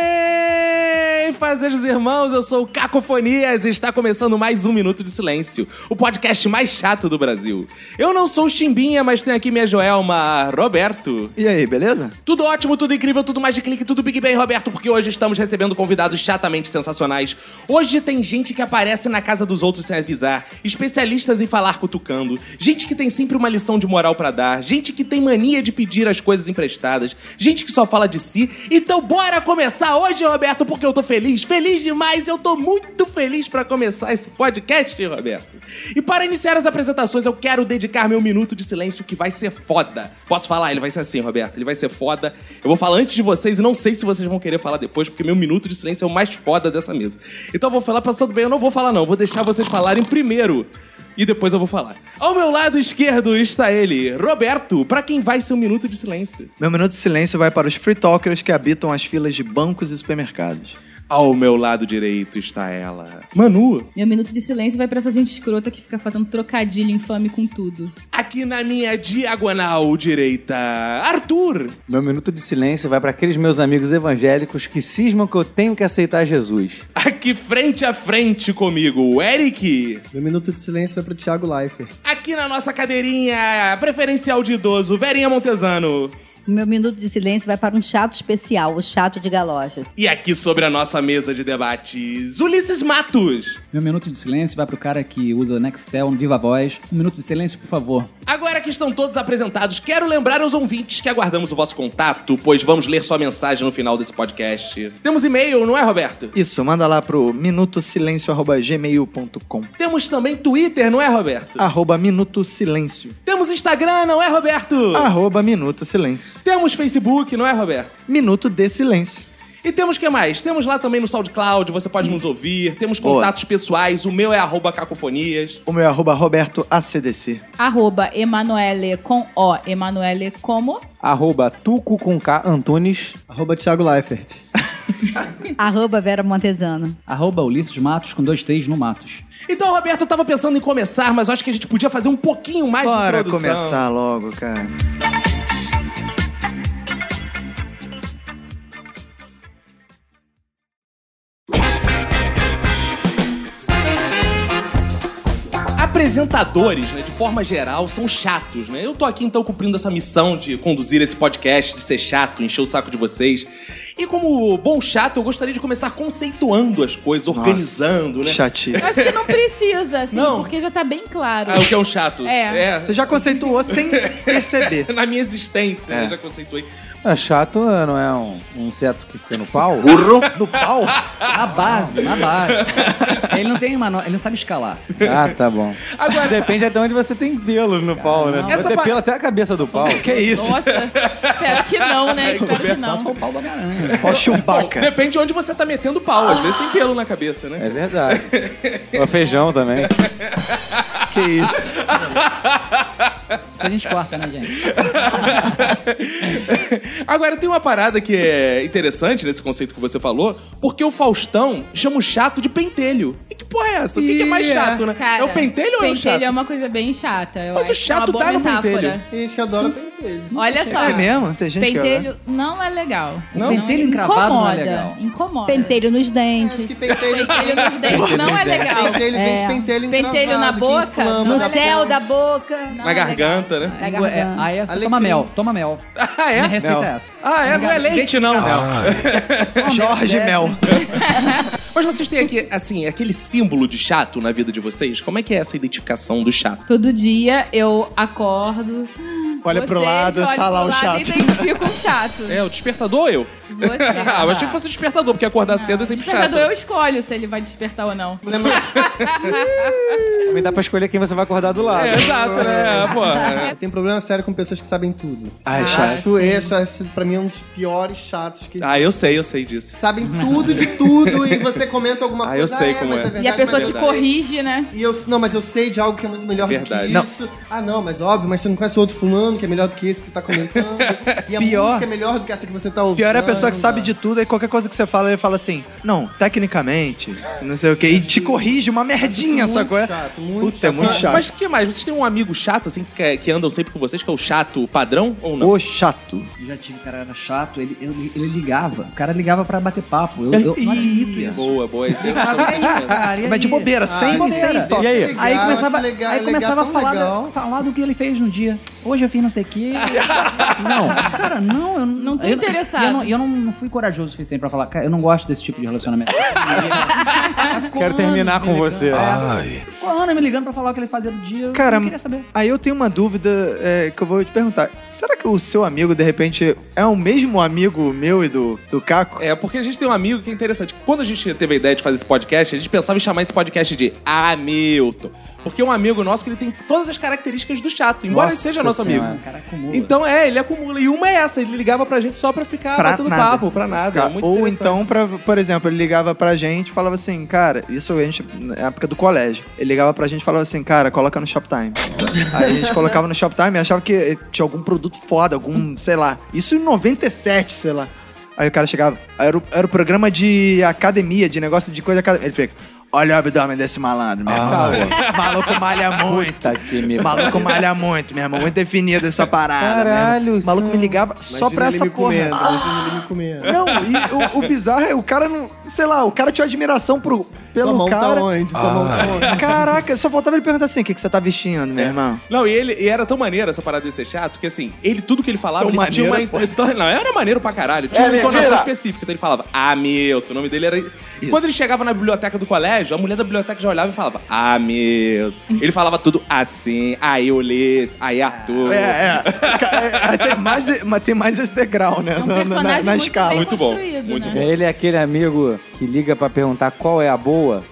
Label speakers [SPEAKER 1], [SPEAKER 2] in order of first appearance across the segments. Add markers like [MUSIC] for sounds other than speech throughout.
[SPEAKER 1] Bem, fazeres irmãos, eu sou o Cacofonias e está começando mais um Minuto de Silêncio, o podcast mais chato do Brasil. Eu não sou o Chimbinha, mas tenho aqui minha Joelma Roberto.
[SPEAKER 2] E aí, beleza?
[SPEAKER 1] Tudo ótimo, tudo incrível, tudo mais de clique, tudo Big Bang, Roberto, porque hoje estamos recebendo convidados chatamente sensacionais. Hoje tem gente que aparece na casa dos outros sem avisar, especialistas em falar cutucando, gente que tem sempre uma lição de moral pra dar, gente que tem mania de pedir as coisas emprestadas, gente que só fala de si. Então bora começar hoje, Roberto, porque eu tô feliz, feliz demais, eu tô muito feliz pra começar esse podcast, Roberto. E para iniciar as apresentações, eu quero dedicar meu minuto de silêncio que vai ser foda. Posso falar? Ele vai ser assim, Roberto. Ele vai ser foda. Eu vou falar antes de vocês e não sei se vocês vão querer falar depois, porque meu minuto de silêncio é o mais foda dessa mesa. Então eu vou falar passando bem. Eu não vou falar, não. Eu Vou deixar vocês falarem primeiro. E depois eu vou falar. Ao meu lado esquerdo está ele, Roberto, pra quem vai ser um minuto de silêncio.
[SPEAKER 2] Meu minuto de silêncio vai para os free talkers que habitam as filas de bancos e supermercados.
[SPEAKER 1] Ao meu lado direito está ela, Manu.
[SPEAKER 3] Meu minuto de silêncio vai pra essa gente escrota que fica fazendo trocadilho infame com tudo.
[SPEAKER 1] Aqui na minha diagonal direita, Arthur.
[SPEAKER 4] Meu minuto de silêncio vai para aqueles meus amigos evangélicos que cismam que eu tenho que aceitar Jesus.
[SPEAKER 1] Aqui frente a frente comigo, Eric.
[SPEAKER 5] Meu minuto de silêncio é pro Thiago Leifert.
[SPEAKER 1] Aqui na nossa cadeirinha preferencial de idoso, Verinha Montesano.
[SPEAKER 6] Meu minuto de silêncio vai para um chato especial, o chato de galochas.
[SPEAKER 1] E aqui sobre a nossa mesa de debates, Ulisses Matos.
[SPEAKER 7] Meu minuto de silêncio vai pro cara que usa o Nextel no Viva Voz. Um minuto de silêncio, por favor.
[SPEAKER 1] Agora que estão todos apresentados, quero lembrar aos ouvintes que aguardamos o vosso contato, pois vamos ler sua mensagem no final desse podcast. Temos e-mail, não é, Roberto?
[SPEAKER 2] Isso, manda lá pro minutosilencio@gmail.com.
[SPEAKER 1] Temos também Twitter, não é, Roberto?
[SPEAKER 2] Arroba Minuto Silêncio.
[SPEAKER 1] Temos Instagram, não é, Roberto?
[SPEAKER 2] Arroba Minuto Silêncio.
[SPEAKER 1] Temos Facebook, não é, Roberto?
[SPEAKER 2] Minuto de Silêncio.
[SPEAKER 1] E temos o que mais? Temos lá também no SoundCloud, você pode nos ouvir. Temos contatos pessoais, o meu é arroba cacofonias.
[SPEAKER 2] O meu é arroba Roberto ACDC.
[SPEAKER 3] Arroba Emanuele com O. Emanuele como?
[SPEAKER 4] Arroba Tuco com K Antunes.
[SPEAKER 5] Arroba Thiago Leifert.
[SPEAKER 6] Arroba Vera Montesano.
[SPEAKER 7] Arroba Ulisses Matos com dois T's no Matos.
[SPEAKER 1] Então, Roberto, eu tava pensando em começar, mas eu acho que a gente podia fazer um pouquinho mais
[SPEAKER 2] Bora
[SPEAKER 1] de produção.
[SPEAKER 2] começar logo, cara.
[SPEAKER 1] Apresentadores, né, de forma geral, são chatos, né? Eu tô aqui então cumprindo essa missão de conduzir esse podcast, de ser chato, encher o saco de vocês. E como bom chato, eu gostaria de começar conceituando as coisas, organizando, né?
[SPEAKER 2] Chatice.
[SPEAKER 3] Acho que não precisa, assim,
[SPEAKER 1] Não.
[SPEAKER 3] porque já tá bem claro.
[SPEAKER 1] Ah, o que é um chato? É,
[SPEAKER 3] É.
[SPEAKER 2] Você já conceituou sem perceber.
[SPEAKER 1] [LAUGHS] Na minha existência, né,
[SPEAKER 4] É.
[SPEAKER 1] já conceituei.
[SPEAKER 4] É chato, não é um, um certo que fica no pau?
[SPEAKER 2] No pau?
[SPEAKER 7] Na base, na base. Ele não tem uma no... ele não sabe escalar.
[SPEAKER 4] Ah, tá bom.
[SPEAKER 1] Agora-
[SPEAKER 4] Depende até onde você tem pelos no pau, né?
[SPEAKER 1] Essa
[SPEAKER 4] Você tem
[SPEAKER 1] pa-
[SPEAKER 4] pelo até a cabeça do pau.
[SPEAKER 2] Que isso?
[SPEAKER 3] Nossa, espero que não, né? Espero que
[SPEAKER 7] Só se for
[SPEAKER 3] não.
[SPEAKER 7] o pau do Homem-Aranha.
[SPEAKER 2] Ó,
[SPEAKER 1] Bom,
[SPEAKER 2] Chewbacca.
[SPEAKER 1] depende de onde você tá metendo pau. Às vezes tem pelo na cabeça, né?
[SPEAKER 4] É verdade. O feijão também.
[SPEAKER 2] Que isso?
[SPEAKER 7] Isso a gente corta, né, gente?
[SPEAKER 1] [LAUGHS] Agora, tem uma parada que é interessante nesse conceito que você falou, porque o Faustão chama o chato de pentelho. E que porra é essa? O que, que é mais
[SPEAKER 4] Ih, é.
[SPEAKER 1] chato, né?
[SPEAKER 3] Cara,
[SPEAKER 1] é o pentelho ou é o chato?
[SPEAKER 3] Pentelho é uma coisa bem chata. eu
[SPEAKER 1] Mas o
[SPEAKER 3] acho que é uma
[SPEAKER 1] chato
[SPEAKER 3] boa
[SPEAKER 1] dá no
[SPEAKER 3] metáfora.
[SPEAKER 1] pentelho.
[SPEAKER 5] Tem gente que adora pentelho.
[SPEAKER 3] Olha só.
[SPEAKER 2] É mesmo? Tem gente que adora.
[SPEAKER 3] pentelho não é legal.
[SPEAKER 7] Não? Pentelho encravado não é legal.
[SPEAKER 3] Incomoda.
[SPEAKER 6] Pentelho nos
[SPEAKER 5] Acho que
[SPEAKER 6] dentes.
[SPEAKER 5] pentelho...
[SPEAKER 3] Pentelho nos dentes não é legal.
[SPEAKER 5] Pentelho vem de
[SPEAKER 6] É.
[SPEAKER 5] pentelho
[SPEAKER 3] Pentelho na
[SPEAKER 5] encravado, que
[SPEAKER 3] boca,
[SPEAKER 5] inflama,
[SPEAKER 6] No
[SPEAKER 5] dá
[SPEAKER 6] céu da boca.
[SPEAKER 1] Na garganta, né?
[SPEAKER 6] Na
[SPEAKER 7] É,
[SPEAKER 6] garganta.
[SPEAKER 7] aí é só
[SPEAKER 5] Alecrim.
[SPEAKER 7] toma mel, toma mel.
[SPEAKER 1] Ah,
[SPEAKER 7] Minha
[SPEAKER 1] é?
[SPEAKER 7] receita
[SPEAKER 4] Mel.
[SPEAKER 7] é essa.
[SPEAKER 1] Ah, é? Não é leite, não.
[SPEAKER 2] Jorge Mel.
[SPEAKER 1] Mas vocês têm aqui, assim, aquele símbolo de chato na vida de vocês? Como é que é essa identificação do chato?
[SPEAKER 3] Todo dia eu acordo. "Ah,
[SPEAKER 5] Olha pro
[SPEAKER 8] Vocês
[SPEAKER 5] lado,
[SPEAKER 8] olham
[SPEAKER 5] tá lá
[SPEAKER 8] pro
[SPEAKER 5] o
[SPEAKER 8] lado
[SPEAKER 5] chato.
[SPEAKER 8] E identificam o chato.
[SPEAKER 1] [LAUGHS] É, o despertador ou eu?
[SPEAKER 8] Você.
[SPEAKER 1] [LAUGHS] Ah, eu achei que fosse despertador, porque acordar cedo é sempre chato.
[SPEAKER 8] Despertador eu escolho se ele vai despertar ou não.
[SPEAKER 4] Também dá pra escolher quem você vai acordar do lado.
[SPEAKER 1] É, exato, né? Pô.
[SPEAKER 9] [LAUGHS]
[SPEAKER 5] Tem problema sério com pessoas que sabem tudo.
[SPEAKER 8] Ah,
[SPEAKER 1] Ah,
[SPEAKER 2] Ah,
[SPEAKER 4] Ai, chato.
[SPEAKER 5] Acho esse, acho, pra mim, é um dos piores chatos que
[SPEAKER 1] Ah, eu sei, eu sei disso.
[SPEAKER 5] sabem tudo de tudo e você comenta alguma
[SPEAKER 1] Ah,
[SPEAKER 5] coisa.
[SPEAKER 1] eu sei
[SPEAKER 5] é,
[SPEAKER 1] como
[SPEAKER 5] mas
[SPEAKER 1] é. E a
[SPEAKER 8] E
[SPEAKER 5] verdade,
[SPEAKER 8] a pessoa
[SPEAKER 5] mas
[SPEAKER 8] te
[SPEAKER 5] eu sei."
[SPEAKER 8] corrige, né?
[SPEAKER 5] E eu, não, mas eu sei de algo que é muito melhor do
[SPEAKER 1] Verdade.
[SPEAKER 5] que
[SPEAKER 1] Não.
[SPEAKER 5] isso. Ah, não, mas óbvio, mas você não conhece o outro fulano que é melhor do que esse que você tá comentando.
[SPEAKER 2] [LAUGHS]
[SPEAKER 5] E a
[SPEAKER 2] Pior-
[SPEAKER 5] música é melhor do que essa que você tá ouvindo.
[SPEAKER 2] Pior é a pessoa que sabe de tudo, aí qualquer coisa que você fala, ele fala assim, não, tecnicamente, não sei o quê, e te corrige uma merdinha,
[SPEAKER 5] Muito
[SPEAKER 2] sacou?
[SPEAKER 5] chato, muito
[SPEAKER 2] Puta, é muito chato.
[SPEAKER 1] Mas o que mais? Vocês têm um amigo chato, assim, que, que andam sempre com vocês, que é o chato padrão ou não?
[SPEAKER 2] O chato.
[SPEAKER 7] Eu já tive, cara, era chato, ele, ele, ele ligava. O cara ligava pra bater papo. Eu, eu não admito isso.
[SPEAKER 1] Boa, boa ideia. Gostamos [LAUGHS] bastante.
[SPEAKER 7] Cara, e
[SPEAKER 2] Mas de
[SPEAKER 7] aí?
[SPEAKER 2] bobeira, sem,
[SPEAKER 7] bobeira.
[SPEAKER 2] sem top.
[SPEAKER 4] E aí?
[SPEAKER 7] Aí começava, aí começava a falar,
[SPEAKER 5] Legal.
[SPEAKER 7] da- falar do que ele fez no dia. Hoje eu fiz não sei o quê. não, cara, não, eu
[SPEAKER 8] Não tô
[SPEAKER 7] eu-
[SPEAKER 8] interessado.
[SPEAKER 7] Eu, não, eu não- não fui corajoso o suficiente pra falar, cara, eu não gosto desse tipo de [LAUGHS] relacionamento. Ele ficou
[SPEAKER 4] Quero
[SPEAKER 7] anos
[SPEAKER 4] terminar
[SPEAKER 7] me
[SPEAKER 4] com
[SPEAKER 7] ligando.
[SPEAKER 4] você.
[SPEAKER 2] Ah,
[SPEAKER 7] É,
[SPEAKER 10] Ai,
[SPEAKER 7] ficou anos me ligando pra falar o que ele fazia do dia. eu
[SPEAKER 2] Cara,
[SPEAKER 7] não queria saber.
[SPEAKER 2] Aí eu tenho uma dúvida é, que eu vou te perguntar. Será que o seu amigo, de repente, é o mesmo amigo meu e do, do Caco?
[SPEAKER 1] É, porque a gente tem um amigo que é interessante. Quando a gente teve a ideia de fazer esse podcast, a gente pensava em chamar esse podcast de Hamilton. Porque é um amigo nosso que ele tem todas as características do chato, embora
[SPEAKER 4] Nossa
[SPEAKER 1] ele seja nosso
[SPEAKER 4] Senhora.
[SPEAKER 1] amigo.
[SPEAKER 7] Ah, Cara, acumula.
[SPEAKER 1] Então, é, ele acumula. E uma é essa, ele ligava pra gente só pra ficar
[SPEAKER 2] Pra
[SPEAKER 1] batendo
[SPEAKER 2] nada.
[SPEAKER 1] papo, pra nada. É muito
[SPEAKER 2] Ou
[SPEAKER 1] interessante.
[SPEAKER 2] então, pra, por exemplo, ele ligava pra gente e falava assim, cara, isso a gente, na época do colégio. Ele ligava pra gente e falava assim, cara, coloca
[SPEAKER 1] [LAUGHS]
[SPEAKER 2] no Shoptime. Aí a gente colocava no Shoptime e achava que tinha algum produto foda, algum, sei lá. Isso em 97, sei lá. Aí o cara chegava, aí era o, era o programa de academia, de negócio de coisa acadêmica. Ele fica, olha o abdômen desse malandro, meu irmão.
[SPEAKER 1] Ah.
[SPEAKER 2] [LAUGHS] Maluco malha muito.
[SPEAKER 4] Tá aqui, me...
[SPEAKER 2] Maluco malha muito, meu irmão. Muito definido essa parada.
[SPEAKER 4] Caralho,
[SPEAKER 2] meu irmão. Maluco me
[SPEAKER 4] Sam.
[SPEAKER 2] ligava só
[SPEAKER 5] Imagina
[SPEAKER 2] pra
[SPEAKER 5] ele
[SPEAKER 2] essa
[SPEAKER 5] me
[SPEAKER 2] porra. Ah.
[SPEAKER 5] Comendo, imagina ele me comendo.
[SPEAKER 2] Não, e o, o bizarro é o cara não. Sei lá, o cara tinha admiração pro,
[SPEAKER 5] Sua
[SPEAKER 2] pelo
[SPEAKER 5] mão tá
[SPEAKER 2] cara. Ah.
[SPEAKER 5] onde? Sua mão tá onde? É.
[SPEAKER 2] Caraca, só faltava ele perguntar assim: o que, que você tá vestindo, meu irmão?
[SPEAKER 1] Não, e ele e era tão maneiro essa parada de ser chato que assim, ele tudo que ele falava,
[SPEAKER 2] Tão
[SPEAKER 1] ele tinha uma
[SPEAKER 2] maneiro, pô.
[SPEAKER 1] entonação. Não, era maneiro pra caralho. Tinha uma entonação específica. Então ele falava, Hamilton. O nome dele era. Quando ele chegava na biblioteca do colégio, a mulher da biblioteca já olhava e falava, Hamilton. ele falava tudo assim, aí Ulisses, aí Arthur.
[SPEAKER 2] É, é. Ca- é, é, Tem mais, mas tem mais esse degrau, né?
[SPEAKER 5] [LAUGHS]
[SPEAKER 8] É
[SPEAKER 2] na-
[SPEAKER 8] um
[SPEAKER 2] na- na-
[SPEAKER 8] personagem
[SPEAKER 2] na
[SPEAKER 8] muito
[SPEAKER 2] escala.
[SPEAKER 8] bem
[SPEAKER 1] Muito bom,
[SPEAKER 8] construído,
[SPEAKER 1] muito
[SPEAKER 8] né?
[SPEAKER 1] bom.
[SPEAKER 4] Ele é aquele amigo que liga pra perguntar qual é a boa.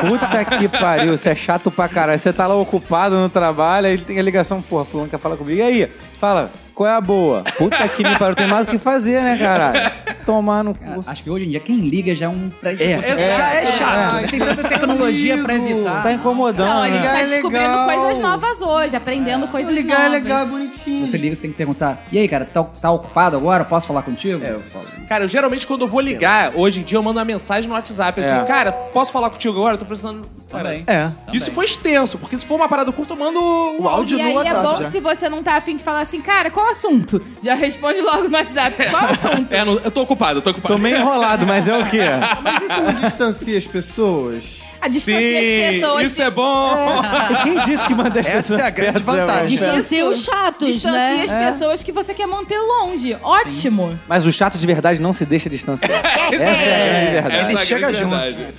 [SPEAKER 4] Puta que pariu, você é chato pra caralho. Você tá lá ocupado no trabalho, aí ele tem a ligação, porra, fulano quer falar comigo. E aí, fala, qual é a boa? Puta que me pariu, tem mais o que fazer, né, caralho? Tomar no
[SPEAKER 7] Cara,
[SPEAKER 4] cu.
[SPEAKER 7] acho que hoje em dia quem liga já é um pré
[SPEAKER 1] É, já é
[SPEAKER 7] chato. Tem tanta tecnologia pra evitar.
[SPEAKER 4] Tá incomodando,
[SPEAKER 8] Não, ele
[SPEAKER 4] né?
[SPEAKER 8] está
[SPEAKER 5] Ligar é
[SPEAKER 8] descobrindo
[SPEAKER 5] legal.
[SPEAKER 8] coisas novas hoje, aprendendo coisas
[SPEAKER 5] Ligar é
[SPEAKER 8] novas.
[SPEAKER 5] legal, é bonitinho.
[SPEAKER 7] Você liga, você tem que perguntar. E aí, cara, tá, tá ocupado agora? Posso falar contigo?
[SPEAKER 5] É, eu falo.
[SPEAKER 1] Cara, eu, geralmente quando eu vou ligar, hoje em dia eu mando uma mensagem no WhatsApp assim,
[SPEAKER 4] É.
[SPEAKER 1] cara, posso falar contigo agora? Eu tô precisando. Cara,
[SPEAKER 7] Também.
[SPEAKER 2] É.
[SPEAKER 1] Isso foi extenso, porque se for uma parada curta, eu mando o áudio.
[SPEAKER 8] E aí é bom se você não tá afim de falar assim, cara, qual o assunto? Já responde logo no WhatsApp, qual o
[SPEAKER 5] [LAUGHS]
[SPEAKER 8] assunto?
[SPEAKER 1] É, não- eu tô ocupado, eu tô ocupado.
[SPEAKER 4] Tô meio enrolado, mas é o quê?
[SPEAKER 5] Mas isso não distancia as pessoas?
[SPEAKER 1] Sim,
[SPEAKER 8] A Ah, distancia as pessoas.
[SPEAKER 1] isso é bom.
[SPEAKER 4] Quem disse que manda as
[SPEAKER 2] Essa
[SPEAKER 4] pessoas
[SPEAKER 2] é a grande
[SPEAKER 4] perto, né?
[SPEAKER 2] vantagem.
[SPEAKER 6] Distancia os
[SPEAKER 5] é
[SPEAKER 6] chatos,
[SPEAKER 8] Distancia
[SPEAKER 6] né?
[SPEAKER 8] as pessoas que você quer manter longe. Ótimo.
[SPEAKER 4] Mas o chato de verdade não se deixa distanciar. Essa é a grande verdade.
[SPEAKER 1] Essa é a
[SPEAKER 2] Aí chega
[SPEAKER 1] grande
[SPEAKER 2] junto.
[SPEAKER 1] verdade.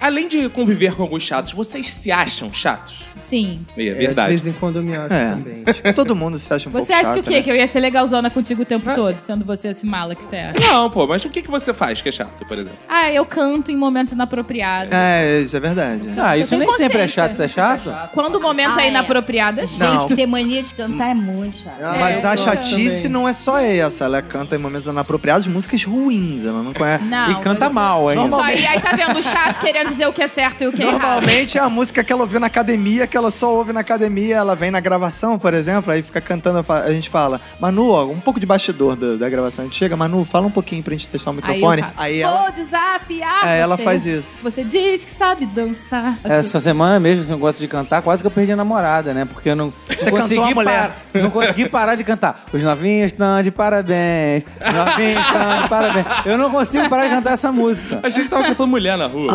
[SPEAKER 1] Além de conviver com alguns chatos, vocês se acham chatos?
[SPEAKER 3] Sim.
[SPEAKER 1] É
[SPEAKER 5] É, de
[SPEAKER 1] verdade.
[SPEAKER 5] vez em quando eu me acho
[SPEAKER 2] É.
[SPEAKER 5] também.
[SPEAKER 2] Acho que [LAUGHS] todo mundo se acha um pouco
[SPEAKER 8] Você acha que o
[SPEAKER 2] chato,
[SPEAKER 8] quê?
[SPEAKER 2] né?
[SPEAKER 8] Que eu ia ser legalzona contigo o tempo todo, sendo você esse mala que você é?
[SPEAKER 1] Não, pô, mas o que, que você faz que é chato, por exemplo?
[SPEAKER 8] Ah, eu canto em momentos inapropriados.
[SPEAKER 2] É, isso é verdade.
[SPEAKER 4] Ah, isso
[SPEAKER 8] Eu
[SPEAKER 4] nem
[SPEAKER 8] tenho
[SPEAKER 4] sempre é chato,
[SPEAKER 8] consciência.
[SPEAKER 4] isso é chato?
[SPEAKER 8] Quando o momento
[SPEAKER 6] Ah,
[SPEAKER 8] é
[SPEAKER 6] é.
[SPEAKER 8] inapropriado, é chato.
[SPEAKER 2] Não.
[SPEAKER 6] Gente, ter mania de cantar é muito chato.
[SPEAKER 5] Ah,
[SPEAKER 2] Mas
[SPEAKER 8] É,
[SPEAKER 2] a
[SPEAKER 8] eu
[SPEAKER 2] chatice
[SPEAKER 5] também.
[SPEAKER 2] não é só essa. Ela canta em momentos inapropriados músicas ruins. Ela não conhece.
[SPEAKER 8] Não,
[SPEAKER 4] E canta
[SPEAKER 8] mas-
[SPEAKER 4] mal ainda.
[SPEAKER 8] Isso aí, aí tá vendo o chato querendo dizer o que é certo e o que é errado.
[SPEAKER 2] Normalmente é a música que ela ouviu na academia, que ela só ouve na academia, ela vem na gravação, por exemplo, aí fica cantando, fa- a gente fala, Manu, ó, um pouco de bastidor da, da gravação. A gente chega, Manu, fala um pouquinho pra gente testar o
[SPEAKER 8] Aí,
[SPEAKER 2] microfone.
[SPEAKER 8] o
[SPEAKER 2] Aí,
[SPEAKER 8] cara,
[SPEAKER 2] ela,
[SPEAKER 8] Vou desafiar
[SPEAKER 9] É,
[SPEAKER 2] aí ela
[SPEAKER 8] você.
[SPEAKER 2] faz isso.
[SPEAKER 8] Você diz que sabe dançar. Assim.
[SPEAKER 4] Essa semana mesmo que eu gosto de cantar, quase que eu perdi a namorada, né? Porque eu não,
[SPEAKER 2] Você
[SPEAKER 4] não
[SPEAKER 2] cantou a mulher.
[SPEAKER 4] parar- não consegui parar de cantar. Os novinhos estão de parabéns. Os novinhos estão de parabéns. Eu não consigo parar de cantar essa música.
[SPEAKER 1] A gente tava cantando mulher na rua.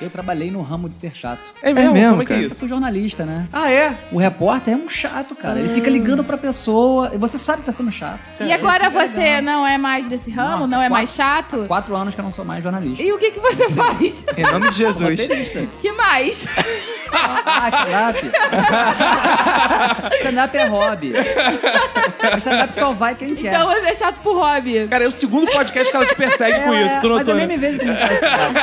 [SPEAKER 7] Eu trabalhei no ramo de ser chato.
[SPEAKER 1] É mesmo?
[SPEAKER 10] mesmo,
[SPEAKER 1] Como é que é
[SPEAKER 10] cara?
[SPEAKER 7] Eu
[SPEAKER 1] isso?
[SPEAKER 7] sou jornalista, né?
[SPEAKER 1] Ah, é?
[SPEAKER 7] O repórter é um chato, cara. Ele fica ligando pra pessoa. e Você sabe que tá sendo chato.
[SPEAKER 8] E agora
[SPEAKER 7] fica
[SPEAKER 8] você não é mais desse ramo?
[SPEAKER 7] Não,
[SPEAKER 8] Não é
[SPEAKER 7] quatro-
[SPEAKER 8] mais chato?
[SPEAKER 7] Quatro anos que eu não sou mais jornalista.
[SPEAKER 8] E o que, que você [LAUGHS] faz?
[SPEAKER 10] Em nome de Jesus.
[SPEAKER 7] Roteirista.
[SPEAKER 8] Que mais?
[SPEAKER 7] [LAUGHS] Ah, stand-up. stand-up é hobby. Stand-up só vai quem quer.
[SPEAKER 8] Então você é chato pro hobby.
[SPEAKER 1] Cara, é o segundo podcast que ela te persegue
[SPEAKER 7] [LAUGHS] É,
[SPEAKER 1] com
[SPEAKER 7] é,
[SPEAKER 1] isso, tu
[SPEAKER 7] mas
[SPEAKER 1] notou,
[SPEAKER 7] eu nem
[SPEAKER 1] né?
[SPEAKER 7] me vejo como stand-up.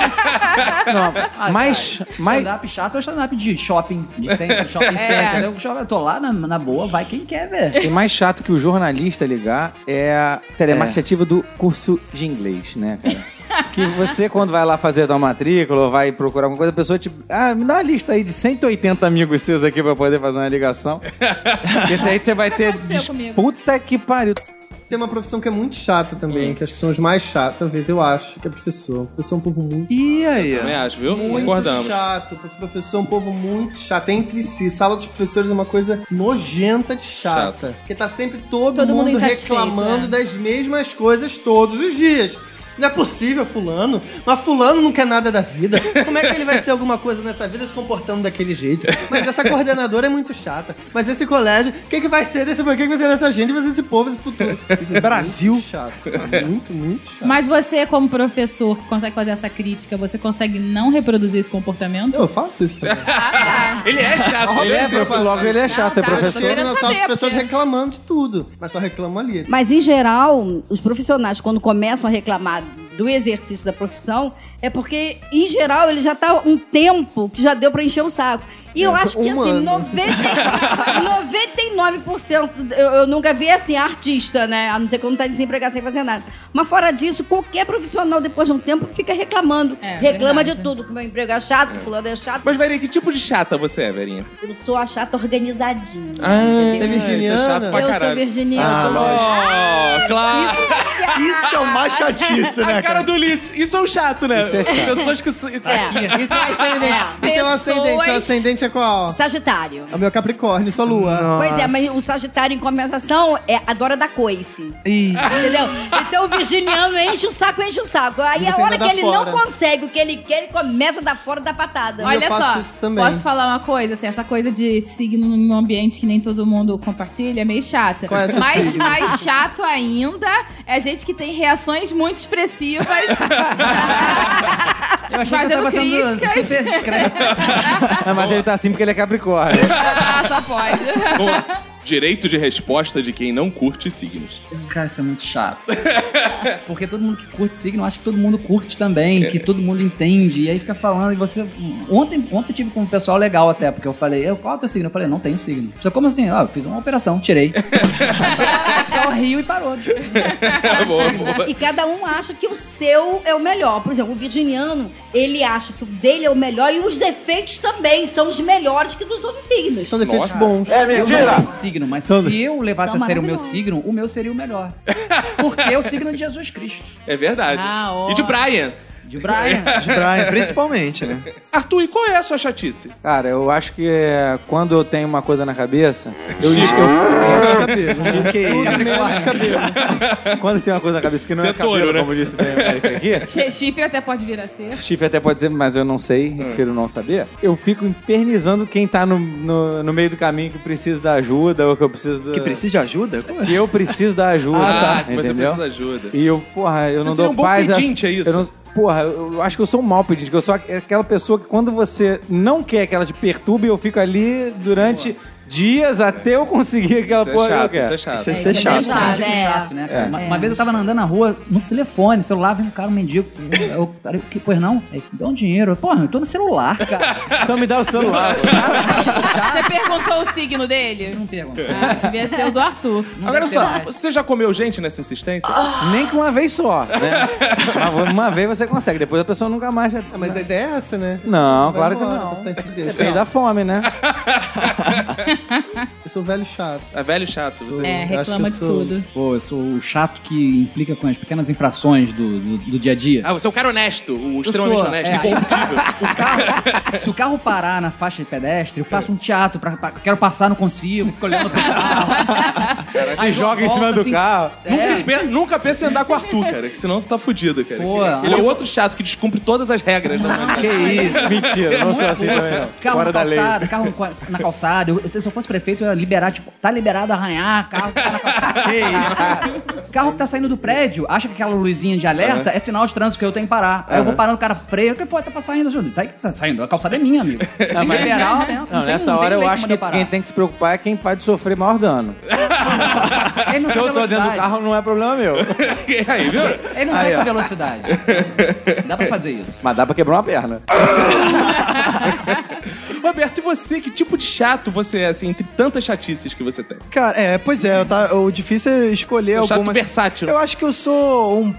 [SPEAKER 7] Não,
[SPEAKER 2] Mas- mas-
[SPEAKER 7] Stand-up chato é stand-up de shopping, de centro, shopping
[SPEAKER 8] É.
[SPEAKER 7] center. entendeu? Shopping- Eu tô lá na, na boa, vai quem quer, velho.
[SPEAKER 2] E mais chato que o jornalista ligar é a telemarketing ativa do curso de inglês, né, cara? Que você, quando vai lá fazer a tua matrícula ou vai procurar alguma coisa, a pessoa te. Ah, me dá uma lista aí de 180 amigos seus aqui pra poder fazer uma ligação. Esse aí você vai ter.
[SPEAKER 8] aconteceu
[SPEAKER 2] dis-
[SPEAKER 8] comigo.
[SPEAKER 2] Puta que pariu.
[SPEAKER 9] Tem uma profissão que é muito chata
[SPEAKER 2] Hum.
[SPEAKER 9] também, que acho que são os mais chatos, talvez, eu acho, que é professor. Professor é um povo muito.
[SPEAKER 10] E aí?
[SPEAKER 1] Também acho, viu?
[SPEAKER 9] Muito
[SPEAKER 1] Concordamos.
[SPEAKER 9] chato. Professor é um povo muito chato. É entre si. Sala dos professores é uma coisa nojenta de chata. Porque tá sempre todo,
[SPEAKER 8] Todo mundo
[SPEAKER 9] mundo,
[SPEAKER 8] insatisfeito,
[SPEAKER 9] reclamando
[SPEAKER 8] né?
[SPEAKER 9] das mesmas coisas todos os dias. Não é possível, fulano. Mas fulano não quer nada da vida. Como é que ele vai ser alguma coisa nessa vida se comportando daquele jeito? Mas essa coordenadora é muito chata. Mas esse colégio, o que, que vai ser desse O que, que vai ser dessa gente? O que vai ser desse povo, desse futuro?
[SPEAKER 10] Brasil.
[SPEAKER 9] Muito chato. cara. Muito, muito chato.
[SPEAKER 11] Mas você, como professor que consegue fazer essa crítica, você consegue não reproduzir esse comportamento?
[SPEAKER 9] Eu faço isso também.
[SPEAKER 1] Ele é chato, ele
[SPEAKER 2] Ele é,
[SPEAKER 9] Roberto,
[SPEAKER 2] prof- logo ele é chato, é
[SPEAKER 8] tá,
[SPEAKER 9] Eu
[SPEAKER 8] Eu tô
[SPEAKER 2] professor.
[SPEAKER 9] chego
[SPEAKER 8] querendo
[SPEAKER 9] na
[SPEAKER 8] saber,
[SPEAKER 9] sala de pessoas
[SPEAKER 8] porque-
[SPEAKER 9] reclamando de tudo, mas só reclamam ali.
[SPEAKER 6] Mas, em geral, os profissionais, quando começam a reclamar do exercício da profissão, é porque, em geral, ele já tá um tempo que já deu pra encher o saco. E eu
[SPEAKER 9] É,
[SPEAKER 6] acho que,
[SPEAKER 9] um
[SPEAKER 6] assim,
[SPEAKER 9] ano.
[SPEAKER 6] 90, 99%, eu, eu nunca vi, assim, artista, né? A não ser quando tá desempregado sem fazer nada. Mas, fora disso, qualquer profissional, depois de um tempo, fica reclamando.
[SPEAKER 11] É,
[SPEAKER 6] Reclama
[SPEAKER 11] verdade.
[SPEAKER 6] de tudo, que meu emprego é chato, que fulano é chato.
[SPEAKER 1] Mas, Verinha, que tipo de chata você é, Verinha?
[SPEAKER 6] Eu sou a chata organizadinha.
[SPEAKER 1] Ah,
[SPEAKER 9] é virginiana?
[SPEAKER 1] Isso é chato pra
[SPEAKER 6] eu sou
[SPEAKER 1] caralho.
[SPEAKER 6] virginiana.
[SPEAKER 1] oh, claro.
[SPEAKER 10] Isso é o mais chatice,
[SPEAKER 1] A
[SPEAKER 10] né,
[SPEAKER 1] cara
[SPEAKER 10] cara?
[SPEAKER 1] do Ulisses. Isso é um chato, né? Pessoas que... se-
[SPEAKER 6] É.
[SPEAKER 9] Isso é um ascendente.
[SPEAKER 8] É.
[SPEAKER 9] Isso é um ascendente. Seu
[SPEAKER 8] Pessoas-
[SPEAKER 9] ascendente é qual?
[SPEAKER 6] Sagitário.
[SPEAKER 9] É o meu Capricórnio, sua lua.
[SPEAKER 6] Pois é, mas o Sagitário, em compensação, é adora dar coice.
[SPEAKER 10] Ih,
[SPEAKER 6] Entendeu? Então o virginiano enche o saco, enche o saco. Aí é
[SPEAKER 9] E
[SPEAKER 6] a
[SPEAKER 9] você
[SPEAKER 6] hora
[SPEAKER 9] ainda
[SPEAKER 6] que
[SPEAKER 9] dá
[SPEAKER 6] ele
[SPEAKER 9] fora.
[SPEAKER 6] não consegue o que ele quer, ele começa a dar fora da patada.
[SPEAKER 9] Olha,
[SPEAKER 8] Olha
[SPEAKER 9] faço
[SPEAKER 8] só,
[SPEAKER 9] isso também.
[SPEAKER 8] posso falar uma coisa? Assim, essa coisa de signo num ambiente que nem todo mundo compartilha é meio chata.
[SPEAKER 9] Qual é seu
[SPEAKER 8] Mas
[SPEAKER 9] signo?
[SPEAKER 8] mais chato ainda é gente que tem reações muito expressivas. [LAUGHS] Ah,
[SPEAKER 7] Eu achei que eu
[SPEAKER 8] Fazendo
[SPEAKER 7] tava sendo
[SPEAKER 8] críticas.
[SPEAKER 7] super discreto.
[SPEAKER 2] Ah, mas ele tá assim porque ele é Capricórnio.
[SPEAKER 8] [LAUGHS] só pode.
[SPEAKER 1] Vamos lá. Direito de resposta de quem não curte signos. [LAUGHS]
[SPEAKER 7] Cara, isso é muito chato. [LAUGHS] Porque todo mundo que curte signo acha que todo mundo curte também, que todo mundo entende. E aí fica falando, e você. Ontem, ontem eu tive com um pessoal legal até, porque eu falei, eu, qual é o teu signo? Eu falei, não tenho signo. Você como assim? Ah, eu fiz uma operação, tirei. o pessoal riu e parou.
[SPEAKER 1] boa, boa.
[SPEAKER 6] E cada um acha que o seu é o melhor. Por exemplo, o virginiano, ele acha que o dele é o melhor e os defeitos também são os melhores que dos outros signos.
[SPEAKER 9] São defeitos
[SPEAKER 1] Nossa.
[SPEAKER 9] bons.
[SPEAKER 7] Mentira! Eu não tenho signo, mas se eu levasse
[SPEAKER 6] São
[SPEAKER 7] a sério o meu
[SPEAKER 6] maravilhosos.
[SPEAKER 7] signo, o meu seria o melhor. Porque é o signo de Jesus Cristo.
[SPEAKER 1] É verdade.
[SPEAKER 8] Ah, ó.
[SPEAKER 1] E de Brian.
[SPEAKER 7] De
[SPEAKER 2] [LAUGHS]
[SPEAKER 7] Brian.
[SPEAKER 10] de Brian, principalmente, né?
[SPEAKER 1] Arthur, e qual é a sua chatice?
[SPEAKER 2] Cara, eu acho que é, quando eu tenho uma coisa na cabeça, eu,
[SPEAKER 1] [LAUGHS]
[SPEAKER 9] Menos cabelo.
[SPEAKER 2] É
[SPEAKER 9] Tudo menos cabelo.
[SPEAKER 2] eu- quando eu tenho uma coisa na cabeça que não
[SPEAKER 1] Você
[SPEAKER 2] é
[SPEAKER 1] é touro,
[SPEAKER 2] cabelo,
[SPEAKER 1] né?
[SPEAKER 2] como disse bem o Eric aqui,
[SPEAKER 8] Che- Chifre até pode vir a ser.
[SPEAKER 2] Chifre até pode dizer, mas eu não sei,
[SPEAKER 1] É.
[SPEAKER 2] prefiro não saber. Eu fico infernizando quem tá no, no, no meio do caminho que precisa da ajuda ou que eu preciso do...
[SPEAKER 10] Que precisa de ajuda? é?
[SPEAKER 2] Que eu preciso da ajuda, tá?
[SPEAKER 1] Ah, que você
[SPEAKER 2] entendeu?
[SPEAKER 1] precisa de ajuda.
[SPEAKER 2] E eu, porra, eu
[SPEAKER 1] Você
[SPEAKER 2] não
[SPEAKER 1] seria
[SPEAKER 2] dou
[SPEAKER 1] um bom
[SPEAKER 2] paz... a-
[SPEAKER 1] pedinte, é isso?
[SPEAKER 2] Eu não, porra, eu eu acho que eu sou um mau pedinte, que eu sou aqu- aquela pessoa que quando você não quer que ela te perturbe, eu fico ali durante dias até eu conseguir aquela
[SPEAKER 1] Isso é
[SPEAKER 2] porra que eu
[SPEAKER 1] chato,
[SPEAKER 2] quero.
[SPEAKER 1] isso é chato.
[SPEAKER 10] Isso é ser
[SPEAKER 6] isso é
[SPEAKER 10] chato.
[SPEAKER 6] chato.
[SPEAKER 7] Mendigo
[SPEAKER 6] é.
[SPEAKER 7] chato, né, cara?
[SPEAKER 2] É.
[SPEAKER 7] Uma, uma vez eu tava andando na rua, no telefone, celular, vem um cara, um mendigo. Eu, peraí, que, pois não? Aí, dá um dinheiro. Eu, Porra, eu tô no celular, cara.
[SPEAKER 2] Então me dá o
[SPEAKER 10] [LAUGHS]
[SPEAKER 2] celular. pô.
[SPEAKER 8] Você perguntou o signo dele?
[SPEAKER 7] Não pergunta.
[SPEAKER 8] Ah, devia ser o do Arthur.
[SPEAKER 7] Não
[SPEAKER 1] Agora
[SPEAKER 7] deve
[SPEAKER 1] só,
[SPEAKER 7] ter mais.
[SPEAKER 1] você já comeu gente nessa insistência?
[SPEAKER 2] Nem que uma vez só, né? Mas uma vez você consegue, depois a pessoa nunca mais... já-
[SPEAKER 9] Ah, mas a ideia é essa, né?
[SPEAKER 2] Não,
[SPEAKER 9] Vai
[SPEAKER 2] claro que
[SPEAKER 9] embora,
[SPEAKER 2] não.
[SPEAKER 9] tá em si Deus.
[SPEAKER 2] Depende
[SPEAKER 9] Não.
[SPEAKER 2] da fome, né?
[SPEAKER 5] Eu sou velho chato.
[SPEAKER 1] É velho chato.
[SPEAKER 5] Sou-
[SPEAKER 1] Você...
[SPEAKER 3] É,
[SPEAKER 5] acho que
[SPEAKER 3] reclama
[SPEAKER 5] eu
[SPEAKER 3] de
[SPEAKER 5] sou-
[SPEAKER 3] tudo.
[SPEAKER 7] Pô, eu sou o chato que implica com as pequenas infrações do, do, do dia a dia.
[SPEAKER 1] Ah, você é um cara honesto, um extremamente
[SPEAKER 7] sou,
[SPEAKER 1] honesto,
[SPEAKER 7] é.
[SPEAKER 1] incorruptível.
[SPEAKER 7] Se o carro parar na faixa de pedestre, eu faço um teatro. Pra, pra- quero passar, não consigo. Fico olhando pro carro.
[SPEAKER 4] Se joga em cima do
[SPEAKER 2] Ah,
[SPEAKER 4] carro.
[SPEAKER 7] É,
[SPEAKER 1] Nunca, pe- nunca pensa em andar com o Arthur, cara, que senão você tá fudido, cara.
[SPEAKER 7] Pô,
[SPEAKER 1] ele é outro chato que descumpre todas as regras da sua
[SPEAKER 4] Que isso? Mentira, não sou assim também, não.
[SPEAKER 7] é carro
[SPEAKER 4] Fora
[SPEAKER 7] na
[SPEAKER 4] da lei.
[SPEAKER 7] calçada, carro co- na calçada. Eu- se eu fosse prefeito, eu ia liberar, tipo, tá liberado arranhar carro que tá na calçada. [LAUGHS] Carro que tá saindo do prédio, acha que aquela luzinha de alerta é sinal de trânsito que eu tenho que parar. Aí eu
[SPEAKER 4] É.
[SPEAKER 7] vou parando, o cara freia. Que pô, tá pra saindo, Júlio. Tá aí que tá saindo. A calçada é
[SPEAKER 4] [LAUGHS]
[SPEAKER 7] minha, amigo. Tem que
[SPEAKER 4] mas-
[SPEAKER 7] liberar, né?
[SPEAKER 4] Não,
[SPEAKER 7] tem-
[SPEAKER 4] nessa
[SPEAKER 7] tem
[SPEAKER 4] hora eu
[SPEAKER 7] lei que
[SPEAKER 4] acho
[SPEAKER 7] manda
[SPEAKER 4] que
[SPEAKER 7] parar.
[SPEAKER 4] quem tem que se preocupar é quem pode sofrer maior dano.
[SPEAKER 7] Ele não
[SPEAKER 4] Se
[SPEAKER 7] tem
[SPEAKER 4] eu tô dentro do
[SPEAKER 7] velocidade.
[SPEAKER 4] carro, não é problema meu.
[SPEAKER 1] Aí, viu?
[SPEAKER 7] Ele não sai com velocidade. Dá pra fazer isso.
[SPEAKER 4] Mas dá pra quebrar uma perna.
[SPEAKER 1] [LAUGHS] Roberto, e você? Que tipo de chato você é, assim, entre tantas chatices que você tem?
[SPEAKER 2] Cara, é, pois é, eu tá, o difícil é escolher
[SPEAKER 1] Você é um chato
[SPEAKER 2] algumas.
[SPEAKER 1] versátil.
[SPEAKER 2] Eu acho que eu sou um,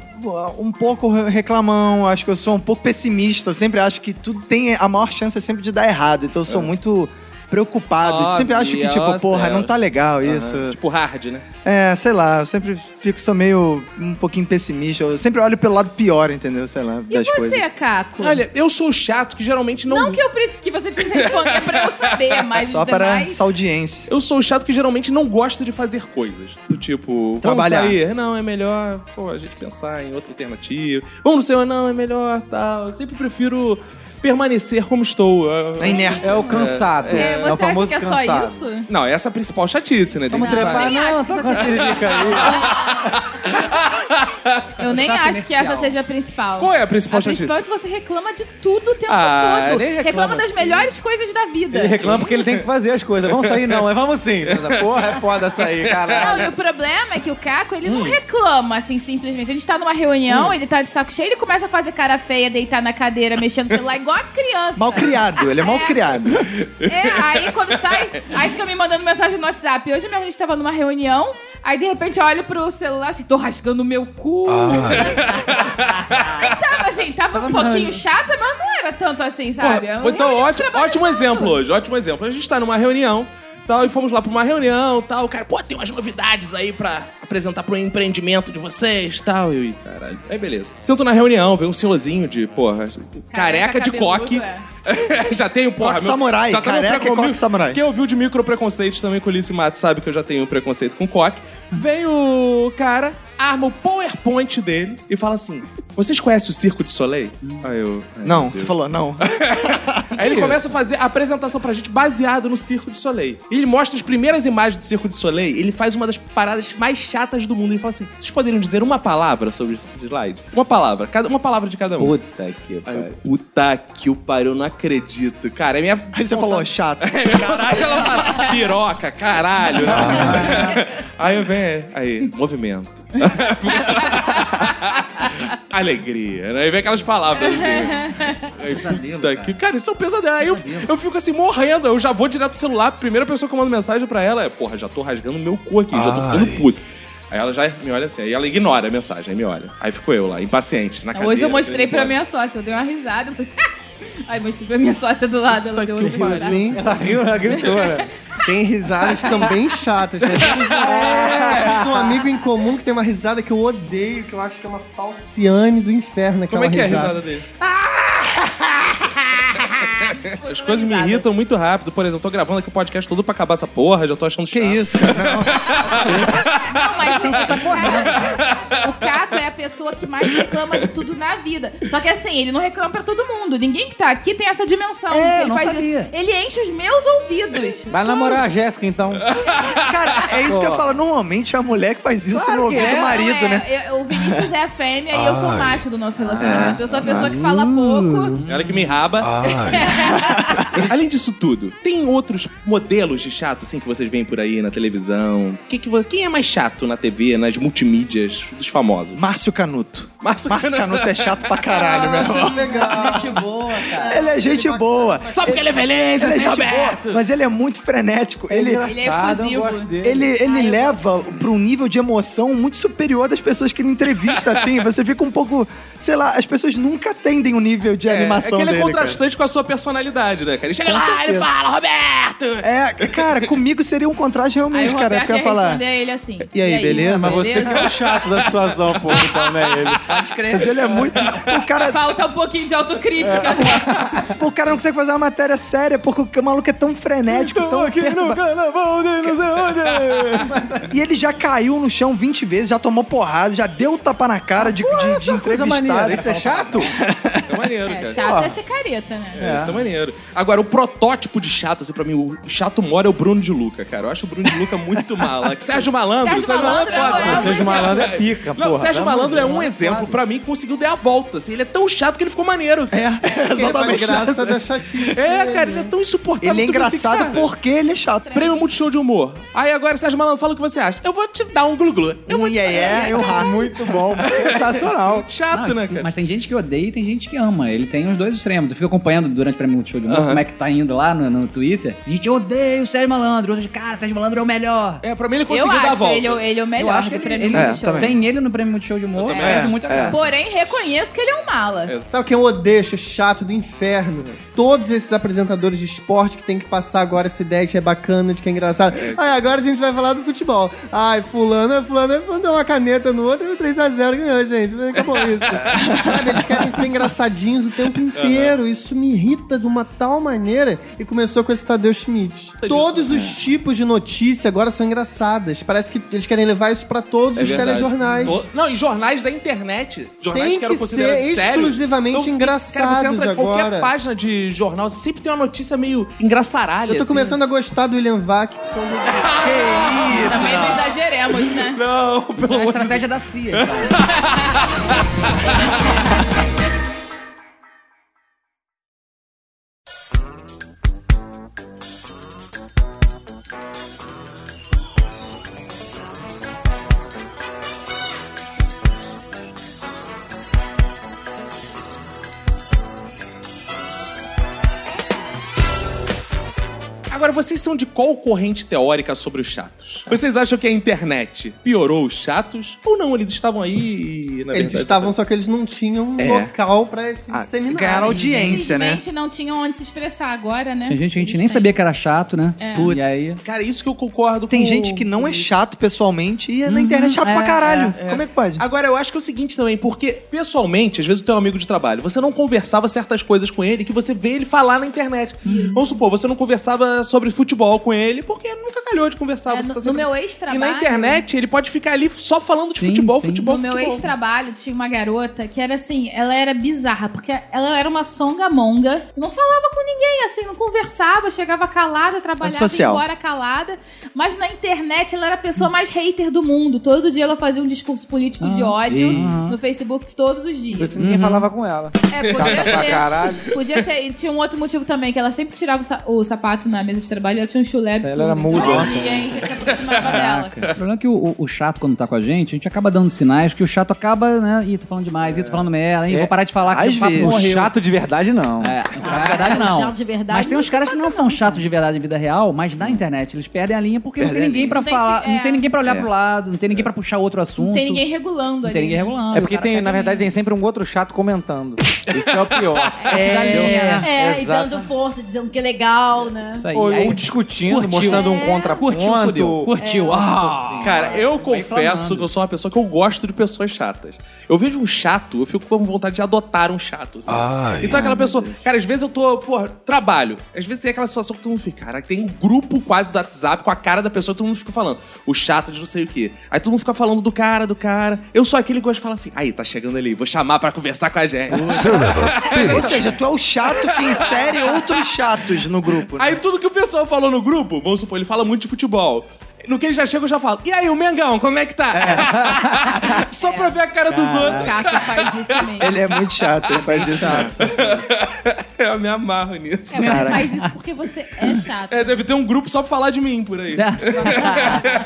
[SPEAKER 2] um pouco reclamão, acho que eu sou um pouco pessimista. Eu sempre acho que tudo tem a maior chance é sempre de dar errado. Então eu sou muito preocupado. Eu sempre acho que,
[SPEAKER 1] Óbvio,
[SPEAKER 2] tipo,
[SPEAKER 1] ó
[SPEAKER 2] porra, não
[SPEAKER 1] céus.
[SPEAKER 2] tá legal isso.
[SPEAKER 1] Aham, Tipo hard, né?
[SPEAKER 2] É, sei lá, eu sempre fico só meio um pouquinho pessimista. Eu sempre olho pelo lado pior, entendeu? Sei lá,
[SPEAKER 8] E
[SPEAKER 2] das coisas.
[SPEAKER 8] você, Caco?
[SPEAKER 1] Olha, eu sou o chato que geralmente não.
[SPEAKER 8] Não que eu preci- que você precise responder pra eu saber, mas
[SPEAKER 2] É Só
[SPEAKER 8] os
[SPEAKER 2] para
[SPEAKER 8] demais...
[SPEAKER 2] essa audiência.
[SPEAKER 1] Eu sou o chato que geralmente não gosta de fazer coisas. Do tipo,
[SPEAKER 2] Trabalhar.
[SPEAKER 1] vamos sair? Não, é melhor pô, a gente pensar em outra alternativa. Vamos no seu, não, é melhor tal. Eu sempre prefiro permanecer como estou. Eu-
[SPEAKER 2] A inércia.
[SPEAKER 4] É o cansado. É,
[SPEAKER 8] É, você
[SPEAKER 4] o
[SPEAKER 8] acha
[SPEAKER 4] famoso
[SPEAKER 8] que é só
[SPEAKER 4] cansado.
[SPEAKER 8] isso?
[SPEAKER 1] Não, essa é a principal chatice, né?
[SPEAKER 4] Vamos
[SPEAKER 1] dentro do
[SPEAKER 8] eu
[SPEAKER 4] trepar,
[SPEAKER 8] nem acho
[SPEAKER 4] não,
[SPEAKER 8] que
[SPEAKER 4] tá com
[SPEAKER 8] você-
[SPEAKER 4] essa cervica aí.
[SPEAKER 8] Eu nem
[SPEAKER 7] Chato
[SPEAKER 8] acho que essa
[SPEAKER 7] comercial.
[SPEAKER 8] seja a principal.
[SPEAKER 1] é Qual é a principal
[SPEAKER 8] A principal
[SPEAKER 1] chatice?
[SPEAKER 8] é que você reclama de tudo o tempo
[SPEAKER 1] Ah,
[SPEAKER 8] todo.
[SPEAKER 1] ele
[SPEAKER 8] Reclama,
[SPEAKER 1] reclama
[SPEAKER 8] das
[SPEAKER 1] assim.
[SPEAKER 8] melhores coisas da vida.
[SPEAKER 4] Ele reclama porque ele tem que fazer as coisas. Vamos sair, não, mas vamos sim. Essa porra é foda sair,
[SPEAKER 8] Não, e
[SPEAKER 4] caralho.
[SPEAKER 8] o problema é que o Caco, ele não reclama, assim, simplesmente. A gente tá numa reunião, ele tá de saco cheio, ele começa a fazer cara feia, deitar na cadeira, mexendo no celular, igual a criança.
[SPEAKER 2] Mal criado, ele é mal criado.
[SPEAKER 8] É, aí quando sai, aí fica me mandando mensagem no WhatsApp. Hoje mesmo a gente tava numa reunião, aí de repente eu olho pro celular assim, tô rasgando o meu cu.
[SPEAKER 1] Ah.
[SPEAKER 8] [LAUGHS] Nem tava assim, tava um pouquinho chata, mas não era tanto assim, sabe?
[SPEAKER 1] Porra,
[SPEAKER 8] Eu
[SPEAKER 1] então,
[SPEAKER 8] realmente
[SPEAKER 1] ótimo,
[SPEAKER 8] trabalho
[SPEAKER 1] ótimo
[SPEAKER 8] chato.
[SPEAKER 1] exemplo hoje, ótimo exemplo. A gente tá numa reunião. Tal, e fomos lá pra uma reunião tal. Cara, pô, tem umas novidades aí pra apresentar pro empreendimento de vocês tal. Eu, ih, caralho. Aí, beleza. Sento na reunião, vem um senhorzinho de, porra, careca, de
[SPEAKER 8] cabeludo,
[SPEAKER 1] coque.
[SPEAKER 8] é.
[SPEAKER 1] [LAUGHS] já um tenho, porra.
[SPEAKER 2] Coque samurai,
[SPEAKER 1] já tá meu
[SPEAKER 2] careca e
[SPEAKER 1] precon-
[SPEAKER 2] coque samurai.
[SPEAKER 1] Quem ouviu de micro preconceito também com o Ulisses Matos sabe que eu já tenho um preconceito com coque. Vem o cara, arma o PowerPoint dele e fala assim: Vocês conhecem o Circo de Soleil? Aí eu. ai,
[SPEAKER 2] Não,
[SPEAKER 1] meu Deus.
[SPEAKER 2] você falou, não.
[SPEAKER 1] [LAUGHS] Aí ele começa a fazer a apresentação pra gente baseado no Circo de Soleil. E ele mostra as primeiras imagens do Circo de Soleil. Ele faz uma das paradas mais chatas do mundo. Ele fala assim: vocês poderiam dizer uma palavra sobre esse slide? Uma palavra, cada, uma palavra de cada um. Puta,
[SPEAKER 4] Puta que
[SPEAKER 1] Aí, eu,
[SPEAKER 4] pariu.
[SPEAKER 1] puta que o pariu, não acredito. Cara, é minha.
[SPEAKER 2] Aí você falou, chato.
[SPEAKER 1] [LAUGHS] Caralho, ela fala, piroca, caralho.
[SPEAKER 2] Ah.
[SPEAKER 1] [LAUGHS] aí eu venho, aí, movimento. [LAUGHS] Alegria, né? Aí vem aquelas palavras assim. Aí,
[SPEAKER 7] Pesadelo,
[SPEAKER 4] tá
[SPEAKER 1] puta
[SPEAKER 7] cara.
[SPEAKER 1] que- cara, isso é um pesadelo. Aí eu, eu fico assim, morrendo. Eu já vou direto pro celular, a primeira pessoa que eu mando mensagem pra ela é, porra, já tô rasgando meu cu aqui, já tô ficando puto. Aí ela já me olha assim, aí ela ignora a mensagem, aí me olha. Aí fico eu lá, impaciente, na cadeira.
[SPEAKER 8] Hoje eu mostrei
[SPEAKER 1] querendo ir
[SPEAKER 8] pra
[SPEAKER 2] [LAUGHS]
[SPEAKER 1] embora.
[SPEAKER 8] minha sócia, eu dei uma risada. eu [LAUGHS] falei, Aí mostrei pra minha sócia do lado, ela deu outra risada.
[SPEAKER 5] Sim,
[SPEAKER 4] Ela riu, ela gritou, né?
[SPEAKER 5] tem risadas que são bem chatas. Né? Temos, um,
[SPEAKER 2] É.
[SPEAKER 5] temos um amigo em comum que tem uma risada que eu odeio, que eu acho que é uma falciane do inferno.
[SPEAKER 1] Como
[SPEAKER 5] Aquela
[SPEAKER 1] é que é a
[SPEAKER 5] risada.
[SPEAKER 1] risada dele?
[SPEAKER 8] Foi
[SPEAKER 1] As
[SPEAKER 8] uma
[SPEAKER 1] coisas me
[SPEAKER 8] risada.
[SPEAKER 1] irritam muito rápido. Por exemplo, tô gravando aqui o podcast todo pra acabar essa porra, já tô achando chato.
[SPEAKER 2] Que isso, cara?
[SPEAKER 8] Não, mas gente, o Caco é a pessoa que mais reclama de tudo na vida. Só que assim, ele não reclama pra todo mundo. Ninguém que tá aqui tem essa dimensão.
[SPEAKER 7] É,
[SPEAKER 8] Ele
[SPEAKER 7] eu não sabia.
[SPEAKER 8] isso. Ele enche os meus ouvidos.
[SPEAKER 4] Vai namorar a Jéssica, então.
[SPEAKER 2] Cara, é isso que eu falo. Normalmente é a mulher que faz isso no ouvido do
[SPEAKER 8] Não,
[SPEAKER 2] marido,
[SPEAKER 8] é,
[SPEAKER 2] né?
[SPEAKER 8] eu- o Vinícius é a fêmea e eu sou o macho do nosso relacionamento. Eu sou a pessoa que fala pouco.
[SPEAKER 1] Olha que me raba. [LAUGHS] Além disso tudo, tem outros modelos de chato, assim, que vocês veem por aí na televisão? Que que vo- Quem é mais chato na TV, nas multimídias dos famosos?
[SPEAKER 2] Márcio Canuto.
[SPEAKER 4] [LAUGHS]
[SPEAKER 1] Márcio
[SPEAKER 2] Márcio
[SPEAKER 1] Canuto.
[SPEAKER 2] Canuto é chato pra caralho, meu irmão.
[SPEAKER 5] Legal.
[SPEAKER 7] Gente boa, cara.
[SPEAKER 2] Ele é gente boa.
[SPEAKER 1] Só porque ele é feliz,
[SPEAKER 2] Ele é
[SPEAKER 1] assim,
[SPEAKER 2] gente
[SPEAKER 1] Roberto.
[SPEAKER 2] boa, mas ele é muito frenético. Ele,
[SPEAKER 8] Ele é efusivo.
[SPEAKER 2] ele, ele leva pra um nível de emoção muito superior das pessoas que ele entrevista, assim. Você fica um pouco... Sei lá, as pessoas nunca atendem o nível de
[SPEAKER 1] É, é que
[SPEAKER 2] animação
[SPEAKER 1] ele é
[SPEAKER 2] dele, cara.
[SPEAKER 1] contrastante com a sua personalidade, né, cara? Ele chega lá, ele fala, Roberto! Roberto!
[SPEAKER 2] É, cara, comigo seria um contraste
[SPEAKER 8] Aí
[SPEAKER 2] realmente,
[SPEAKER 8] o
[SPEAKER 2] cara.
[SPEAKER 8] Roberto
[SPEAKER 2] Porque eu
[SPEAKER 8] ia
[SPEAKER 2] ia falar.
[SPEAKER 8] responder ele assim.
[SPEAKER 2] E aí, beleza?
[SPEAKER 4] Mas você que é o chato da
[SPEAKER 9] [LAUGHS]
[SPEAKER 4] situação, pô, também. Ele.
[SPEAKER 7] Pode
[SPEAKER 2] [LAUGHS] Mas
[SPEAKER 7] crer.
[SPEAKER 2] ele é muito. O cara,
[SPEAKER 8] Falta um pouquinho de autocrítica.
[SPEAKER 2] o cara não consegue fazer uma matéria séria, porque o maluco é tão frenético, tão. perturba-
[SPEAKER 4] carnaval de não sei onde.
[SPEAKER 2] E ele já caiu no chão 20 vezes, já tomou porrada, já deu tapa na cara de, de, de
[SPEAKER 4] Coisa
[SPEAKER 2] entrevistado.
[SPEAKER 4] maneira. Isso é chato?
[SPEAKER 1] Isso é maneiro,
[SPEAKER 8] É,
[SPEAKER 1] cara.
[SPEAKER 8] chato é ser careta, né?
[SPEAKER 1] É, Isso é maneiro. Agora, o protótipo de chato, assim, pra mim, o chato mora é o Bruno de Luca, cara. Eu acho o Bruno de Luca muito
[SPEAKER 8] [LAUGHS]
[SPEAKER 1] malandro. Sérgio Malandro,
[SPEAKER 8] Sérgio Malandro é
[SPEAKER 1] foda.
[SPEAKER 8] o- é o
[SPEAKER 4] Sérgio
[SPEAKER 8] exemplo.
[SPEAKER 4] Malandro é pica,
[SPEAKER 1] Não, o
[SPEAKER 4] porra.
[SPEAKER 1] Sérgio
[SPEAKER 4] Dá uma-
[SPEAKER 1] Malandro é
[SPEAKER 4] dá
[SPEAKER 1] um
[SPEAKER 4] uma-
[SPEAKER 1] exemplo pra mim que conseguiu dar a volta. Assim, ele é tão chato que ele ficou maneiro.
[SPEAKER 2] É, exatamente.
[SPEAKER 5] graça da chatice.
[SPEAKER 1] É, cara, ele é tão insuportável.
[SPEAKER 2] Ele é
[SPEAKER 1] Tu pensa assim,
[SPEAKER 2] engraçado
[SPEAKER 1] cara,
[SPEAKER 2] porque ele é chato.
[SPEAKER 1] Prêmio Multishow de Humor. Aí agora, Sérgio Malandro, fala o que você acha. Eu vou te dar um glu-glu. Eu
[SPEAKER 2] Um
[SPEAKER 1] vou te
[SPEAKER 2] iê
[SPEAKER 1] dar
[SPEAKER 2] iê, eu rato.
[SPEAKER 4] Muito bom, sensacional.
[SPEAKER 1] Chato,
[SPEAKER 7] Não,
[SPEAKER 1] né, cara?
[SPEAKER 7] Mas tem gente que odeia e tem gente que ama. Ele tem os dois extremos. Eu fico acompanhando durante o Prêmio Show de Humor
[SPEAKER 1] Aham.
[SPEAKER 7] como é que tá indo lá no, no Twitter. Tem gente que odeia o Sérgio Malandro. Outros, cara, Sérgio Malandro é o melhor.
[SPEAKER 1] É, pra mim ele
[SPEAKER 8] Eu
[SPEAKER 1] conseguiu dar a
[SPEAKER 8] acho
[SPEAKER 1] volta.
[SPEAKER 8] ele, ele é o melhor
[SPEAKER 7] Eu acho que
[SPEAKER 8] do
[SPEAKER 7] ele,
[SPEAKER 8] prêmio
[SPEAKER 7] ele-
[SPEAKER 2] É,
[SPEAKER 8] Multishow.
[SPEAKER 2] também.
[SPEAKER 7] sem ele no Prêmio Show de Humor,
[SPEAKER 1] também
[SPEAKER 7] perde
[SPEAKER 2] acho,
[SPEAKER 7] muita
[SPEAKER 2] é.
[SPEAKER 7] graça.
[SPEAKER 8] Porém, reconheço que ele é um mala.
[SPEAKER 5] Sabe quem eu odeio, acho chato do inferno, velho? Todos esses apresentadores de esporte que tem que passar agora essa ideia de que é bacana, de que é engraçado. Ai, agora a gente vai falar do futebol. Ai, fulano, é fulano, é fulano, deu uma caneta no outro e 3x0 ganhou, gente. Acabou isso. Sabe, eles querem ser engraçadinhos o tempo inteiro. Isso me irrita de uma tal maneira. E começou com esse Tadeu Schmidt. Todos os tipos de notícia agora são engraçadas. Parece que eles querem levar isso pra todos
[SPEAKER 1] É
[SPEAKER 5] os
[SPEAKER 1] verdade.
[SPEAKER 5] telejornais.
[SPEAKER 1] To- Não, e jornais da internet. Jornais
[SPEAKER 5] Tem
[SPEAKER 1] que eram
[SPEAKER 5] que
[SPEAKER 1] considerados
[SPEAKER 5] ser
[SPEAKER 1] sérios.
[SPEAKER 5] exclusivamente
[SPEAKER 1] Então,
[SPEAKER 5] engraçados
[SPEAKER 1] Cara, você entra em qualquer
[SPEAKER 5] agora.
[SPEAKER 1] página de jornal, sempre tem uma notícia meio engraçaralha.
[SPEAKER 5] Eu tô
[SPEAKER 1] assim. [LAUGHS]
[SPEAKER 5] começando a gostar do William Vac.
[SPEAKER 8] Também não exageremos, né?
[SPEAKER 1] Não, pelo
[SPEAKER 7] Isso é a
[SPEAKER 1] amor de
[SPEAKER 7] estratégia da CIA. cara.
[SPEAKER 1] Agora, vocês são de qual corrente teórica sobre os chatos? Vocês acham que a internet piorou os chatos? Ou não, eles estavam aí e, na
[SPEAKER 5] Eles
[SPEAKER 1] verdade, tá- É.
[SPEAKER 5] estavam, só que eles não tinham um local pra se
[SPEAKER 2] Ah,
[SPEAKER 5] disseminar.
[SPEAKER 2] ganharam audiência, né?
[SPEAKER 8] Simplesmente não tinham onde se expressar agora, né?
[SPEAKER 7] Tem gente que a gente nem
[SPEAKER 8] Eles têm.
[SPEAKER 7] sabia que era chato, né?
[SPEAKER 8] É.
[SPEAKER 7] E aí...
[SPEAKER 1] Cara, isso que eu concordo
[SPEAKER 2] Tem
[SPEAKER 1] com-
[SPEAKER 2] gente que não é chato pessoalmente e é na
[SPEAKER 7] Uhum,
[SPEAKER 2] internet chato
[SPEAKER 7] é,
[SPEAKER 2] pra caralho.
[SPEAKER 1] é, é.
[SPEAKER 2] Como é que pode?
[SPEAKER 1] Agora, eu acho que é o seguinte também, porque pessoalmente, às vezes o teu amigo de trabalho, você não conversava certas coisas com ele que você vê ele falar na internet. Vamos supor, você não conversava sobre futebol com ele porque nunca calhou de conversar.
[SPEAKER 8] É,
[SPEAKER 1] você
[SPEAKER 8] no,
[SPEAKER 1] tá
[SPEAKER 8] no
[SPEAKER 1] sempre-
[SPEAKER 8] meu
[SPEAKER 1] E
[SPEAKER 8] ex-trabalho.
[SPEAKER 1] na internet ele pode ficar ali só falando de
[SPEAKER 7] Sim,
[SPEAKER 1] futebol,
[SPEAKER 7] sim.
[SPEAKER 1] futebol,
[SPEAKER 8] No meu
[SPEAKER 1] futebol.
[SPEAKER 8] ex-trabalho tinha uma garota que era assim, ela era bizarra, porque ela era uma songamonga, não falava com ninguém, assim, não conversava, chegava calada, trabalhava ia
[SPEAKER 2] Antissocial.
[SPEAKER 8] embora calada, mas na internet ela era a pessoa mais hater do mundo. Todo dia ela fazia um discurso político de
[SPEAKER 7] Ah,
[SPEAKER 8] ódio no Facebook, todos os
[SPEAKER 4] Por
[SPEAKER 8] dias.
[SPEAKER 4] isso
[SPEAKER 2] Uhum.
[SPEAKER 4] ninguém falava com ela.
[SPEAKER 8] É,
[SPEAKER 7] tá
[SPEAKER 8] podia ser. Podia ser. E tinha um outro motivo também, que ela sempre tirava o, sa- o sapato na mesa de trabalho e ela tinha um chulé absurdo.
[SPEAKER 4] Ela era muda.
[SPEAKER 8] Então, Ninguém se aproximava dela.
[SPEAKER 7] O problema é que o, o- o chato, quando tá com a gente, a gente acaba dando sinais que o chato acaba, né? Ih, tô falando demais, ih, tô falando merda, ih,
[SPEAKER 4] É.
[SPEAKER 7] vou parar de falar que
[SPEAKER 2] Às
[SPEAKER 7] o papo
[SPEAKER 2] vezes.
[SPEAKER 7] morreu.
[SPEAKER 4] Chato de verdade, não.
[SPEAKER 7] É, o chato de verdade
[SPEAKER 6] Ah, o
[SPEAKER 7] não.
[SPEAKER 6] chato de verdade
[SPEAKER 7] mas tem
[SPEAKER 6] não
[SPEAKER 7] uns
[SPEAKER 6] se
[SPEAKER 7] caras que não são chatos de verdade em vida real, mas na internet eles perdem a linha porque não tem ninguém pra
[SPEAKER 8] Não tem
[SPEAKER 7] falar,
[SPEAKER 8] que- é.
[SPEAKER 7] não tem ninguém pra olhar pro lado, não tem ninguém pra puxar outro assunto.
[SPEAKER 8] Não tem ninguém regulando
[SPEAKER 7] não
[SPEAKER 8] ali.
[SPEAKER 7] tem ninguém
[SPEAKER 8] né?
[SPEAKER 7] regulando.
[SPEAKER 4] É
[SPEAKER 7] o
[SPEAKER 4] porque
[SPEAKER 7] cara
[SPEAKER 4] tem,
[SPEAKER 7] perde
[SPEAKER 4] na
[SPEAKER 7] a
[SPEAKER 4] verdade, tem
[SPEAKER 7] linha.
[SPEAKER 4] sempre um outro chato comentando. Isso que é o pior.
[SPEAKER 7] da linha, né?
[SPEAKER 2] então
[SPEAKER 6] É, e
[SPEAKER 4] Exato.
[SPEAKER 6] dando força, dizendo que é legal, né?
[SPEAKER 7] Isso aí.
[SPEAKER 4] Ou,
[SPEAKER 7] Aí-
[SPEAKER 4] ou discutindo,
[SPEAKER 7] Curtiu.
[SPEAKER 4] mostrando
[SPEAKER 2] É.
[SPEAKER 4] um contraponto.
[SPEAKER 7] Curtiu, fudeu. Curtiu. Ah!
[SPEAKER 1] Cara, eu confesso
[SPEAKER 7] inflamando.
[SPEAKER 1] que eu sou uma pessoa que eu gosto de pessoas chatas. Eu vejo um chato, eu fico com vontade de adotar um chato. sabe?
[SPEAKER 10] Ai.
[SPEAKER 1] então aquela pessoa. Cara, às vezes eu tô, pô, trabalho. Às vezes tem aquela situação que todo mundo fica, cara, tem um grupo quase do WhatsApp com a cara da pessoa, todo mundo fica falando. O chato de não sei o quê. Aí todo mundo fica falando do cara, do cara. Eu sou aquele que gosta de falar assim, aí, tá chegando ali, vou chamar pra conversar com a gente.
[SPEAKER 12] Então, né?
[SPEAKER 2] Ou seja, tu é o chato que insere outros chatos no grupo. né?
[SPEAKER 1] Aí tudo que o pessoal falou no grupo, vamos supor, ele fala muito de futebol. No que ele já chega, eu já falo. E aí, o Mengão, como é que tá? [LAUGHS] Só pra ver a cara dos outros. [LAUGHS]
[SPEAKER 8] Caco faz isso mesmo.
[SPEAKER 2] Ele é muito chato, ele faz isso. mesmo.
[SPEAKER 1] Eu me amarro nisso.
[SPEAKER 8] É, você
[SPEAKER 2] Cara.
[SPEAKER 8] faz isso porque você é chato.
[SPEAKER 1] É, deve ter um grupo só pra falar de mim por aí.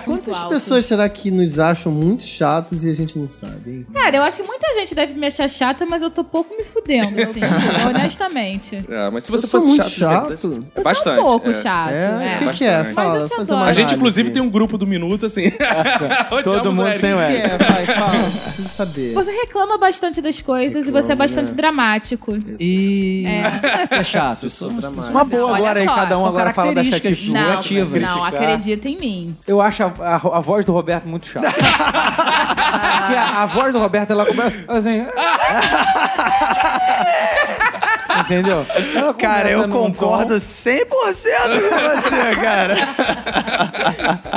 [SPEAKER 8] Quantas
[SPEAKER 5] As pessoas será que nos acham muito chatos e a gente não sabe, hein?
[SPEAKER 8] Cara, eu acho que muita gente deve me achar chata, mas eu tô pouco me fudendo, assim,
[SPEAKER 7] É
[SPEAKER 8] honestamente.
[SPEAKER 1] Ah, mas se você
[SPEAKER 5] Eu sou
[SPEAKER 1] fosse
[SPEAKER 5] muito
[SPEAKER 1] chato, é de verdade,
[SPEAKER 5] chato.
[SPEAKER 8] Eu sou um pouco chato.
[SPEAKER 5] É,
[SPEAKER 8] é.
[SPEAKER 5] o que que, é?
[SPEAKER 1] bastante.
[SPEAKER 5] Fala,
[SPEAKER 8] Mas eu te
[SPEAKER 5] fazer uma
[SPEAKER 8] adoro.
[SPEAKER 1] A gente,
[SPEAKER 5] análise.
[SPEAKER 1] inclusive, tem um grupo do Minuto, [LAUGHS] assim.
[SPEAKER 4] Todo mundo sem o
[SPEAKER 5] O que
[SPEAKER 4] Eric.
[SPEAKER 5] é? Vai, fala. Preciso saber.
[SPEAKER 8] Você reclama bastante das coisas e você é
[SPEAKER 4] né?
[SPEAKER 8] bastante dramático.
[SPEAKER 2] E.
[SPEAKER 7] Isso é chato. Isso,
[SPEAKER 4] Uma boa
[SPEAKER 8] Olha
[SPEAKER 4] agora aí,
[SPEAKER 8] só,
[SPEAKER 4] cada um
[SPEAKER 7] são
[SPEAKER 4] agora fala da
[SPEAKER 7] características
[SPEAKER 4] chatice do
[SPEAKER 8] Não,
[SPEAKER 4] outro, né?
[SPEAKER 8] não,
[SPEAKER 4] Criticar.
[SPEAKER 8] acredita em mim.
[SPEAKER 4] Eu acho a, a, a voz do Roberto muito chata. Porque a, a voz do Roberto, ela começa assim... Entendeu? Ela
[SPEAKER 2] Cara, eu
[SPEAKER 4] começa num
[SPEAKER 2] concordo 100% com você, cara.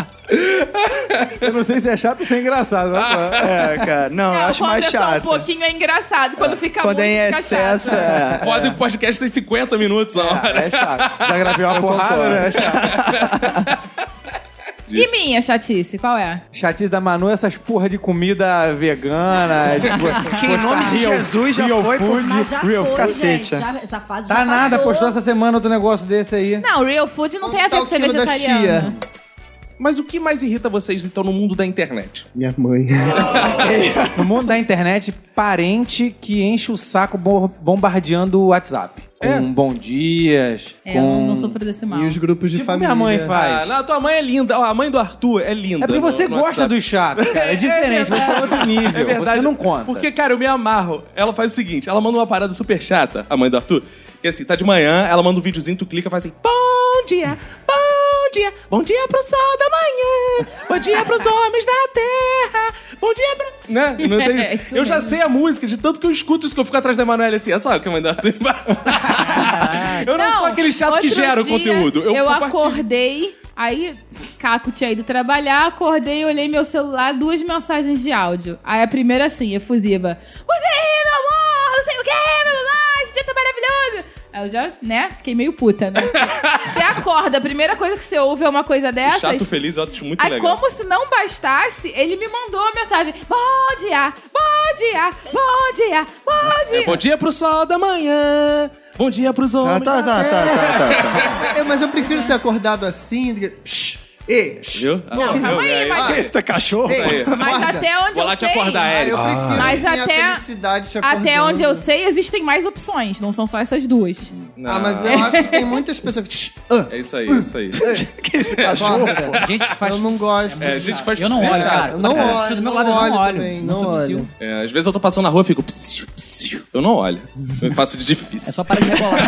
[SPEAKER 4] tom- eu não sei se é chato ou se é engraçado. Mas, pô,
[SPEAKER 2] É, cara. Não, eu
[SPEAKER 8] Não,
[SPEAKER 2] acho mais
[SPEAKER 8] quando é só um
[SPEAKER 2] chato.
[SPEAKER 8] pouquinho é engraçado. Quando fica
[SPEAKER 2] Quando
[SPEAKER 8] muito,
[SPEAKER 2] é em
[SPEAKER 8] fica
[SPEAKER 2] excesso,
[SPEAKER 8] chato.
[SPEAKER 2] é.
[SPEAKER 1] Foda que o podcast tem 50 minutos, ó. [LAUGHS]
[SPEAKER 4] é, é chato. Já gravei uma porrada, né? É chato.
[SPEAKER 8] E minha chatice, qual é?
[SPEAKER 4] Chatice da Manu, essas porra de comida vegana. de-
[SPEAKER 2] Que [LAUGHS] em nome de
[SPEAKER 4] Real-
[SPEAKER 2] Jesus já
[SPEAKER 4] real
[SPEAKER 2] foi por
[SPEAKER 4] food,
[SPEAKER 6] Mas já
[SPEAKER 4] real
[SPEAKER 6] foi,
[SPEAKER 2] cacete,
[SPEAKER 6] gente. Já, essa fase já
[SPEAKER 4] Tá nada,
[SPEAKER 6] passou.
[SPEAKER 4] postou essa semana outro negócio desse aí.
[SPEAKER 8] Não, real food não
[SPEAKER 5] Onde
[SPEAKER 8] tem a ver
[SPEAKER 5] tá
[SPEAKER 8] com
[SPEAKER 5] o
[SPEAKER 8] ser
[SPEAKER 5] quilo da
[SPEAKER 8] vegetariano.
[SPEAKER 1] Mas o que mais irrita vocês, então, no mundo da internet?
[SPEAKER 5] Minha mãe.
[SPEAKER 4] No mundo da internet, parente que enche o saco bom- bombardeando o WhatsApp.
[SPEAKER 1] É.
[SPEAKER 4] Com bom dias.
[SPEAKER 3] É,
[SPEAKER 4] com...
[SPEAKER 3] eu não- não sofro desse mal.
[SPEAKER 5] E os grupos de
[SPEAKER 4] Tipo
[SPEAKER 5] família.
[SPEAKER 4] minha mãe faz.
[SPEAKER 1] Ah, não, a tua mãe é linda. Ó, a mãe do Arthur é linda.
[SPEAKER 4] É porque
[SPEAKER 1] no-
[SPEAKER 4] você
[SPEAKER 1] no
[SPEAKER 4] gosta
[SPEAKER 1] WhatsApp.
[SPEAKER 4] dos chatos,
[SPEAKER 1] [LAUGHS]
[SPEAKER 4] cara. É diferente, você
[SPEAKER 2] tá
[SPEAKER 4] é outro nível.
[SPEAKER 1] É verdade.
[SPEAKER 4] Você não conta.
[SPEAKER 1] Porque, cara, eu me amarro. Ela faz o seguinte: ela manda uma parada super chata, a mãe do Arthur. E assim, tá de manhã, ela manda um videozinho, tu clica e faz assim: Bom dia, bom dia, bom dia pro sol da manhã, bom dia pros homens da terra, bom dia pro. Né? Não tem...
[SPEAKER 3] É, isso
[SPEAKER 1] eu já
[SPEAKER 3] mesmo.
[SPEAKER 1] sei a música, de tanto que eu escuto isso que eu fico atrás da Emanuele assim: é só que a mãe do Arthur embaça. Eu não, sou aquele chato que
[SPEAKER 8] outro
[SPEAKER 1] gera o
[SPEAKER 8] dia,
[SPEAKER 1] conteúdo. Eu,
[SPEAKER 8] Eu,
[SPEAKER 1] compartilho.
[SPEAKER 8] acordei, aí Caco tinha ido trabalhar, acordei, olhei meu celular, duas mensagens de áudio. Aí a primeira assim, efusiva. Você aí, meu amor, não sei o que, meu amor, esse dia tá maravilhoso. Aí eu já, né, fiquei meio
[SPEAKER 1] [LAUGHS]
[SPEAKER 8] puta, né? Você acorda, a primeira coisa que você ouve é uma coisa dessas.
[SPEAKER 1] Chato feliz, eu acho muito
[SPEAKER 8] Aí,
[SPEAKER 1] legal.
[SPEAKER 8] como se não bastasse, ele me mandou a mensagem: Bom dia, bom dia, bom dia, bom dia.
[SPEAKER 1] É, bom dia pro sol da manhã, bom dia pros homens.
[SPEAKER 2] Tá, tá,
[SPEAKER 1] da
[SPEAKER 2] tá,
[SPEAKER 1] terra.
[SPEAKER 2] tá, tá,
[SPEAKER 1] [LAUGHS]
[SPEAKER 2] tá.
[SPEAKER 5] É, mas eu prefiro ser acordado assim. do que- Psh, Ei, psh,
[SPEAKER 1] Viu?
[SPEAKER 8] Não, calma aí,
[SPEAKER 2] [LAUGHS]
[SPEAKER 8] mas-
[SPEAKER 2] Esse tá cachorro?
[SPEAKER 5] ei,
[SPEAKER 1] Aí.
[SPEAKER 8] Mas
[SPEAKER 5] acorda.
[SPEAKER 8] até onde
[SPEAKER 1] Vou
[SPEAKER 8] eu
[SPEAKER 1] lá te
[SPEAKER 8] sei.
[SPEAKER 1] acordar,
[SPEAKER 5] Ah, eu
[SPEAKER 1] Érico.
[SPEAKER 5] prefiro
[SPEAKER 8] Mas
[SPEAKER 5] sim,
[SPEAKER 8] até-
[SPEAKER 5] a felicidade
[SPEAKER 2] [LAUGHS]
[SPEAKER 5] te
[SPEAKER 8] Até
[SPEAKER 5] acordando.
[SPEAKER 8] onde eu sei, existem mais opções, não são só essas duas.
[SPEAKER 5] Ah, mas eu acho que tem muitas pessoas que. Tsh, ah,
[SPEAKER 1] É isso aí, é isso aí.
[SPEAKER 2] Que esse cachorro?
[SPEAKER 5] acorda.
[SPEAKER 7] Gente que faz
[SPEAKER 5] Eu não gosto.
[SPEAKER 7] muito
[SPEAKER 1] É, gente
[SPEAKER 7] chato.
[SPEAKER 1] faz
[SPEAKER 7] Eu não
[SPEAKER 1] psiu,
[SPEAKER 7] olho,
[SPEAKER 1] cara.
[SPEAKER 7] cara.
[SPEAKER 5] Eu não
[SPEAKER 7] Cara,
[SPEAKER 5] olho,
[SPEAKER 7] isso do meu
[SPEAKER 5] não
[SPEAKER 7] lado eu
[SPEAKER 5] olho
[SPEAKER 7] não olho.
[SPEAKER 5] também,
[SPEAKER 7] não
[SPEAKER 5] não
[SPEAKER 7] sou
[SPEAKER 5] olho.
[SPEAKER 7] psiu.
[SPEAKER 1] É, às vezes eu tô passando na rua e fico psiu, psiu. Eu não olho. Eu faço de difícil.
[SPEAKER 7] É só para de rebolar.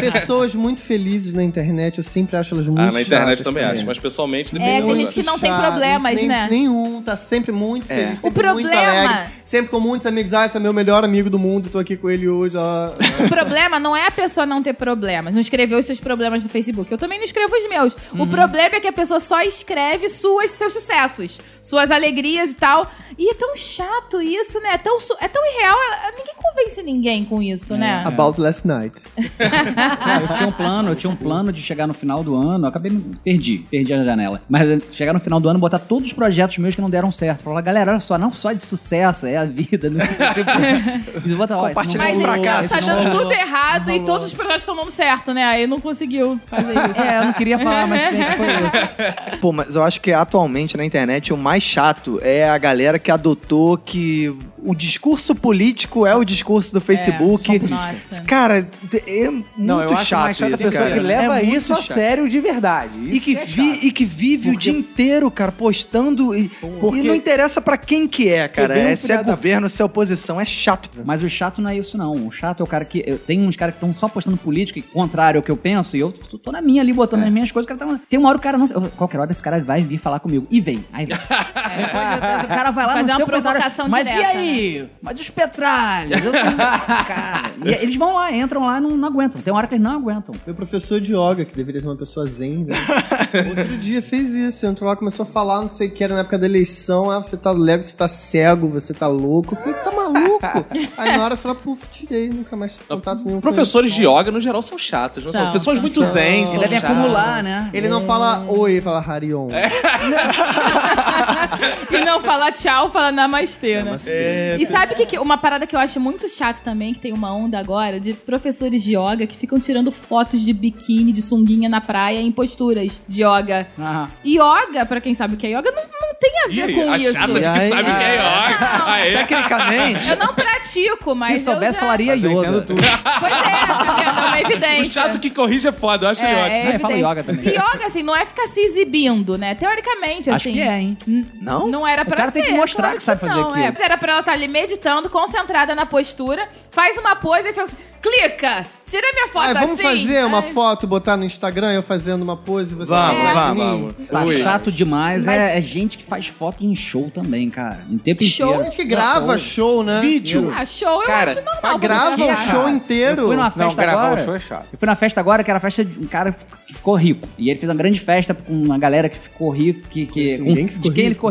[SPEAKER 5] Pessoas muito felizes na internet, eu sempre acho elas muito
[SPEAKER 1] ah, na internet
[SPEAKER 5] chatas
[SPEAKER 1] também acho, mas pessoalmente
[SPEAKER 8] É,
[SPEAKER 1] depende
[SPEAKER 8] tem
[SPEAKER 1] muito.
[SPEAKER 8] gente que não tem
[SPEAKER 5] Chato,
[SPEAKER 8] problemas,
[SPEAKER 5] nem-
[SPEAKER 8] né?
[SPEAKER 5] Nenhum, tá sempre muito
[SPEAKER 1] É.
[SPEAKER 5] feliz. sempre
[SPEAKER 8] O
[SPEAKER 5] Muito
[SPEAKER 8] problema-
[SPEAKER 5] alegre, sempre com muitos amigos. Ah, esse é meu melhor amigo do mundo, tô aqui com ele hoje. ó.
[SPEAKER 8] O problema não é a pessoa não ter problemas, não escrever os seus problemas no Facebook. Eu também não escrevo os meus.
[SPEAKER 2] Uhum.
[SPEAKER 8] O problema é que a pessoa só escreve suas, seus sucessos, suas alegrias e tal. E é tão chato isso, né? É tão, su- é tão irreal. a- a- Ninguém convence ninguém com
[SPEAKER 2] É.
[SPEAKER 8] isso, né?
[SPEAKER 5] About last night.
[SPEAKER 7] Cara, eu tinha um plano, eu tinha um plano de chegar no final do ano, eu acabei me perdi, perdi a janela. Mas eh, chegar no final do ano, botar todos os projetos meus que não deram certo. Falar, galera, olha só, não só de sucesso, é a vida.
[SPEAKER 5] [LAUGHS]
[SPEAKER 7] Não sei o que você- E botar, ó, isso não
[SPEAKER 2] Compartilhar
[SPEAKER 8] Mas
[SPEAKER 2] um
[SPEAKER 7] rolou,
[SPEAKER 8] esse ano
[SPEAKER 2] fracasso,
[SPEAKER 7] isso
[SPEAKER 8] tá
[SPEAKER 7] não
[SPEAKER 8] dando
[SPEAKER 7] rolou.
[SPEAKER 8] tudo errado
[SPEAKER 7] não
[SPEAKER 8] e
[SPEAKER 7] rolou.
[SPEAKER 8] todos os projetos estão dando certo, né? Aí não conseguiu fazer
[SPEAKER 2] [LAUGHS]
[SPEAKER 8] isso.
[SPEAKER 7] É, eu não queria falar, mas
[SPEAKER 1] [LAUGHS]
[SPEAKER 7] bem que foi isso.
[SPEAKER 2] Pô, mas eu acho que atualmente na internet o mais chato é a galera que adotou que o discurso político é o discurso do Facebook.
[SPEAKER 8] Nossa.
[SPEAKER 2] Cara, é muito
[SPEAKER 4] Não, eu acho
[SPEAKER 2] chato
[SPEAKER 4] mais chato
[SPEAKER 2] isso,
[SPEAKER 4] a pessoa
[SPEAKER 2] cara.
[SPEAKER 4] que leva
[SPEAKER 2] É muito
[SPEAKER 4] isso a
[SPEAKER 2] chato.
[SPEAKER 4] sério de verdade.
[SPEAKER 2] E
[SPEAKER 4] Isso
[SPEAKER 2] que,
[SPEAKER 4] é
[SPEAKER 2] vi-
[SPEAKER 4] chato.
[SPEAKER 2] e que vive o dia inteiro, cara, postando. E, e não interessa pra quem que é, cara.
[SPEAKER 4] Odeio
[SPEAKER 2] É,
[SPEAKER 4] um
[SPEAKER 2] se é
[SPEAKER 4] filho da-
[SPEAKER 2] governo, se é oposição. É chato.
[SPEAKER 7] Mas o chato não é isso, não. O chato é o cara que. eu- Tem uns caras que estão só postando política, e contrário ao que eu penso, e eu tô tô na minha ali,
[SPEAKER 8] É.
[SPEAKER 7] botando as minhas coisas. O cara tá, tem uma hora o cara. Não, eu- qualquer hora esse cara vai vir falar comigo. E vem.
[SPEAKER 8] [LAUGHS]
[SPEAKER 7] Aí vem. Aí pode atrás, o cara vai lá
[SPEAKER 8] Fazer
[SPEAKER 7] no
[SPEAKER 8] uma
[SPEAKER 7] teu comentário,
[SPEAKER 8] provocação
[SPEAKER 7] Mas e
[SPEAKER 8] direta, né?"
[SPEAKER 7] aí? Mas os petralhas? Eu tenho- [LAUGHS] cara. E eles vão lá, entram lá e não, não aguentam. Tem uma hora que eles não aguentam.
[SPEAKER 5] Meu professor de yoga, que deveria ser uma pessoa zen, né? [LAUGHS] outro dia fez isso. Entrou lá, começou a falar, não sei o que era na época da eleição. Ah, você tá lego, você tá cego, você tá louco. Eu falei, tá
[SPEAKER 2] [LAUGHS]
[SPEAKER 5] maluco? Aí na hora eu falei, pô, tirei, nunca mais tive contato nenhum. com
[SPEAKER 1] Professores de yoga, no geral, são chatos. Não são,
[SPEAKER 8] São,
[SPEAKER 1] pessoas
[SPEAKER 5] são.
[SPEAKER 1] muito zen,
[SPEAKER 5] Eles
[SPEAKER 1] são
[SPEAKER 7] Devem
[SPEAKER 1] chatos.
[SPEAKER 7] acumular, né?
[SPEAKER 5] ele. Ele não fala oi, ele fala Harion.
[SPEAKER 2] É.
[SPEAKER 8] E não falar tchau, fala namastê, né?
[SPEAKER 1] É,
[SPEAKER 8] E sabe o que, que- uma parada que eu acho muito chato também, que tem uma onda agora, de professores de yoga que ficam tirando fotos de biquíni, de sunguinha na praia em posturas de yoga.
[SPEAKER 7] Ah,
[SPEAKER 8] Yoga, pra quem sabe o que é yoga, não, não tem a
[SPEAKER 1] e
[SPEAKER 8] ver
[SPEAKER 1] aí,
[SPEAKER 8] com
[SPEAKER 1] a
[SPEAKER 8] isso.
[SPEAKER 1] chata de que
[SPEAKER 2] Ai,
[SPEAKER 1] sabe o que é yoga. Aí,
[SPEAKER 2] Tecnicamente. [LAUGHS]
[SPEAKER 8] Eu não pratico, mas.
[SPEAKER 7] se soubesse,
[SPEAKER 8] eu já...
[SPEAKER 7] falaria
[SPEAKER 4] Mas eu
[SPEAKER 7] yoga.
[SPEAKER 4] entendo tudo.
[SPEAKER 8] Pois é, tá vendo? uma evidência.
[SPEAKER 1] [LAUGHS] O chato que corrige é foda, eu acho ele ótimo.
[SPEAKER 8] é
[SPEAKER 7] Ah, fala
[SPEAKER 8] evidência.
[SPEAKER 7] yoga também.
[SPEAKER 8] E yoga, assim, não é ficar se exibindo, né? Teoricamente,
[SPEAKER 7] Acho
[SPEAKER 8] assim.
[SPEAKER 7] que é, hein?
[SPEAKER 8] Não? Não era
[SPEAKER 7] O
[SPEAKER 8] pra
[SPEAKER 7] cara
[SPEAKER 8] ser.
[SPEAKER 7] tem que mostrar
[SPEAKER 8] claro
[SPEAKER 7] que sabe fazer
[SPEAKER 8] não,
[SPEAKER 7] aquilo.
[SPEAKER 8] é. Mas era pra ela estar ali meditando, concentrada na postura, faz uma pose e fala assim: clica, tira minha foto
[SPEAKER 5] Ah, vamos
[SPEAKER 8] assim.
[SPEAKER 5] fazer uma
[SPEAKER 8] Ai,
[SPEAKER 5] foto, botar no Instagram, eu fazendo uma pose, você
[SPEAKER 8] É.
[SPEAKER 2] Vamos,
[SPEAKER 5] faz
[SPEAKER 2] vamos,
[SPEAKER 5] de mim?
[SPEAKER 7] Tá
[SPEAKER 1] Ui.
[SPEAKER 7] chato demais. É, é gente que faz foto em show também, cara. Em tempo
[SPEAKER 8] Show?
[SPEAKER 7] inteiro.
[SPEAKER 5] Gente que grava
[SPEAKER 9] um,
[SPEAKER 5] show, né?
[SPEAKER 1] Vídeo.
[SPEAKER 8] Ah, show eu
[SPEAKER 1] Cara,
[SPEAKER 8] acho normal.
[SPEAKER 5] Fa-
[SPEAKER 8] vamos
[SPEAKER 5] grava o
[SPEAKER 8] gravar.
[SPEAKER 5] show inteiro.
[SPEAKER 7] Eu fui numa
[SPEAKER 4] Não,
[SPEAKER 7] festa
[SPEAKER 4] gravar
[SPEAKER 7] agora.
[SPEAKER 4] o show é chato.
[SPEAKER 7] Eu fui na festa agora que era a festa de um cara que ficou rico. E ele fez uma grande festa com uma galera que ficou rico. Que, que,
[SPEAKER 5] Conheci
[SPEAKER 7] com-
[SPEAKER 5] ninguém que ficou
[SPEAKER 7] de quem ele
[SPEAKER 5] rico.
[SPEAKER 7] ficou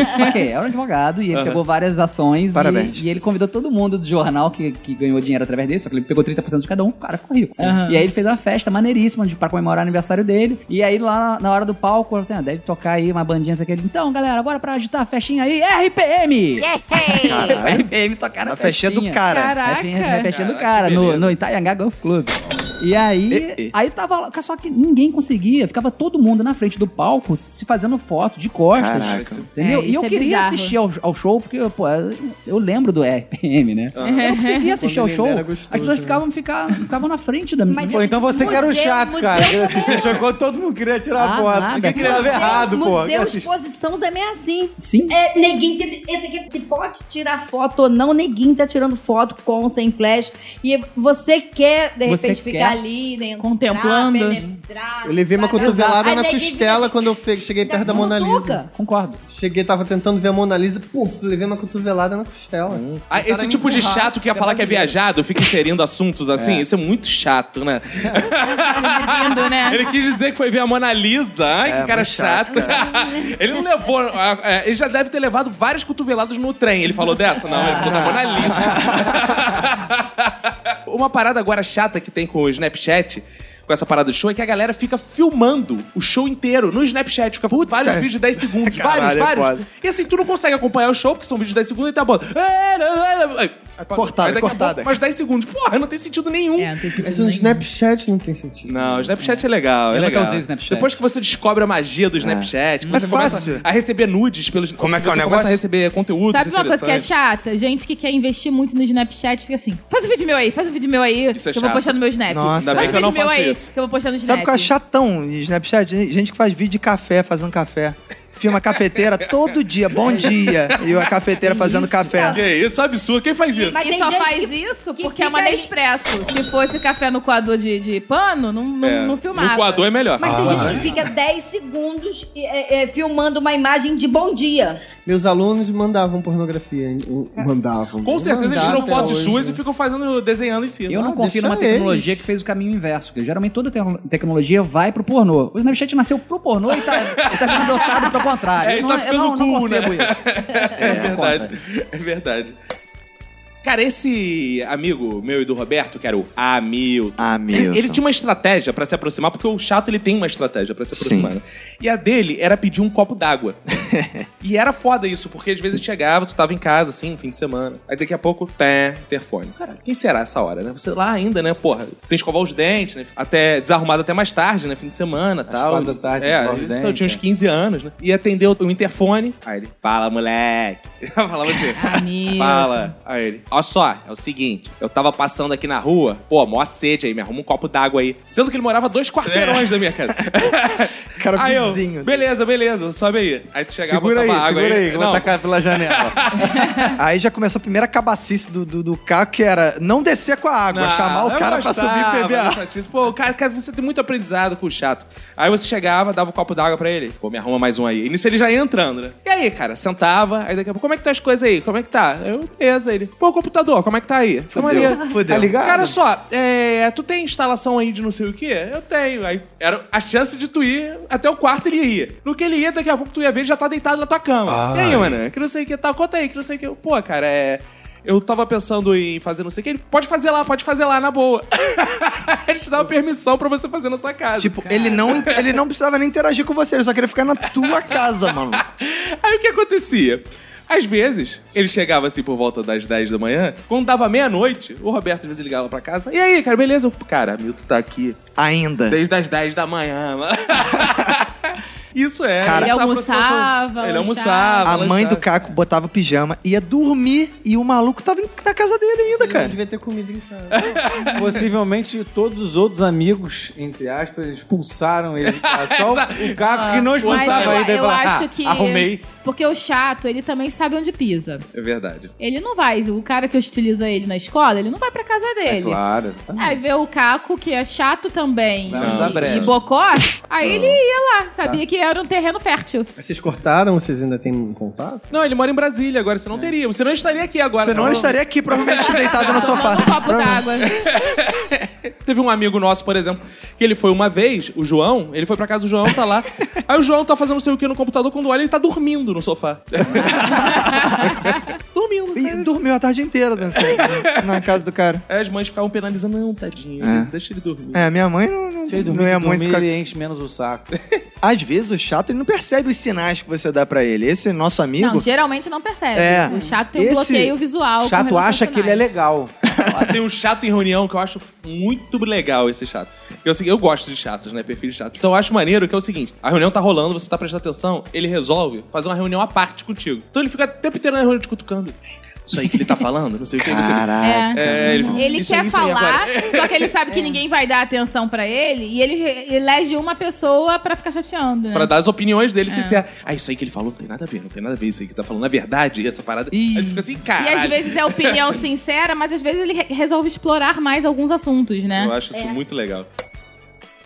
[SPEAKER 7] rico. ok, era um advogado e ele pegou várias ações. e-
[SPEAKER 2] Parabéns.
[SPEAKER 7] E, ele convidou todo mundo do jornal que, que ganhou dinheiro através dele, só que ele pegou 30% de cada um, o cara ficou rico.
[SPEAKER 8] Aham.
[SPEAKER 7] E aí ele fez uma festa maneiríssima de, pra comemorar o aniversário dele. E aí lá na hora do palco, assim, ah, deve tocar aí uma bandinha, isso aqui. Ele, Então, galera, bora pra agitar a festinha aí, RPM!
[SPEAKER 6] É,
[SPEAKER 2] Caralho.
[SPEAKER 7] RPM tocaram
[SPEAKER 2] Na festinha do cara.
[SPEAKER 8] Caraca.
[SPEAKER 7] é festinha do
[SPEAKER 1] Caraca,
[SPEAKER 7] cara,
[SPEAKER 1] que
[SPEAKER 7] no,
[SPEAKER 1] beleza.
[SPEAKER 7] no Itaiangá Golf Club. E aí,
[SPEAKER 2] E- e-
[SPEAKER 7] aí tava lá, cara, só que ninguém conseguia, ficava todo mundo na frente do palco se fazendo foto de costas.
[SPEAKER 2] Caraca.
[SPEAKER 8] É,
[SPEAKER 7] Entendeu? e eu
[SPEAKER 8] isso é
[SPEAKER 7] queria
[SPEAKER 8] bizarro.
[SPEAKER 7] assistir ao, ao show, porque, pô, eu lembro do RPM, né? Eu não conseguia assistir ao
[SPEAKER 5] Quando ele
[SPEAKER 7] show.
[SPEAKER 5] ainda era
[SPEAKER 7] As
[SPEAKER 5] gostoso,
[SPEAKER 7] pessoas
[SPEAKER 5] né?
[SPEAKER 7] ficavam, ficavam, ficavam na frente da minha.
[SPEAKER 6] Mas
[SPEAKER 4] Pô, então você que era o
[SPEAKER 6] Museu-
[SPEAKER 4] chato,
[SPEAKER 6] museu- é
[SPEAKER 4] cara. Eu assisti o show quando todo mundo queria tirar
[SPEAKER 7] Ah,
[SPEAKER 4] a foto.
[SPEAKER 7] nada,
[SPEAKER 4] Por que que ele
[SPEAKER 7] cara.
[SPEAKER 4] tava errado, pô?
[SPEAKER 6] Museu
[SPEAKER 4] Eu
[SPEAKER 6] de
[SPEAKER 4] assisti.
[SPEAKER 6] exposição também é assim.
[SPEAKER 7] Sim.
[SPEAKER 6] É, neguinho, que- esse aqui, se pode tirar foto ou não, neguinho tá tirando foto com, sem flash. E você quer, de repente,
[SPEAKER 7] Você
[SPEAKER 6] ficar
[SPEAKER 7] quer
[SPEAKER 6] ali, né? entrar,
[SPEAKER 8] Contemplando.
[SPEAKER 6] penetrar,
[SPEAKER 5] Eu levei uma
[SPEAKER 6] sabe?
[SPEAKER 5] cotovelada
[SPEAKER 6] Aí
[SPEAKER 5] na
[SPEAKER 6] neguinho
[SPEAKER 5] costela
[SPEAKER 6] fica assim,
[SPEAKER 5] quando eu fe- cheguei perto da
[SPEAKER 6] "Não
[SPEAKER 5] Mona Lisa.
[SPEAKER 6] toca".
[SPEAKER 7] Concordo.
[SPEAKER 5] Cheguei, tava tentando ver a Mona Lisa, puf, levei uma cotovelada na costela.
[SPEAKER 1] Ah,
[SPEAKER 5] Começaram a
[SPEAKER 1] esse
[SPEAKER 5] me
[SPEAKER 1] tipo de
[SPEAKER 5] empurrar.
[SPEAKER 1] chato que ia falar que é viajado, fica inserindo assuntos [LAUGHS] assim, isso é muito chato, né?
[SPEAKER 8] Exibindo, né?
[SPEAKER 1] Ele quis dizer que foi ver a Mona Lisa. Ai, que cara É, chato. ele não levou. ah, é, Ele já deve ter levado várias cotoveladas no trem. Ele falou dessa? Não, ele falou da Mona [LAUGHS] Lisa. Uma parada agora chata que tem com o Snapchat. Com essa parada do show é que a galera fica filmando o show inteiro no Snapchat. Fica vários vídeos de 10 segundos, vários,
[SPEAKER 2] Caralho, é
[SPEAKER 1] vários.
[SPEAKER 2] foda.
[SPEAKER 1] E assim, tu não consegue acompanhar o show, porque são vídeos de 10 segundos e tá bom.
[SPEAKER 2] É Cortada,
[SPEAKER 1] Mas daqui a
[SPEAKER 2] cortada.
[SPEAKER 1] pouco, mais 10 segundos. Porra, não tem sentido nenhum.
[SPEAKER 7] É, não tem sentido.
[SPEAKER 5] Mas o
[SPEAKER 7] nenhum.
[SPEAKER 5] um Snapchat não tem sentido.
[SPEAKER 1] Não, o Snapchat é, legal, é
[SPEAKER 7] Eu nunca
[SPEAKER 1] legal.
[SPEAKER 7] usei o Snapchat.
[SPEAKER 1] Depois que você descobre a magia do Snapchat, que
[SPEAKER 2] É
[SPEAKER 1] você começa
[SPEAKER 2] fácil.
[SPEAKER 1] a receber nudes pelos.
[SPEAKER 10] Como é que é o
[SPEAKER 1] você
[SPEAKER 10] negócio?
[SPEAKER 1] começa a receber conteúdos
[SPEAKER 8] Sabe uma coisa que é
[SPEAKER 1] interessantes.
[SPEAKER 8] chata? Gente que quer investir muito no Snapchat fica assim: faz um vídeo meu aí, faz um vídeo meu aí,
[SPEAKER 1] Isso é
[SPEAKER 8] que eu vou
[SPEAKER 1] chato.
[SPEAKER 8] postar no meu Snap.
[SPEAKER 2] Nossa.
[SPEAKER 8] faz
[SPEAKER 1] Ainda bem
[SPEAKER 8] um
[SPEAKER 1] que eu
[SPEAKER 8] vídeo
[SPEAKER 1] não
[SPEAKER 8] meu
[SPEAKER 1] faço
[SPEAKER 8] aí,
[SPEAKER 1] isso.
[SPEAKER 8] que eu vou postar no Snap.
[SPEAKER 2] Sabe o que eu acho chatão em Snapchat? Gente que faz vídeo de café, fazendo café. Filma cafeteira todo dia, bom dia. E a cafeteira fazendo
[SPEAKER 1] Que
[SPEAKER 2] café.
[SPEAKER 1] é isso? Absurdo. Quem faz isso?
[SPEAKER 6] Mas
[SPEAKER 8] E
[SPEAKER 6] tem
[SPEAKER 8] só
[SPEAKER 6] gente
[SPEAKER 8] faz
[SPEAKER 6] que-
[SPEAKER 8] isso
[SPEAKER 6] que
[SPEAKER 8] porque é uma
[SPEAKER 6] fica aí.
[SPEAKER 8] Nespresso. Se fosse café no coador de, de pano, não, não,
[SPEAKER 1] É,
[SPEAKER 8] não filmava.
[SPEAKER 1] No coador é melhor.
[SPEAKER 6] Mas tem
[SPEAKER 7] Ah.
[SPEAKER 6] gente que fica 10 segundos é, é, filmando uma imagem de bom dia.
[SPEAKER 5] Meus alunos mandavam pornografia. hein? Mandavam.
[SPEAKER 1] Com certeza eles tiram
[SPEAKER 5] Mandavam
[SPEAKER 1] fotos
[SPEAKER 5] até
[SPEAKER 1] suas
[SPEAKER 5] hoje. né?
[SPEAKER 1] e ficam fazendo, desenhando em cima.
[SPEAKER 7] Eu não
[SPEAKER 5] Ah,
[SPEAKER 7] confio
[SPEAKER 5] deixa
[SPEAKER 7] numa tecnologia
[SPEAKER 5] eles.
[SPEAKER 7] que fez o caminho inverso. Porque geralmente toda tecno- tecnologia vai pro pornô. O Snapchat nasceu pro pornô e tá, e tá sendo adotado pro contrário.
[SPEAKER 1] É, e
[SPEAKER 7] Eu
[SPEAKER 1] tá
[SPEAKER 7] não, eu
[SPEAKER 1] ficando
[SPEAKER 7] não, não
[SPEAKER 1] cool, né?
[SPEAKER 7] concebo isso.
[SPEAKER 1] [LAUGHS] [LAUGHS] É
[SPEAKER 7] Eu sou
[SPEAKER 1] verdade.
[SPEAKER 7] contra.
[SPEAKER 1] É verdade. Cara, esse amigo meu e do Roberto, que era o Hamilton.
[SPEAKER 2] Ah, meu.
[SPEAKER 1] Ele tinha uma estratégia pra se aproximar, porque o chato ele tem uma estratégia pra se aproximar.
[SPEAKER 2] Sim.
[SPEAKER 1] né? E a dele era pedir um
[SPEAKER 4] [LAUGHS]
[SPEAKER 1] copo d'água. e era foda isso, porque às vezes ele chegava, tu tava em casa, assim, um fim de semana. Aí daqui a pouco, tem, interfone. Cara, quem será essa hora, né? Você lá ainda, né? Porra, sem escovar os dentes, né? Até desarrumado até mais tarde, né? Fim de semana, tal.
[SPEAKER 4] quatro da tarde,
[SPEAKER 1] é,
[SPEAKER 4] escovar os
[SPEAKER 1] isso, eu
[SPEAKER 4] dentes,
[SPEAKER 1] tinha uns
[SPEAKER 4] é.
[SPEAKER 1] 15 anos, né? E atendeu o interfone. Aí ele, fala, moleque. [LAUGHS] Já falava assim.
[SPEAKER 8] Amigo.
[SPEAKER 1] Fala. Aí ele. Ó só, é o seguinte. Eu tava passando aqui na rua. Pô, mó sede aí. Me arruma um copo d'água aí. Sendo que ele morava dois quarteirões da minha [LAUGHS] casa.
[SPEAKER 2] Cara
[SPEAKER 1] aí eu,
[SPEAKER 2] vizinho.
[SPEAKER 1] beleza, beleza. Sobe aí. né? Aí tu chegava,
[SPEAKER 4] Segura aí,
[SPEAKER 1] botava água
[SPEAKER 4] segura aí, que eu vou
[SPEAKER 1] Não,
[SPEAKER 4] tacar pela janela.
[SPEAKER 2] Aí já começou a primeira cabacice do, do, do carro, que era não descer com a água,
[SPEAKER 1] não,
[SPEAKER 2] chamar o
[SPEAKER 1] eu
[SPEAKER 2] cara pra
[SPEAKER 1] gostava
[SPEAKER 2] subir e beber
[SPEAKER 1] do
[SPEAKER 2] água.
[SPEAKER 1] chatismo. Pô, cara, cara, você tem muito aprendizado com o chato. Aí você chegava, dava um copo d'água pra ele. Pô, me arruma mais um aí. E nisso ele já ia entrando, né? E aí, cara, sentava. Aí daqui a pouco, como é que tá as coisas aí? Como é que tá? Eu, beleza. Ele, pô, computador, como é que tá aí? Tá maneiro.
[SPEAKER 4] Tá ligado?
[SPEAKER 1] Cara, só, é, tu tem instalação aí de não sei o que? Eu tenho. Aí era a chance de tu ir até o quarto ele ia. No que ele ia, daqui a pouco tu ia ver, ele já tá deitado na tua cama. E aí, mano? Que não sei o que tal, conta aí, que não sei o que. Eu, Pô, cara, é. Eu tava pensando em fazer não sei o que. Ele pode fazer lá, pode fazer lá, na boa. [LAUGHS] ele te dava permissão pra você fazer na sua casa.
[SPEAKER 2] Tipo, ele não, ele não precisava nem interagir com você, ele só queria ficar na tua casa, mano.
[SPEAKER 1] Aí o que acontecia? Às vezes, ele chegava assim por volta das 10 da manhã, quando dava meia-noite, o Roberto às vezes ligava pra casa. E aí, cara, beleza? Eu, cara, Milton tá aqui.
[SPEAKER 2] Ainda.
[SPEAKER 1] Desde as 10 da manhã, mano. [LAUGHS] Isso é.
[SPEAKER 2] Cara,
[SPEAKER 8] ele
[SPEAKER 1] essa é a
[SPEAKER 8] almoçava, um
[SPEAKER 1] aproximação. Ele
[SPEAKER 8] lanchava.
[SPEAKER 1] almoçava.
[SPEAKER 2] A mãe do
[SPEAKER 1] lanchava.
[SPEAKER 2] Caco botava pijama, ia dormir e o maluco tava em- na casa dele ainda,
[SPEAKER 5] Ele não
[SPEAKER 2] cara.
[SPEAKER 5] devia ter comido em casa.
[SPEAKER 4] Possivelmente todos os outros amigos, entre aspas, expulsaram ele. de casa. Só o Caco que não
[SPEAKER 8] Mas eu,
[SPEAKER 4] expulsava ele.
[SPEAKER 8] eu acho
[SPEAKER 4] ah,
[SPEAKER 8] que.
[SPEAKER 4] Arrumei.
[SPEAKER 8] Porque o chato, ele também sabe onde pisa.
[SPEAKER 1] É verdade.
[SPEAKER 8] Ele não vai. O cara que hostiliza ele na escola, ele não vai pra casa dele.
[SPEAKER 4] É Claro.
[SPEAKER 8] Aí vê o Caco, que é chato também,
[SPEAKER 4] Não, dá
[SPEAKER 8] e,
[SPEAKER 4] brecha. Tá.
[SPEAKER 8] e bocó, aí ele ia lá. Sabia que era um terreno fértil.
[SPEAKER 5] Vocês cortaram? Vocês ainda têm contato?
[SPEAKER 1] Não, ele mora em Brasília agora, senão teria. Senão eu estaria aqui agora.
[SPEAKER 2] Senão eu É. estaria aqui, provavelmente deitado no sofá.
[SPEAKER 8] Tomando um copo d'água.
[SPEAKER 1] Teve um amigo nosso, por exemplo, que ele foi uma vez, o João, ele foi pra casa do João, tá
[SPEAKER 2] [LAUGHS]
[SPEAKER 1] lá. Aí o João tá fazendo não sei o que no computador, quando olha, ele tá dormindo no
[SPEAKER 2] [LAUGHS]
[SPEAKER 1] sofá. dormindo.
[SPEAKER 2] E
[SPEAKER 1] cara.
[SPEAKER 2] dormiu a tarde inteira dançando na casa do cara.
[SPEAKER 1] Aí as mães ficavam penalizando, não, tadinho,
[SPEAKER 2] É.
[SPEAKER 1] deixa ele dormir.
[SPEAKER 2] É, minha mãe não, não,
[SPEAKER 4] Cheio de
[SPEAKER 2] não
[SPEAKER 4] dormir,
[SPEAKER 2] ia muito.
[SPEAKER 4] dormir,
[SPEAKER 2] ficar-
[SPEAKER 4] ele enche menos o saco.
[SPEAKER 2] [LAUGHS] Às vezes o chato ele não percebe os sinais que você dá pra ele. Esse nosso amigo.
[SPEAKER 8] Não, geralmente não percebe.
[SPEAKER 2] É.
[SPEAKER 8] O chato tem um
[SPEAKER 2] Esse
[SPEAKER 8] bloqueio visual. com
[SPEAKER 4] chato
[SPEAKER 8] relação aos
[SPEAKER 4] acha que ele é
[SPEAKER 8] sinais.
[SPEAKER 4] legal.
[SPEAKER 1] Tem um chato em reunião que eu acho muito legal esse chato. Eu, assim, eu gosto de chatos, né? Perfil de chato. Então eu acho maneiro que é o seguinte: a reunião tá rolando, você tá prestando atenção, ele resolve fazer uma reunião à parte contigo. Então ele fica o tempo inteiro na reunião te cutucando. "Ei, cara, Isso aí que ele tá falando, não sei o que. não sei o que."
[SPEAKER 8] É.
[SPEAKER 1] É, ele, fica,
[SPEAKER 8] Ele
[SPEAKER 1] "Isso
[SPEAKER 8] quer
[SPEAKER 1] aí, isso aí
[SPEAKER 8] falar,
[SPEAKER 1] agora."
[SPEAKER 8] só que ele sabe que ninguém vai dar atenção pra ele e ele re- elege uma pessoa pra ficar chateando, né? É.
[SPEAKER 1] Pra dar as opiniões dele sincera. Ah, isso aí que ele falou não tem nada a ver, não tem nada a ver. Isso aí que tá falando, na verdade, essa parada. Aí ele fica assim,
[SPEAKER 8] E às
[SPEAKER 1] cara.
[SPEAKER 8] vezes é opinião sincera, mas às vezes ele re- resolve explorar mais alguns assuntos, né?
[SPEAKER 1] Eu acho isso muito legal.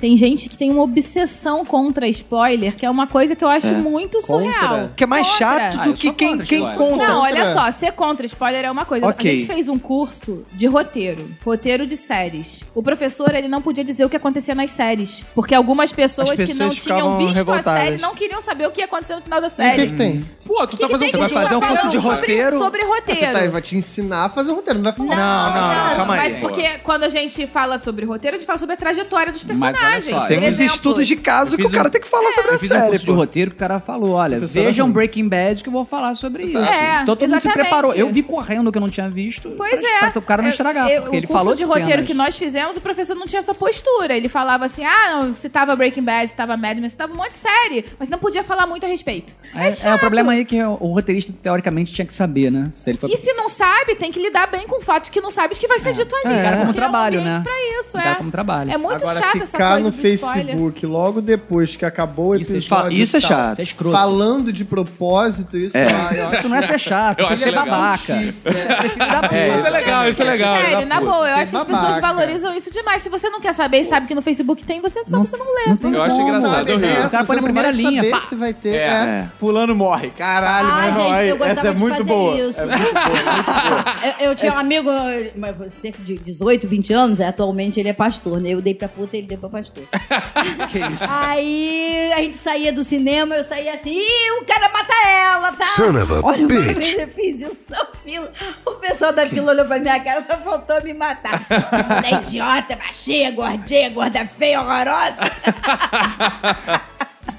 [SPEAKER 8] Tem gente que tem uma obsessão contra spoiler, que é uma coisa que eu acho muito surreal.
[SPEAKER 2] Que é mais
[SPEAKER 8] Contra.
[SPEAKER 2] chato
[SPEAKER 7] Ah,
[SPEAKER 2] do
[SPEAKER 7] eu
[SPEAKER 2] que
[SPEAKER 7] sou
[SPEAKER 2] quem,
[SPEAKER 7] contra
[SPEAKER 2] quem
[SPEAKER 7] spoiler.
[SPEAKER 2] conta.
[SPEAKER 8] Não, olha só, ser contra spoiler é uma coisa.
[SPEAKER 2] Ok.
[SPEAKER 8] A gente fez um curso de roteiro, roteiro de séries. O professor, ele não podia dizer o que acontecia nas séries, porque algumas pessoas,
[SPEAKER 2] As
[SPEAKER 8] que não
[SPEAKER 2] pessoas
[SPEAKER 8] tinham
[SPEAKER 2] ficavam
[SPEAKER 8] visto a
[SPEAKER 2] revoltadas.
[SPEAKER 8] série não queriam saber o que ia acontecer no final da
[SPEAKER 5] E o que,
[SPEAKER 8] série.
[SPEAKER 5] que tem?
[SPEAKER 1] Pô, tu tá fazendo
[SPEAKER 8] que
[SPEAKER 1] um
[SPEAKER 8] tem
[SPEAKER 1] curso-
[SPEAKER 8] que
[SPEAKER 2] fazer um curso de
[SPEAKER 8] sobre-
[SPEAKER 2] roteiro?
[SPEAKER 8] Sobre
[SPEAKER 5] Você
[SPEAKER 8] roteiro.
[SPEAKER 5] tá aí, vai te ensinar a fazer um roteiro, não vai falar.
[SPEAKER 8] Não,
[SPEAKER 2] não,
[SPEAKER 8] não,
[SPEAKER 2] calma aí.
[SPEAKER 8] Mas porque quando a gente fala sobre roteiro, a gente fala sobre a trajetória dos
[SPEAKER 7] Mas olha
[SPEAKER 8] personagens.
[SPEAKER 7] só,
[SPEAKER 8] Por
[SPEAKER 2] Tem uns
[SPEAKER 8] exemplo, É.
[SPEAKER 2] estudos de caso
[SPEAKER 7] eu
[SPEAKER 2] que
[SPEAKER 7] fiz
[SPEAKER 2] o cara
[SPEAKER 7] um-
[SPEAKER 2] tem que falar sobre
[SPEAKER 7] Eu
[SPEAKER 2] a
[SPEAKER 7] fiz um
[SPEAKER 2] sério.
[SPEAKER 7] curso de roteiro que o cara falou, olha,
[SPEAKER 5] Professora
[SPEAKER 7] vejam
[SPEAKER 5] ruim.
[SPEAKER 7] Breaking Bad que eu vou falar sobre isso.
[SPEAKER 8] É,
[SPEAKER 7] então todo mundo se
[SPEAKER 8] exatamente.
[SPEAKER 7] preparou. Eu vi correndo o que eu não tinha visto.
[SPEAKER 8] Pois
[SPEAKER 7] pra-
[SPEAKER 8] é.
[SPEAKER 7] pra- pra o cara não
[SPEAKER 8] Eu-
[SPEAKER 7] estragar,
[SPEAKER 8] eu-
[SPEAKER 7] porque ele
[SPEAKER 8] o curso
[SPEAKER 7] falou
[SPEAKER 8] de
[SPEAKER 7] de
[SPEAKER 8] roteiro
[SPEAKER 7] cenas.
[SPEAKER 8] que nós fizemos, o professor não tinha essa postura. Ele falava assim: ah, não, citava Breaking Bad, citava Mad Men, citava um monte de série, mas não podia falar muito a respeito. É,
[SPEAKER 7] É,
[SPEAKER 8] chato.
[SPEAKER 7] o problema aí que o, o roteirista, teoricamente, tinha que saber, né? Se ele foi
[SPEAKER 8] E se não sabe, tem que lidar bem com o fato de que não sabe o que vai ser dito ali.
[SPEAKER 7] É, cara, como
[SPEAKER 8] Porque é um
[SPEAKER 7] trabalho,
[SPEAKER 8] ambiente
[SPEAKER 7] né?
[SPEAKER 8] pra isso,
[SPEAKER 7] ficar
[SPEAKER 8] é.
[SPEAKER 7] como trabalho.
[SPEAKER 8] É muito
[SPEAKER 5] Agora,
[SPEAKER 8] chato essa
[SPEAKER 5] ficar
[SPEAKER 8] coisa
[SPEAKER 5] no
[SPEAKER 8] do spoiler.
[SPEAKER 5] Facebook logo depois que acabou o
[SPEAKER 7] Isso é
[SPEAKER 5] episódio.
[SPEAKER 7] chato.
[SPEAKER 5] e
[SPEAKER 2] Isso é
[SPEAKER 5] tal,
[SPEAKER 2] chato.
[SPEAKER 7] Isso é escroto.
[SPEAKER 5] Falando de propósito, isso é.
[SPEAKER 7] Isso não é ser chato,
[SPEAKER 1] Eu
[SPEAKER 7] isso é
[SPEAKER 1] acho
[SPEAKER 7] ser
[SPEAKER 1] legal.
[SPEAKER 7] babaca. Isso é filho da puta.
[SPEAKER 1] Isso é legal, isso é legal.
[SPEAKER 8] Sério, na boa, eu
[SPEAKER 5] Ser
[SPEAKER 8] acho que as pessoas
[SPEAKER 5] babaca.
[SPEAKER 8] valorizam isso demais. Se você não quer saber e sabe que no Facebook tem, você só você não lê. né?
[SPEAKER 7] Não tem
[SPEAKER 1] Eu acho
[SPEAKER 7] como.
[SPEAKER 1] engraçado,
[SPEAKER 5] né?
[SPEAKER 1] eu rio.
[SPEAKER 7] O cara põe na primeira linha,
[SPEAKER 5] Saber
[SPEAKER 7] pá.
[SPEAKER 5] se vai ter.
[SPEAKER 1] É.
[SPEAKER 5] é.
[SPEAKER 4] Fulano morre. Caralho,
[SPEAKER 6] Ah,
[SPEAKER 4] meu irmão.
[SPEAKER 6] gente,
[SPEAKER 4] aí,
[SPEAKER 6] eu gostava
[SPEAKER 4] essa é
[SPEAKER 6] de
[SPEAKER 4] muito
[SPEAKER 6] fazer
[SPEAKER 4] boa.
[SPEAKER 6] isso. [LAUGHS] eu, eu tinha um amigo, mas cerca de 18, 20 anos, atualmente ele é pastor, né? Eu dei pra puta, ele deu pra
[SPEAKER 4] [LAUGHS]
[SPEAKER 6] pastor.
[SPEAKER 2] Que isso?
[SPEAKER 6] Aí a gente saía do cinema, eu saía assim, ih, o cara mata ela, tá?
[SPEAKER 10] Son of a
[SPEAKER 6] Olha, uma
[SPEAKER 10] bitch.
[SPEAKER 6] vez eu fiz isso na fila. O pessoal da fila olhou pra minha cara, só faltou
[SPEAKER 4] [LAUGHS]
[SPEAKER 6] me matar. Mulher idiota, baixinha, gordinha, gorda feia, horrorosa.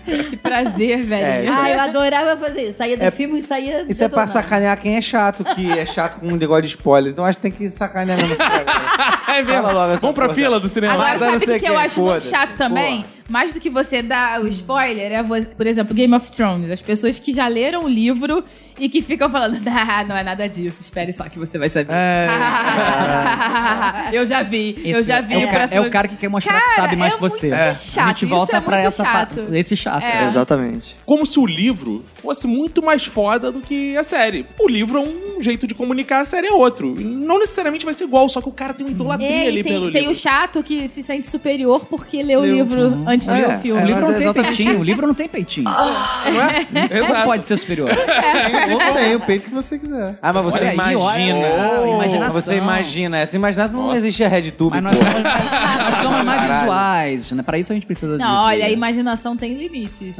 [SPEAKER 8] Que prazer, velho.
[SPEAKER 6] Ah, eu adorava fazer isso. Saía do
[SPEAKER 4] É-
[SPEAKER 6] filme e saía
[SPEAKER 4] Isso é pra
[SPEAKER 6] detonando.
[SPEAKER 4] sacanear quem é chato, que é chato com um negócio de spoiler. Então acho que tem que sacanear mesmo.
[SPEAKER 1] É mesmo.
[SPEAKER 4] Fala logo essa
[SPEAKER 1] Vamos pra
[SPEAKER 4] coisa.
[SPEAKER 1] fila do cinema.
[SPEAKER 8] Agora,
[SPEAKER 4] Mas eu não
[SPEAKER 8] sabe o
[SPEAKER 4] sei
[SPEAKER 8] que, que eu
[SPEAKER 4] quem,
[SPEAKER 8] acho muito
[SPEAKER 4] foda-se.
[SPEAKER 8] chato também? Mais do que você dar o spoiler, é, vo- por exemplo, Game of Thrones. As pessoas que já leram o livro e que ficam falando, [LAUGHS] ah, não é nada disso, espere só que você vai saber.
[SPEAKER 2] É.
[SPEAKER 8] [LAUGHS] É.
[SPEAKER 7] [LAUGHS]
[SPEAKER 8] eu já vi, eu
[SPEAKER 7] Esse
[SPEAKER 8] já vi.
[SPEAKER 7] É o, cara,
[SPEAKER 8] pra
[SPEAKER 7] é
[SPEAKER 8] sua-
[SPEAKER 7] o cara que quer mostrar que
[SPEAKER 8] Cara,
[SPEAKER 7] sabe mais
[SPEAKER 8] é
[SPEAKER 7] que você.
[SPEAKER 8] muito chato,
[SPEAKER 7] A gente
[SPEAKER 8] isso
[SPEAKER 7] volta
[SPEAKER 8] é
[SPEAKER 7] pra
[SPEAKER 8] muito
[SPEAKER 7] essa pa-
[SPEAKER 8] chato.
[SPEAKER 7] esse chato.
[SPEAKER 8] É.
[SPEAKER 2] Exatamente.
[SPEAKER 1] como se o livro fosse muito mais foda do que a série. O livro é um jeito de comunicar, a série é outro. E Não necessariamente vai ser igual, só que o cara tem uma idolatria
[SPEAKER 8] É,
[SPEAKER 1] ali
[SPEAKER 8] e
[SPEAKER 1] pelo
[SPEAKER 8] tem, tem
[SPEAKER 1] livro.
[SPEAKER 8] o chato que se sente superior porque leu o
[SPEAKER 5] Leu.
[SPEAKER 8] livro antes de
[SPEAKER 2] É,
[SPEAKER 8] ler o filme.
[SPEAKER 2] é,
[SPEAKER 7] O livro
[SPEAKER 2] mas
[SPEAKER 7] não
[SPEAKER 2] é
[SPEAKER 7] tem
[SPEAKER 2] exatamente-
[SPEAKER 7] peitinho. O livro não tem peitinho. Como
[SPEAKER 1] Exato.
[SPEAKER 7] pode ser [LAUGHS] superior?
[SPEAKER 5] Tem, ou tem, o peito que você quiser.
[SPEAKER 4] Ah, mas você
[SPEAKER 7] Olha aí,
[SPEAKER 4] imagina.
[SPEAKER 7] olha,
[SPEAKER 4] Oh,
[SPEAKER 7] imaginação.
[SPEAKER 4] Você imagina. Essa imaginação não existia RedTube,
[SPEAKER 7] Mas nós
[SPEAKER 4] pô.
[SPEAKER 7] somos, nós somos mais
[SPEAKER 4] Caralho.
[SPEAKER 7] visuais. Né? Pra isso a gente precisa de.
[SPEAKER 8] Não, olha, a
[SPEAKER 7] aí
[SPEAKER 8] imaginação tem limites.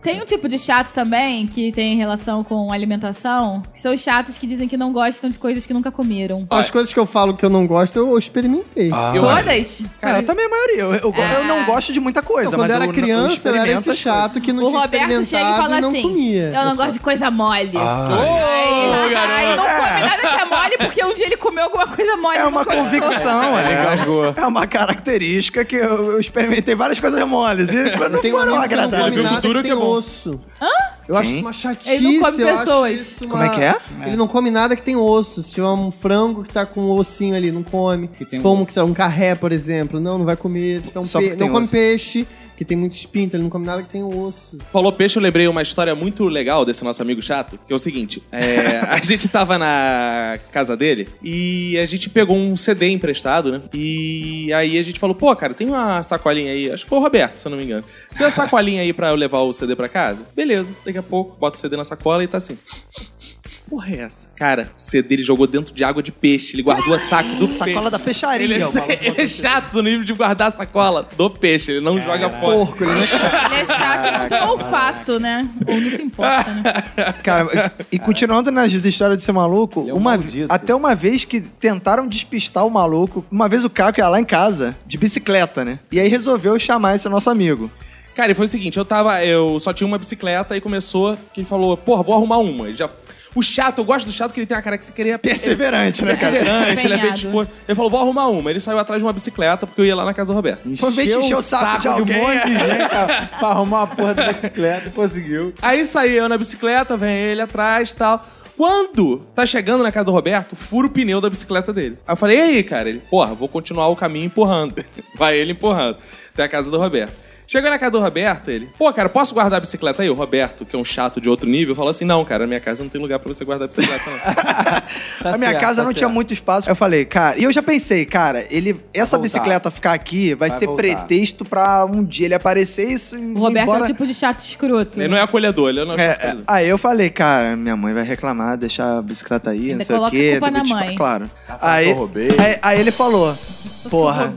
[SPEAKER 8] Tem um tipo de chato também que tem relação com alimentação, que são os chatos que dizem que não gostam de coisas que nunca comeram.
[SPEAKER 5] As coisas que eu falo que eu não gosto, eu experimentei.
[SPEAKER 2] Ah,
[SPEAKER 1] Eu-
[SPEAKER 8] Todas?
[SPEAKER 2] Cara, eu também a maioria. Eu, eu,
[SPEAKER 8] Ah.
[SPEAKER 7] É.
[SPEAKER 2] eu não gosto de muita coisa,
[SPEAKER 5] quando
[SPEAKER 2] mas
[SPEAKER 5] eu era
[SPEAKER 2] eu,
[SPEAKER 5] criança, eu, era
[SPEAKER 2] experimento
[SPEAKER 5] esse
[SPEAKER 2] as coisas.
[SPEAKER 5] chato que não
[SPEAKER 8] O
[SPEAKER 5] tinha
[SPEAKER 8] Roberto chega e
[SPEAKER 5] experimentado
[SPEAKER 8] fala
[SPEAKER 5] e não
[SPEAKER 8] assim:
[SPEAKER 5] comia.
[SPEAKER 8] Eu não gosto de coisa mole.
[SPEAKER 1] Ô,
[SPEAKER 8] Aí, aí
[SPEAKER 1] garoto.
[SPEAKER 8] não come nada que é mole, porque um dia ele comeu alguma coisa mole.
[SPEAKER 2] É
[SPEAKER 8] não
[SPEAKER 2] uma
[SPEAKER 8] comeu.
[SPEAKER 2] convicção, é. É uma característica que eu, eu experimentei várias coisas moles e não
[SPEAKER 5] Tem um
[SPEAKER 2] foram
[SPEAKER 5] amigo que não come
[SPEAKER 2] agradáveis.
[SPEAKER 5] nada
[SPEAKER 12] Duro
[SPEAKER 5] que
[SPEAKER 12] que
[SPEAKER 5] tem
[SPEAKER 12] é bom.
[SPEAKER 5] osso. Eu acho
[SPEAKER 2] Quem?
[SPEAKER 5] isso uma chatice.
[SPEAKER 8] Ele não come
[SPEAKER 5] eu acho
[SPEAKER 8] pessoas.
[SPEAKER 5] isso
[SPEAKER 2] Como é que é?
[SPEAKER 5] Ele não come nada que tem osso. Se tiver um frango que tá com um ossinho ali, não come. Se for um, sei lá, um carré, por exemplo, não, não vai comer. Se tiver um
[SPEAKER 2] Só
[SPEAKER 5] pe...
[SPEAKER 2] porque tem
[SPEAKER 5] não come
[SPEAKER 2] osso.
[SPEAKER 5] peixe, que tem muito espinho, então ele não come nada que tem osso.
[SPEAKER 1] Falou peixe, eu lembrei uma história muito legal desse nosso amigo chato, que é o seguinte: é, [LAUGHS] a gente tava na casa dele e a gente pegou um CD emprestado, né? E aí a gente falou, pô, cara, tem uma sacolinha aí, acho que foi o Roberto, se eu não me engano. Tem uma sacolinha aí pra eu levar o CD pra casa? Beleza, daqui a pouco, bota o CD na sacola e tá assim. Porra, é essa? Cara, o CD ele jogou dentro de água de peixe, ele guardou a saco do peixe.
[SPEAKER 2] Sacola da fecharia.
[SPEAKER 1] Ele é,
[SPEAKER 2] o maluco.
[SPEAKER 4] [LAUGHS]
[SPEAKER 1] [LAUGHS] ele é chato no nível de guardar a sacola do peixe, ele não joga fora.
[SPEAKER 5] Porco, ele não
[SPEAKER 8] Ele é chato e não tem olfato, né? Ou não se importa, né?
[SPEAKER 2] Cara, e continuando nas histórias de ser maluco,
[SPEAKER 4] Ele é um
[SPEAKER 2] uma,
[SPEAKER 4] maldito.
[SPEAKER 2] até uma vez que tentaram despistar o maluco, uma vez o Caco ia lá em casa, de bicicleta, né? E aí resolveu chamar esse nosso amigo.
[SPEAKER 1] Cara, e foi o seguinte, eu tava. Eu só tinha uma bicicleta e começou que ele falou, porra, vou arrumar uma. Ele já. O chato, eu gosto do chato que ele tem a cara que queria
[SPEAKER 2] Perseverante, né, cara?
[SPEAKER 1] perseverante, [LAUGHS] ele é bem
[SPEAKER 8] Empenhado.
[SPEAKER 1] disposto. Ele falou, vou arrumar uma. Ele saiu atrás de uma bicicleta porque eu ia lá na casa do Roberto.
[SPEAKER 2] Foi bem encher o saco de alguém.
[SPEAKER 4] um monte de gente pra,
[SPEAKER 2] [LAUGHS]
[SPEAKER 4] pra arrumar uma porra da bicicleta e conseguiu.
[SPEAKER 1] É Aí saí eu na bicicleta, vem ele atrás e tal. Quando tá chegando na casa do Roberto, fura o pneu da bicicleta dele. Aí eu falei, e aí, cara? Ele, porra, vou continuar o caminho empurrando. [LAUGHS] Vai ele empurrando até a casa do Roberto. Chegou na casa do Roberto, ele, pô, cara, posso guardar a bicicleta aí? O Roberto, que é um chato de outro nível, falou assim: não, cara, na minha casa não tem lugar pra você guardar a bicicleta, não.
[SPEAKER 4] Tá
[SPEAKER 2] a minha
[SPEAKER 4] certo,
[SPEAKER 2] casa
[SPEAKER 4] tá
[SPEAKER 2] não
[SPEAKER 4] certo.
[SPEAKER 2] tinha muito espaço. Eu falei, cara, e eu já pensei, cara, ele essa
[SPEAKER 4] voltar.
[SPEAKER 2] bicicleta ficar aqui vai,
[SPEAKER 4] Vai
[SPEAKER 2] ser
[SPEAKER 4] voltar.
[SPEAKER 2] pretexto pra um dia ele aparecer e isso.
[SPEAKER 8] O Roberto é
[SPEAKER 2] embora.
[SPEAKER 8] o tipo de chato escroto.
[SPEAKER 1] ele não é acolhedor, ele não é,
[SPEAKER 2] É,
[SPEAKER 1] chato
[SPEAKER 2] é,
[SPEAKER 1] acolhedor.
[SPEAKER 2] aí eu falei, cara, minha mãe vai reclamar, deixar a bicicleta aí,
[SPEAKER 8] Ainda
[SPEAKER 2] não sei o
[SPEAKER 8] coloca
[SPEAKER 2] quê.
[SPEAKER 8] a
[SPEAKER 2] tem
[SPEAKER 8] culpa
[SPEAKER 2] que
[SPEAKER 8] na
[SPEAKER 2] dispa-
[SPEAKER 8] mãe.
[SPEAKER 2] Claro.
[SPEAKER 10] Ah,
[SPEAKER 2] Aí,
[SPEAKER 10] tá, eu roubei.
[SPEAKER 2] aí, aí ele falou, porra. [LAUGHS]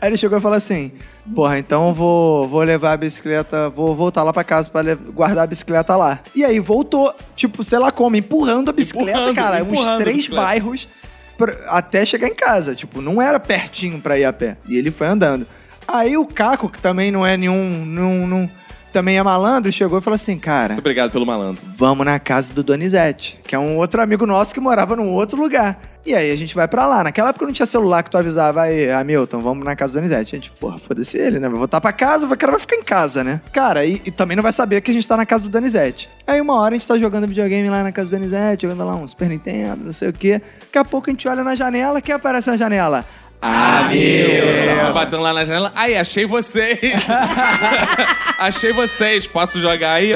[SPEAKER 2] aí ele chegou e falou assim, porra, então eu vou, vou levar a bicicleta, vou voltar lá pra casa pra le- guardar a bicicleta lá. E aí voltou, tipo, sei lá como, empurrando a bicicleta,
[SPEAKER 1] Empurrando,
[SPEAKER 2] cara,
[SPEAKER 1] empurrando a
[SPEAKER 2] uns três
[SPEAKER 1] bicicleta.
[SPEAKER 2] bairros pra- até chegar em casa. Tipo, não era pertinho pra ir a pé. E ele foi andando. Aí o Caco, que também não é nenhum. nenhum- nenhum- também é malandro, chegou e falou assim, cara
[SPEAKER 1] Muito obrigado pelo malandro.
[SPEAKER 2] vamos na casa do Donizete, que é um outro amigo nosso que morava num outro lugar. E aí a gente vai pra lá. Naquela época não tinha celular que tu avisava, aí, Hamilton, vamos na casa do Donizete. A gente, porra, foda-se ele, né? Vai voltar pra casa, o cara vai ficar em casa, né? Cara, e, e também não vai saber que a gente tá na casa do Donizete. Aí uma hora a gente tá jogando videogame lá na casa do Donizete, jogando lá um Super Nintendo, não sei o quê. Daqui a pouco a gente olha na janela, quem aparece na janela?
[SPEAKER 1] Eu tava batendo lá na janela. Aí, achei vocês. [LAUGHS] achei vocês. Posso jogar aí?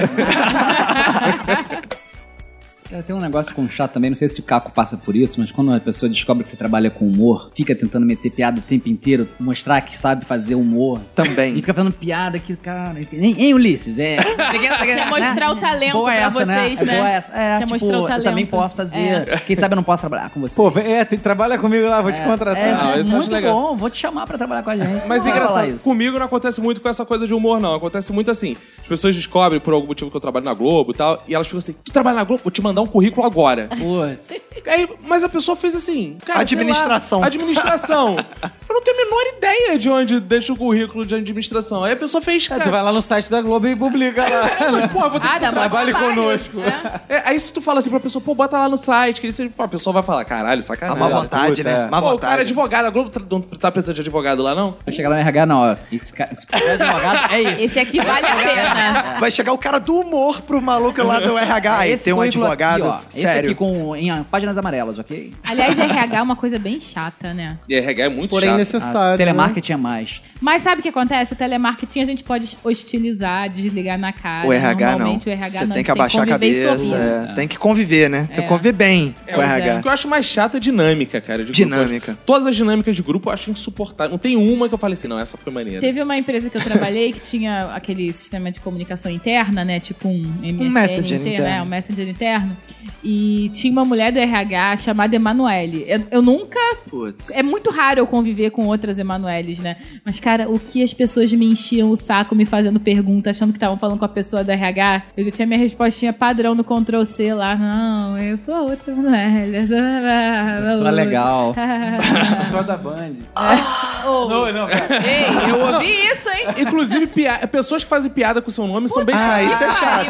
[SPEAKER 7] Cara, tem um negócio com chato também, não sei se o Caco passa por isso, mas quando uma pessoa descobre que você trabalha com humor, fica tentando meter piada o tempo inteiro, mostrar que sabe fazer humor. E
[SPEAKER 1] [LAUGHS]
[SPEAKER 2] Também.
[SPEAKER 7] fica fazendo piada que, cara. Hein, hein,
[SPEAKER 8] [LAUGHS]
[SPEAKER 7] Ulisses? É.
[SPEAKER 8] Quer mostrar o talento
[SPEAKER 7] Boa
[SPEAKER 8] pra
[SPEAKER 7] essa,
[SPEAKER 8] vocês,
[SPEAKER 7] né? É
[SPEAKER 8] né?
[SPEAKER 7] Boa essa. É,
[SPEAKER 8] Quer
[SPEAKER 7] tipo,
[SPEAKER 8] mostrar o
[SPEAKER 7] Eu
[SPEAKER 8] talento.
[SPEAKER 7] também posso fazer.
[SPEAKER 8] É.
[SPEAKER 7] Quem sabe eu não posso trabalhar com você.
[SPEAKER 4] Pô, vem- é, tem- trabalha comigo lá, vou te contratar.
[SPEAKER 7] é,
[SPEAKER 1] Não, isso eu acho
[SPEAKER 7] muito
[SPEAKER 1] legal.
[SPEAKER 7] bom, vou te chamar pra trabalhar com a gente.
[SPEAKER 1] Mas
[SPEAKER 7] Não vai falar
[SPEAKER 1] engraçado,
[SPEAKER 7] isso.
[SPEAKER 1] comigo não acontece muito com essa coisa de humor, não. Acontece muito assim. As pessoas descobrem por algum motivo que eu trabalho na Globo e tal, e elas ficam assim: tu trabalha na Globo? Vou te mandar um currículo agora.
[SPEAKER 7] Putz.
[SPEAKER 1] Aí, mas a pessoa fez assim: cara, sei lá,
[SPEAKER 2] Administração.
[SPEAKER 1] administração. eu não tenho a menor ideia de onde deixa o currículo de administração. Aí a pessoa fez.
[SPEAKER 4] É, tu
[SPEAKER 1] Cara,
[SPEAKER 4] vai lá no site da Globo e publica lá.
[SPEAKER 2] [LAUGHS]
[SPEAKER 1] mas, porra, vou ter
[SPEAKER 8] Ah,
[SPEAKER 1] que
[SPEAKER 8] dá mó
[SPEAKER 4] Trabalhe
[SPEAKER 8] trabalho,
[SPEAKER 4] conosco.
[SPEAKER 8] né?
[SPEAKER 1] É, aí se tu fala assim pra pessoa, pô, bota lá no site, que ele seja, pô, a pessoa vai falar, caralho, sacanagem.
[SPEAKER 2] má vontade,
[SPEAKER 4] puta,
[SPEAKER 2] né?
[SPEAKER 4] é.
[SPEAKER 2] Má
[SPEAKER 1] Pô, o cara é
[SPEAKER 2] vontade.
[SPEAKER 1] advogado, a Globo tá- não tá precisando de advogado lá, não?
[SPEAKER 7] Vou chegar lá no RH, não, ó. Esse cara, esse cara é advogado, é isso.
[SPEAKER 8] Esse aqui vale a pena.
[SPEAKER 2] Vai chegar o cara do humor pro maluco lá do
[SPEAKER 7] [LAUGHS]
[SPEAKER 2] RH. Aí
[SPEAKER 7] É Esse
[SPEAKER 2] tem um
[SPEAKER 7] currículo
[SPEAKER 2] advogado.
[SPEAKER 7] Aqui, ó, Esse
[SPEAKER 2] sério.
[SPEAKER 7] aqui com, em páginas amarelas, ok?
[SPEAKER 8] Aliás, RH é uma coisa bem chata, né?
[SPEAKER 1] E RH é muito
[SPEAKER 5] Porém
[SPEAKER 1] chato.
[SPEAKER 5] necessário.
[SPEAKER 7] Ah,
[SPEAKER 5] né?
[SPEAKER 7] telemarketing é mais.
[SPEAKER 8] Mas sabe o que acontece? O telemarketing a gente pode hostilizar, desligar na cara.
[SPEAKER 2] O RH não.
[SPEAKER 8] Normalmente o RH
[SPEAKER 2] Você
[SPEAKER 8] não.
[SPEAKER 2] tem que abaixar a
[SPEAKER 8] conviver e
[SPEAKER 2] cabeça.
[SPEAKER 8] sorrir.
[SPEAKER 2] é. Tem que conviver, né? Tem que conviver bem com o
[SPEAKER 8] pois
[SPEAKER 1] O
[SPEAKER 2] RH.
[SPEAKER 1] que eu acho mais chato é dinâmica, cara. de grupo.
[SPEAKER 2] Dinâmica.
[SPEAKER 1] Todas as dinâmicas de grupo eu acho insuportável. Não tem uma que eu falei assim, não, essa foi maneira.
[SPEAKER 8] Teve uma empresa que eu trabalhei que tinha aquele sistema de comunicação interna, né? Tipo um MSN
[SPEAKER 2] Messenger
[SPEAKER 8] interno,
[SPEAKER 2] interno.
[SPEAKER 8] É, um Messenger interno. E tinha uma mulher do RH chamada Emanuele. Eu, eu nunca... É muito raro eu conviver ver com outras Emanueles, né? Mas, cara, o que as pessoas me enchiam o saco me fazendo pergunta, achando que estavam falando com a pessoa da RH, eu já tinha minha respostinha padrão no Ctrl C lá. Não, eu sou a outra Emanuel. [LAUGHS] Eu sou a-
[SPEAKER 7] Isso é
[SPEAKER 5] né?
[SPEAKER 8] [LAUGHS]
[SPEAKER 7] legal.
[SPEAKER 4] Só da Band.
[SPEAKER 8] Ô,
[SPEAKER 4] Não, não.
[SPEAKER 8] Ei, eu ouvi isso, hein?
[SPEAKER 1] Inclusive, pia- pessoas que fazem piada com seu nome são bem
[SPEAKER 4] Ah,
[SPEAKER 1] chatas.
[SPEAKER 4] isso é chato.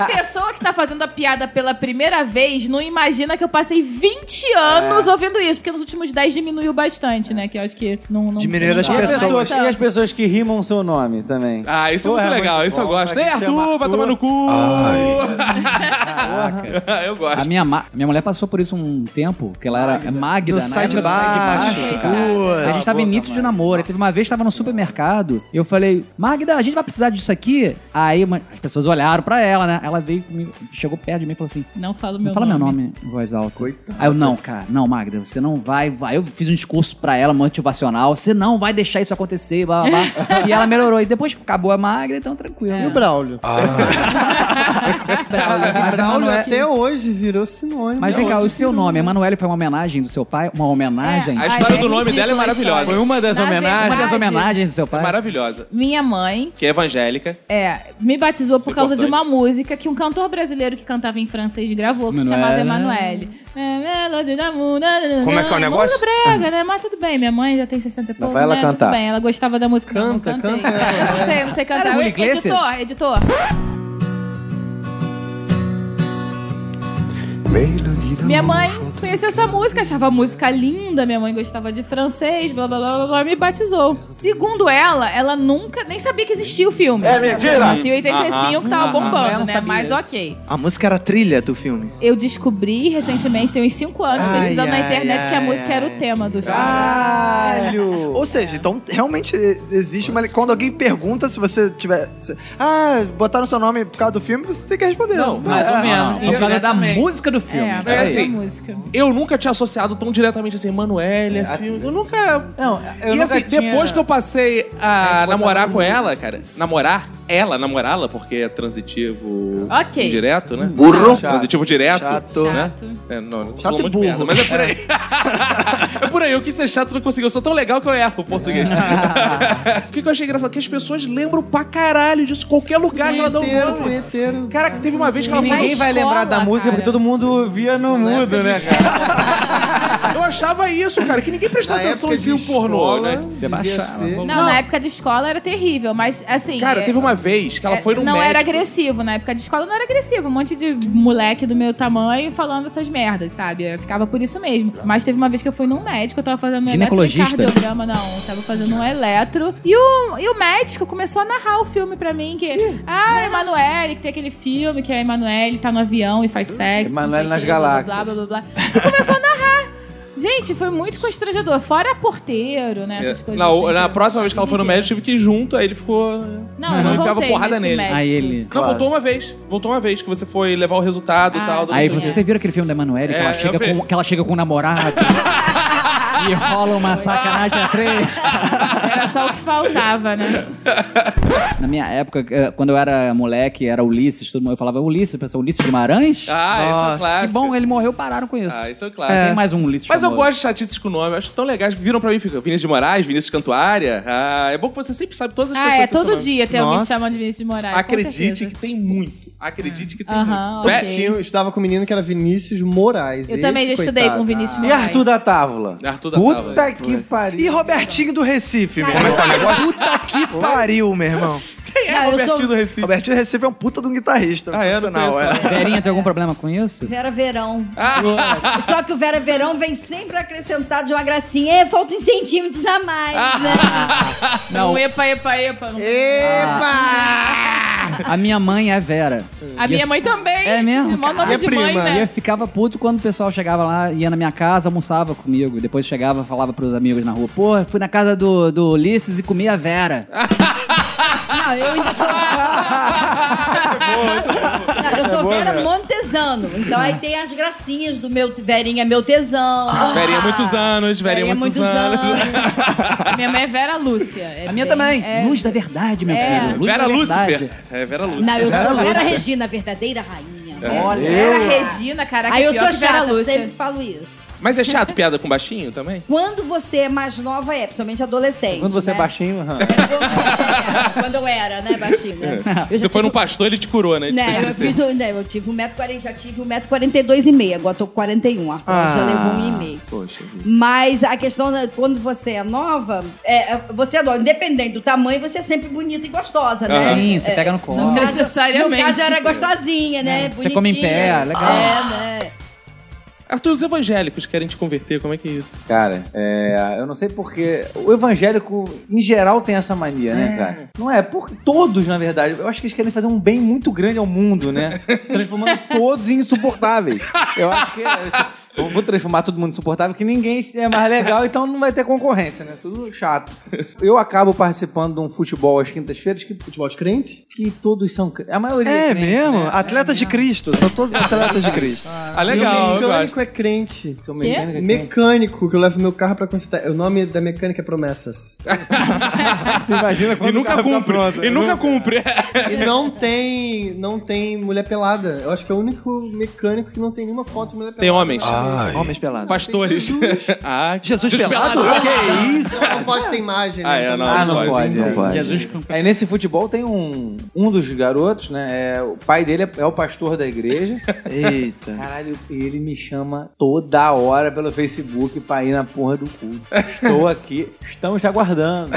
[SPEAKER 8] A pessoa que tá fazendo a piada pela primeira vez não imagina que eu passei
[SPEAKER 4] É.
[SPEAKER 8] 20 anos ouvindo isso, porque nos últimos 10 diminuiu bastante, né? Que eu acho que não. Então, não
[SPEAKER 2] Diminuíram as
[SPEAKER 8] não
[SPEAKER 4] E, as
[SPEAKER 8] dá.
[SPEAKER 4] pessoas,
[SPEAKER 8] Não.
[SPEAKER 4] e as pessoas que rimam seu nome também.
[SPEAKER 1] Ah, isso
[SPEAKER 4] Porra,
[SPEAKER 1] é muito
[SPEAKER 4] é
[SPEAKER 1] legal,
[SPEAKER 4] muito
[SPEAKER 1] isso eu
[SPEAKER 4] bom.
[SPEAKER 1] gosto.
[SPEAKER 4] Pra
[SPEAKER 1] Ei,
[SPEAKER 4] quem chama
[SPEAKER 1] Arthur, vai
[SPEAKER 4] Arthur.
[SPEAKER 1] tomar no cu!
[SPEAKER 7] Caraca.
[SPEAKER 1] [LAUGHS] eu gosto.
[SPEAKER 7] A minha, ma- minha mulher passou por isso um tempo, que ela era magra
[SPEAKER 2] Do
[SPEAKER 7] na
[SPEAKER 2] sai de
[SPEAKER 7] época do Sai de
[SPEAKER 2] baixo. Ah,
[SPEAKER 7] Baixo, cara.
[SPEAKER 2] Putz.
[SPEAKER 7] A gente tava início de namoro. Aí teve uma vez, tava no supermercado, e eu falei, Magda, a gente vai precisar disso aqui? Aí uma- as pessoas olharam pra ela, né? Ela veio comigo, chegou perto de mim e falou assim,
[SPEAKER 8] Não falo
[SPEAKER 7] não
[SPEAKER 8] meu
[SPEAKER 7] fala
[SPEAKER 8] nome.
[SPEAKER 7] meu nome em voz alta. Aí eu, não, cara, não, Magda, você não vai, vai. Eu fiz um discurso pra ela motivacional, você não vai deixar isso acontecer, blá, blá, blá. e ela melhorou. E depois acabou a Magda, então tranquilo.
[SPEAKER 5] E o Braulio?
[SPEAKER 7] Braulio, mas a
[SPEAKER 5] Braulio
[SPEAKER 8] é.
[SPEAKER 7] Manoel-
[SPEAKER 5] até hoje virou sinônimo.
[SPEAKER 7] Mas vem cá, o seu nome, Emanuele, foi uma homenagem do seu pai? Uma homenagem?
[SPEAKER 1] A
[SPEAKER 8] É,
[SPEAKER 1] história
[SPEAKER 8] Ai,
[SPEAKER 1] do
[SPEAKER 8] é
[SPEAKER 1] nome dela é
[SPEAKER 8] ridícula a
[SPEAKER 1] maravilhosa.
[SPEAKER 4] Foi um uma das
[SPEAKER 8] Na
[SPEAKER 7] Uma
[SPEAKER 4] homenagens.
[SPEAKER 7] das
[SPEAKER 8] verdade-
[SPEAKER 7] homenagens do seu
[SPEAKER 1] É
[SPEAKER 7] pai?
[SPEAKER 1] maravilhosa.
[SPEAKER 8] Minha mãe,
[SPEAKER 1] Que é evangélica.
[SPEAKER 8] é, me batizou
[SPEAKER 1] Isso
[SPEAKER 8] por
[SPEAKER 1] é
[SPEAKER 8] causa de
[SPEAKER 1] importante.
[SPEAKER 8] uma música que um cantor brasileiro que cantava em francês gravou, que se
[SPEAKER 7] Manoel.
[SPEAKER 8] chamava Emanuele. É, Como
[SPEAKER 9] é que é o negócio?
[SPEAKER 8] né, brega, né? Mas tudo bem, minha mãe já tem 60 e pouco.
[SPEAKER 4] vai ela
[SPEAKER 8] né?
[SPEAKER 4] cantar.
[SPEAKER 8] Tudo bem, ela gostava da música. Não,
[SPEAKER 5] Canta,
[SPEAKER 8] não cantei.
[SPEAKER 5] canta ela.
[SPEAKER 8] Eu não sei, eu não sei
[SPEAKER 7] Era
[SPEAKER 8] cantar.
[SPEAKER 7] Julio Iglesias?
[SPEAKER 8] editor, editor. Minha mãe conheceu essa música, achava a música linda, minha mãe gostava de francês, blá blá blá blá, blá me batizou. Segundo ela, ela nunca nem sabia que existia o filme. É mentira! Em 85 tava
[SPEAKER 7] Aham. Eu
[SPEAKER 8] bombando,
[SPEAKER 7] não
[SPEAKER 8] né?
[SPEAKER 7] sabia
[SPEAKER 8] Mas
[SPEAKER 7] isso.
[SPEAKER 8] ok.
[SPEAKER 2] A música era a trilha do filme.
[SPEAKER 8] Eu descobri recentemente, tem uns 5 anos,
[SPEAKER 2] Ai,
[SPEAKER 8] pesquisando na
[SPEAKER 2] ai,
[SPEAKER 8] internet, que a
[SPEAKER 2] ai,
[SPEAKER 8] música era o
[SPEAKER 2] ai. Ah,
[SPEAKER 8] tema do filme.
[SPEAKER 4] Caralho!
[SPEAKER 2] Ou seja, então realmente existe uma. Quando alguém pergunta se você tiver. se- ah, botaram seu nome por causa do filme, você tem que responder. Ah,
[SPEAKER 1] Não,
[SPEAKER 7] Mais ou menos. Vamos falar da música do filme.
[SPEAKER 8] É,
[SPEAKER 7] Peraí.
[SPEAKER 8] a
[SPEAKER 1] assim.
[SPEAKER 8] música.
[SPEAKER 1] Eu nunca tinha associado tão diretamente assim, Emanuele, é filme. Eu nunca.
[SPEAKER 4] Não, eu
[SPEAKER 1] e
[SPEAKER 4] nunca
[SPEAKER 1] assim,
[SPEAKER 4] tinha...
[SPEAKER 1] depois que eu passei a
[SPEAKER 4] gente
[SPEAKER 1] namorar
[SPEAKER 4] botava
[SPEAKER 1] com
[SPEAKER 4] no
[SPEAKER 1] ela,
[SPEAKER 4] list.
[SPEAKER 1] cara, namorar ela, namorá-la, porque é transitivo
[SPEAKER 8] Ok.
[SPEAKER 1] direto, né?
[SPEAKER 9] Burro.
[SPEAKER 1] Transitivo direto.
[SPEAKER 2] Chato.
[SPEAKER 1] Né?
[SPEAKER 8] Chato.
[SPEAKER 1] É, não, eu tô
[SPEAKER 2] Chato
[SPEAKER 1] falando
[SPEAKER 2] e
[SPEAKER 1] muito
[SPEAKER 2] burro.
[SPEAKER 1] merda, mas é por aí. [LAUGHS] É. por aí, eu quis ser chato não consegui. Eu sou tão legal que eu erro o
[SPEAKER 8] [LAUGHS]
[SPEAKER 1] português. o que que eu achei engraçado? Que as pessoas lembram pra caralho disso. Qualquer lugar que ela dá um
[SPEAKER 5] Punheteiro,
[SPEAKER 1] nome.
[SPEAKER 5] punheteiro.
[SPEAKER 1] Cara, que teve uma vez que ela
[SPEAKER 8] Ninguém
[SPEAKER 1] falou
[SPEAKER 4] Ninguém vai
[SPEAKER 8] escola,
[SPEAKER 4] lembrar da música
[SPEAKER 8] cara.
[SPEAKER 4] porque todo mundo via no mudo, né, cara?
[SPEAKER 1] Eu achava isso, cara, que ninguém prestava
[SPEAKER 5] Na
[SPEAKER 1] atenção
[SPEAKER 5] época
[SPEAKER 1] em
[SPEAKER 5] de
[SPEAKER 1] filme pornô,
[SPEAKER 5] escola,
[SPEAKER 1] né?
[SPEAKER 7] Você
[SPEAKER 5] devia
[SPEAKER 7] baixava,
[SPEAKER 5] ser-
[SPEAKER 7] vamos-
[SPEAKER 8] Não, na época de escola era terrível, mas assim.
[SPEAKER 1] Cara,
[SPEAKER 8] é-
[SPEAKER 1] teve uma vez que ela
[SPEAKER 8] é,
[SPEAKER 1] foi num
[SPEAKER 8] Não
[SPEAKER 1] médico.
[SPEAKER 8] era agressivo, na época de escola não era agressivo. Um monte de moleque do meu tamanho falando essas merdas, sabe? Eu ficava por isso mesmo. Mas teve uma vez que eu fui num médico, eu tava fazendo um
[SPEAKER 7] Ginecologista?
[SPEAKER 1] né?
[SPEAKER 8] eletrocardiograma, não. Eu tava fazendo um eletro. E o, e o médico começou a narrar o filme pra mim, que. ah, a Emanuele, que tem aquele filme que a Emanuele tá no avião e faz sexo. não
[SPEAKER 4] Emanuele
[SPEAKER 8] sei o
[SPEAKER 4] nas
[SPEAKER 8] quê, blá, blá,
[SPEAKER 4] galáxias.
[SPEAKER 8] Blá, blá, blá, blá. E começou a narrar. Gente, foi muito constrangedor. Fora porteiro, né? Essas coisas
[SPEAKER 1] Na,
[SPEAKER 8] assim,
[SPEAKER 1] É. na
[SPEAKER 8] que-
[SPEAKER 1] próxima vez que ela foi no médico, eu tive que ir junto, aí ele ficou.
[SPEAKER 8] Não, eu não
[SPEAKER 1] enfiava
[SPEAKER 8] voltei
[SPEAKER 1] porrada nele.
[SPEAKER 8] nesse médico.
[SPEAKER 7] Aí ele...
[SPEAKER 1] Não, voltou uma vez. Voltou uma vez que você foi levar o resultado e
[SPEAKER 8] Ah,
[SPEAKER 1] tal. da
[SPEAKER 7] Aí
[SPEAKER 8] Sim,
[SPEAKER 7] você,
[SPEAKER 8] é.
[SPEAKER 7] você viu aquele filme da Emanuele que,
[SPEAKER 1] É,
[SPEAKER 7] ela
[SPEAKER 1] eu
[SPEAKER 7] chega
[SPEAKER 1] vi.
[SPEAKER 7] com- que ela chega com
[SPEAKER 1] [LAUGHS]
[SPEAKER 7] o namorado e rola uma sacanagem
[SPEAKER 1] [LAUGHS]
[SPEAKER 7] a três.
[SPEAKER 8] Era só o que faltava, né?
[SPEAKER 7] Na minha época, eh, quando eu era moleque, era Ulisses, todo mundo eu falava Ulisses, pessoal, Ulisses Guimarães?
[SPEAKER 1] Ah, isso é
[SPEAKER 2] Nossa,
[SPEAKER 1] um
[SPEAKER 7] que
[SPEAKER 1] clássico.
[SPEAKER 7] bom, ele morreu, pararam com isso.
[SPEAKER 1] Ah, isso é um
[SPEAKER 7] Tem
[SPEAKER 1] clássico.
[SPEAKER 7] mais um Ulisses
[SPEAKER 1] Mas eu
[SPEAKER 7] famoso.
[SPEAKER 1] gosto de chatices com nome, eu acho tão legais. Viram pra mim, fica Vinícius de Moraes, Vinícius Cantuária. Ah, é bom que você sempre sabe todas as
[SPEAKER 8] Ah,
[SPEAKER 1] pessoas.
[SPEAKER 8] é,
[SPEAKER 1] que têm
[SPEAKER 8] todo
[SPEAKER 1] seu nome.
[SPEAKER 8] dia tem alguém te
[SPEAKER 2] Nossa.
[SPEAKER 8] chamando de Vinícius de Moraes. com
[SPEAKER 1] Acredite
[SPEAKER 8] certeza.
[SPEAKER 1] que tem muito. Acredite que tem
[SPEAKER 8] Aham,
[SPEAKER 1] muito.
[SPEAKER 8] ok.
[SPEAKER 5] Tinha- Eu estudava com um menino que era Vinícius Moraes. É
[SPEAKER 8] Eu também já
[SPEAKER 5] Esse,
[SPEAKER 8] estudei
[SPEAKER 5] coitado.
[SPEAKER 8] com Vinícius
[SPEAKER 4] E
[SPEAKER 8] Moraes.
[SPEAKER 4] Arthur da Távola?
[SPEAKER 1] Arthur da Távola.
[SPEAKER 4] Puta que pariu.
[SPEAKER 2] E Robertinho do Recife, meu irmão. Puta que pariu, meu irmão.
[SPEAKER 1] Quem é
[SPEAKER 6] Não, eu
[SPEAKER 1] Robertinho
[SPEAKER 6] sou-
[SPEAKER 1] do Recife?
[SPEAKER 2] Robertinho do Recife é um puta de um guitarrista.
[SPEAKER 1] Ah, é? Não
[SPEAKER 2] profissional,
[SPEAKER 1] conheço ela.
[SPEAKER 7] Verinha, tem algum problema
[SPEAKER 1] [LAUGHS]
[SPEAKER 7] com isso?
[SPEAKER 6] Vera Verão. Só que o Vera Verão vem sempre acrescentado de uma gracinha. É, falta uns centímetros a mais, né?
[SPEAKER 7] Ah.
[SPEAKER 8] Não,
[SPEAKER 1] é.
[SPEAKER 8] epa, epa, epa.
[SPEAKER 2] é.
[SPEAKER 7] A minha mãe é Vera.
[SPEAKER 8] A minha mãe também.
[SPEAKER 7] É mesmo?
[SPEAKER 8] Mó nome
[SPEAKER 5] Minha
[SPEAKER 8] de mãe,
[SPEAKER 1] É.
[SPEAKER 5] prima.
[SPEAKER 7] E eu
[SPEAKER 8] né?
[SPEAKER 7] ficava puto quando o pessoal chegava lá, ia na minha casa, almoçava comigo. Depois chegava, falava pros amigos na rua, porra, fui na casa do, do Ulisses e comi
[SPEAKER 1] [LAUGHS]
[SPEAKER 7] a Vera. Ah,
[SPEAKER 6] Não, eu ainda sou. Não, eu sou Vera Montesano. Então aí tem as gracinhas do meu Verinha Ah, Meu Tesão.
[SPEAKER 1] Ah, Verinha é muitos anos, Verinha é
[SPEAKER 6] é
[SPEAKER 1] muitos anos.
[SPEAKER 8] Minha mãe é Vera Lúcia. É
[SPEAKER 7] a minha
[SPEAKER 8] bem-
[SPEAKER 7] também.
[SPEAKER 8] é-
[SPEAKER 7] Luz da verdade, meu
[SPEAKER 8] É.
[SPEAKER 7] filho.
[SPEAKER 1] [LAUGHS]
[SPEAKER 7] Luz
[SPEAKER 1] Vera
[SPEAKER 7] da verdade.
[SPEAKER 1] Lúcifer. É, Vera
[SPEAKER 6] Não,
[SPEAKER 1] Lúcifer.
[SPEAKER 6] eu sou Vera Regina, a verdadeira rainha.
[SPEAKER 7] Olha.
[SPEAKER 8] Vera Regina, caraca,
[SPEAKER 6] Aí eu
[SPEAKER 8] pior
[SPEAKER 6] sou
[SPEAKER 8] que Vera
[SPEAKER 6] chata,
[SPEAKER 8] Lúcia.
[SPEAKER 6] sempre falo isso.
[SPEAKER 1] Mas é chato piada com baixinho também?
[SPEAKER 6] Quando você é mais nova, é, principalmente adolescente.
[SPEAKER 2] Quando você é
[SPEAKER 6] né?
[SPEAKER 2] baixinho, aham.
[SPEAKER 6] Quando eu era, né, baixinho. Né? Eu já
[SPEAKER 1] Você foi num pastor, ele te curou, né? Ele te
[SPEAKER 6] Né,
[SPEAKER 1] fez
[SPEAKER 6] eu,
[SPEAKER 1] crescer.
[SPEAKER 6] fiz, um- né, eu tive 1,40m, já tive 1,42m e meio, agora tô com 41, a ah. já levou 1,5m.
[SPEAKER 13] Poxa vida.
[SPEAKER 6] Mas a questão, né, quando você é nova, é, é, você é nova, independente do tamanho, você é sempre bonita e gostosa, né?
[SPEAKER 1] Aham.
[SPEAKER 7] Sim, você pega no colo.
[SPEAKER 6] No caso-
[SPEAKER 8] Necessariamente.
[SPEAKER 6] No caso, eu era gostosinha, né?
[SPEAKER 7] É, você come em pé,
[SPEAKER 6] Bonitinha.
[SPEAKER 7] legal.
[SPEAKER 6] É, né?
[SPEAKER 1] Arthur, os evangélicos querem te converter, como é que é isso?
[SPEAKER 2] Cara, é, eu não sei porque. O evangélico, em geral, tem essa mania, né, cara? Não é? Porque todos, na verdade, eu acho que eles querem fazer um bem muito grande ao mundo, né? Transformando todos em insuportáveis. Eu acho que. é isso. Eu vou transformar todo mundo em insuportável, que ninguém é mais legal, então não vai ter concorrência, né? Tudo chato. Eu acabo participando de um futebol às quintas-feiras que,
[SPEAKER 9] Futebol de crente?
[SPEAKER 2] que todos são. cre- A maioria.
[SPEAKER 13] É
[SPEAKER 2] crente,
[SPEAKER 13] mesmo?
[SPEAKER 2] né?
[SPEAKER 13] Atletas de Cristo. São
[SPEAKER 2] [LAUGHS]
[SPEAKER 13] todos atletas de Cristo.
[SPEAKER 1] Ah, legal, eu
[SPEAKER 9] Meu
[SPEAKER 1] gosto.
[SPEAKER 9] mecânico é crente.
[SPEAKER 2] São
[SPEAKER 9] né?
[SPEAKER 2] mecânicos, crente.
[SPEAKER 9] Mecânico, que eu levo meu carro pra consertar. O nome da mecânica é Promessas.
[SPEAKER 2] Imagina
[SPEAKER 1] E nunca cumpre,
[SPEAKER 2] né?
[SPEAKER 1] e nunca cumpre.
[SPEAKER 9] E não tem, não tem mulher pelada. Eu acho que é o único mecânico que não tem nenhuma foto de mulher pelada.
[SPEAKER 1] Tem homens,
[SPEAKER 14] Ai,
[SPEAKER 13] Homens pelados.
[SPEAKER 1] pastores. [LAUGHS] ah,
[SPEAKER 13] Jesus pelado? Que isso?
[SPEAKER 9] né? Não pode ter imagem.
[SPEAKER 1] Ah, é,
[SPEAKER 9] Então,
[SPEAKER 1] não,
[SPEAKER 2] Ah, não
[SPEAKER 1] pode,
[SPEAKER 2] pode.
[SPEAKER 13] não
[SPEAKER 2] é.
[SPEAKER 13] pode.
[SPEAKER 7] Jesus com
[SPEAKER 2] Aí nesse futebol tem um, um dos garotos, né? é, o pai dele é, é o pastor da igreja.
[SPEAKER 13] [LAUGHS] Eita.
[SPEAKER 2] Caralho, e ele me chama toda hora pelo Facebook pra ir na porra do culto. Estou aqui, estamos
[SPEAKER 13] [LAUGHS]
[SPEAKER 2] te aguardando.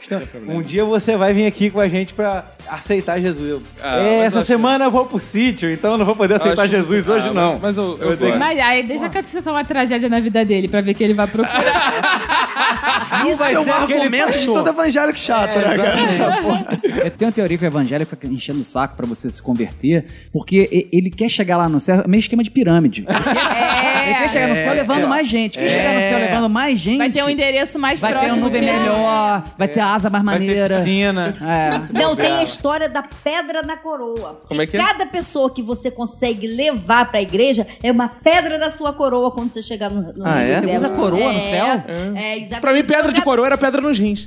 [SPEAKER 2] Estamos- Um dia você vai vir aqui com a gente pra aceitar Jesus. Eu,
[SPEAKER 1] Ah,
[SPEAKER 2] é,
[SPEAKER 1] mas
[SPEAKER 2] essa
[SPEAKER 1] acho-
[SPEAKER 2] semana eu vou pro sítio, então eu não vou poder aceitar
[SPEAKER 1] acho-
[SPEAKER 2] Jesus hoje,
[SPEAKER 1] Ah,
[SPEAKER 2] não.
[SPEAKER 1] Mas eu, eu,
[SPEAKER 2] tenho-
[SPEAKER 1] gosto.
[SPEAKER 8] Mas aí, deixa que isso é uma tragédia na vida dele, pra ver que ele vai procurar.
[SPEAKER 13] Isso é um
[SPEAKER 2] ser aquele
[SPEAKER 13] argumento de
[SPEAKER 2] pastor.
[SPEAKER 13] todo evangélico chato, né, cara? Essa porra.
[SPEAKER 7] Eu tenho uma teoria que o evangélico fica enchendo o saco pra você se converter, porque e- ele quer chegar lá no céu, é meio esquema
[SPEAKER 1] [LAUGHS]
[SPEAKER 7] de pirâmide.
[SPEAKER 8] É.
[SPEAKER 1] É.
[SPEAKER 7] Ele quer É. chegar no céu levando mais gente. Quem chegar no céu levando mais gente.
[SPEAKER 8] Vai ter um endereço mais
[SPEAKER 7] vai ter um
[SPEAKER 8] próximo.
[SPEAKER 7] nuvem
[SPEAKER 8] de-
[SPEAKER 7] melhor, vai
[SPEAKER 1] É.
[SPEAKER 7] ter asa mais
[SPEAKER 2] Vai ter
[SPEAKER 7] maneira.
[SPEAKER 2] piscina.
[SPEAKER 7] É.
[SPEAKER 6] Não, tem a história da pedra na coroa.
[SPEAKER 1] Como é que é?
[SPEAKER 6] Cada pessoa que você consegue levar pra igreja é uma pedra da sua coroa quando você chegar no, no
[SPEAKER 13] Ah, é?
[SPEAKER 6] no céu.
[SPEAKER 7] Você usa coroa no
[SPEAKER 6] É,
[SPEAKER 7] céu?
[SPEAKER 6] É, exatamente.
[SPEAKER 1] Pra mim, pedra de
[SPEAKER 6] Então,
[SPEAKER 1] coroa era pedra nos rins.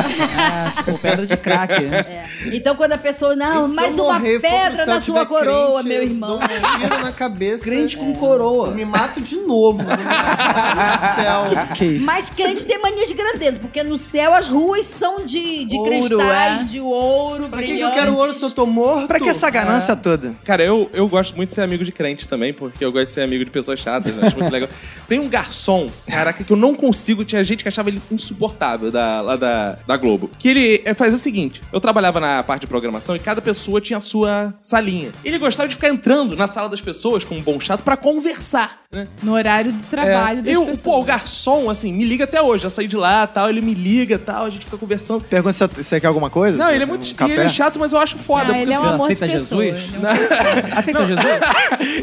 [SPEAKER 7] Ah, pô, pedra de craque.
[SPEAKER 6] cada- Então, quando a pessoa, não,
[SPEAKER 9] se eu
[SPEAKER 6] mais uma
[SPEAKER 9] morrer, for pro
[SPEAKER 6] pedra
[SPEAKER 9] céu,
[SPEAKER 6] da
[SPEAKER 9] tiver
[SPEAKER 6] sua coroa,
[SPEAKER 9] crente,
[SPEAKER 6] meu
[SPEAKER 9] eu
[SPEAKER 6] irmão.
[SPEAKER 9] Dou um tiro na cabeça.
[SPEAKER 6] Crente com
[SPEAKER 9] Eu
[SPEAKER 6] coroa.
[SPEAKER 9] me mato de novo. né? eu me mato
[SPEAKER 13] [LAUGHS]
[SPEAKER 9] no céu.
[SPEAKER 6] Mas crente tem mania de grandeza, porque no céu as ruas são de, de
[SPEAKER 8] Ouro,
[SPEAKER 6] cristais,
[SPEAKER 8] é.
[SPEAKER 6] de ouro,
[SPEAKER 9] Pra que, que eu
[SPEAKER 6] brilhante.
[SPEAKER 9] quero ouro se eu tô morto?
[SPEAKER 13] Pra que essa ganância toda?
[SPEAKER 1] Cara, eu, eu gosto muito de ser amigo de crente também, porque eu gosto de ser amigo de pessoas chatas, né? acho muito
[SPEAKER 8] [LAUGHS]
[SPEAKER 1] legal. Tem um garçom, caraca, que eu não consigo, tinha gente que achava ele insuportável da, lá da, da Globo. Que ele eh, fazia o seguinte: eu trabalhava na parte de programação e cada pessoa tinha a sua salinha. Ele gostava de ficar entrando na sala das pessoas, como um bom chato, pra conversar, né?
[SPEAKER 8] No horário do É. trabalho das
[SPEAKER 1] É. eu,
[SPEAKER 8] pessoas.
[SPEAKER 1] pô, o garçom, assim, me liga até hoje, eu saí de lá tal, ele me liga tal, a gente fica conversando.
[SPEAKER 13] Pergunta se você quer alguma coisa?
[SPEAKER 1] Não,
[SPEAKER 13] Se
[SPEAKER 1] ele é
[SPEAKER 13] você-
[SPEAKER 1] muito.
[SPEAKER 13] um
[SPEAKER 1] e
[SPEAKER 13] café?
[SPEAKER 1] ele é chato, mas eu acho foda.
[SPEAKER 8] Ah,
[SPEAKER 1] porque assim,
[SPEAKER 8] ele é um
[SPEAKER 7] Você
[SPEAKER 8] amor de
[SPEAKER 7] aceita
[SPEAKER 8] pessoa.
[SPEAKER 7] Jesus?
[SPEAKER 8] ele é um-
[SPEAKER 7] Aceita Jesus?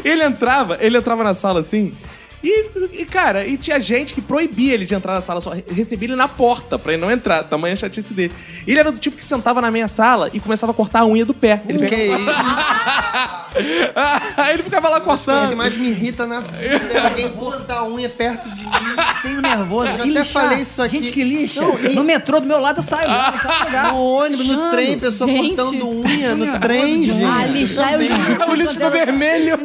[SPEAKER 1] [LAUGHS] ele entrava, ele entrava na sala assim. E, e, cara, e tinha gente que proibia ele de entrar na sala, só re- recebia ele na porta pra ele não entrar, tamanha chatice dele. Ele era do tipo que sentava na minha sala e começava a cortar a unha do pé. Ele
[SPEAKER 13] Que
[SPEAKER 1] pegava-
[SPEAKER 13] isso?
[SPEAKER 1] [LAUGHS] Aí ele ficava lá
[SPEAKER 9] O que
[SPEAKER 1] cortando.
[SPEAKER 9] mais me irrita na vida é alguém cortar a unha perto de mim.
[SPEAKER 7] Tenho nervoso.
[SPEAKER 9] Eu já
[SPEAKER 7] Que
[SPEAKER 9] até
[SPEAKER 7] lixar.
[SPEAKER 9] falei isso aqui.
[SPEAKER 7] Gente, que lixa.
[SPEAKER 9] Não, e-
[SPEAKER 7] No metrô do meu lado eu saio. eu saio pegar.
[SPEAKER 9] No ônibus, no trem, pessoa
[SPEAKER 8] gente.
[SPEAKER 9] cortando unha, no trem, gente.
[SPEAKER 6] Ah, lixar é o
[SPEAKER 1] [LAUGHS]
[SPEAKER 6] lixo.
[SPEAKER 1] O lixo ficou vermelho.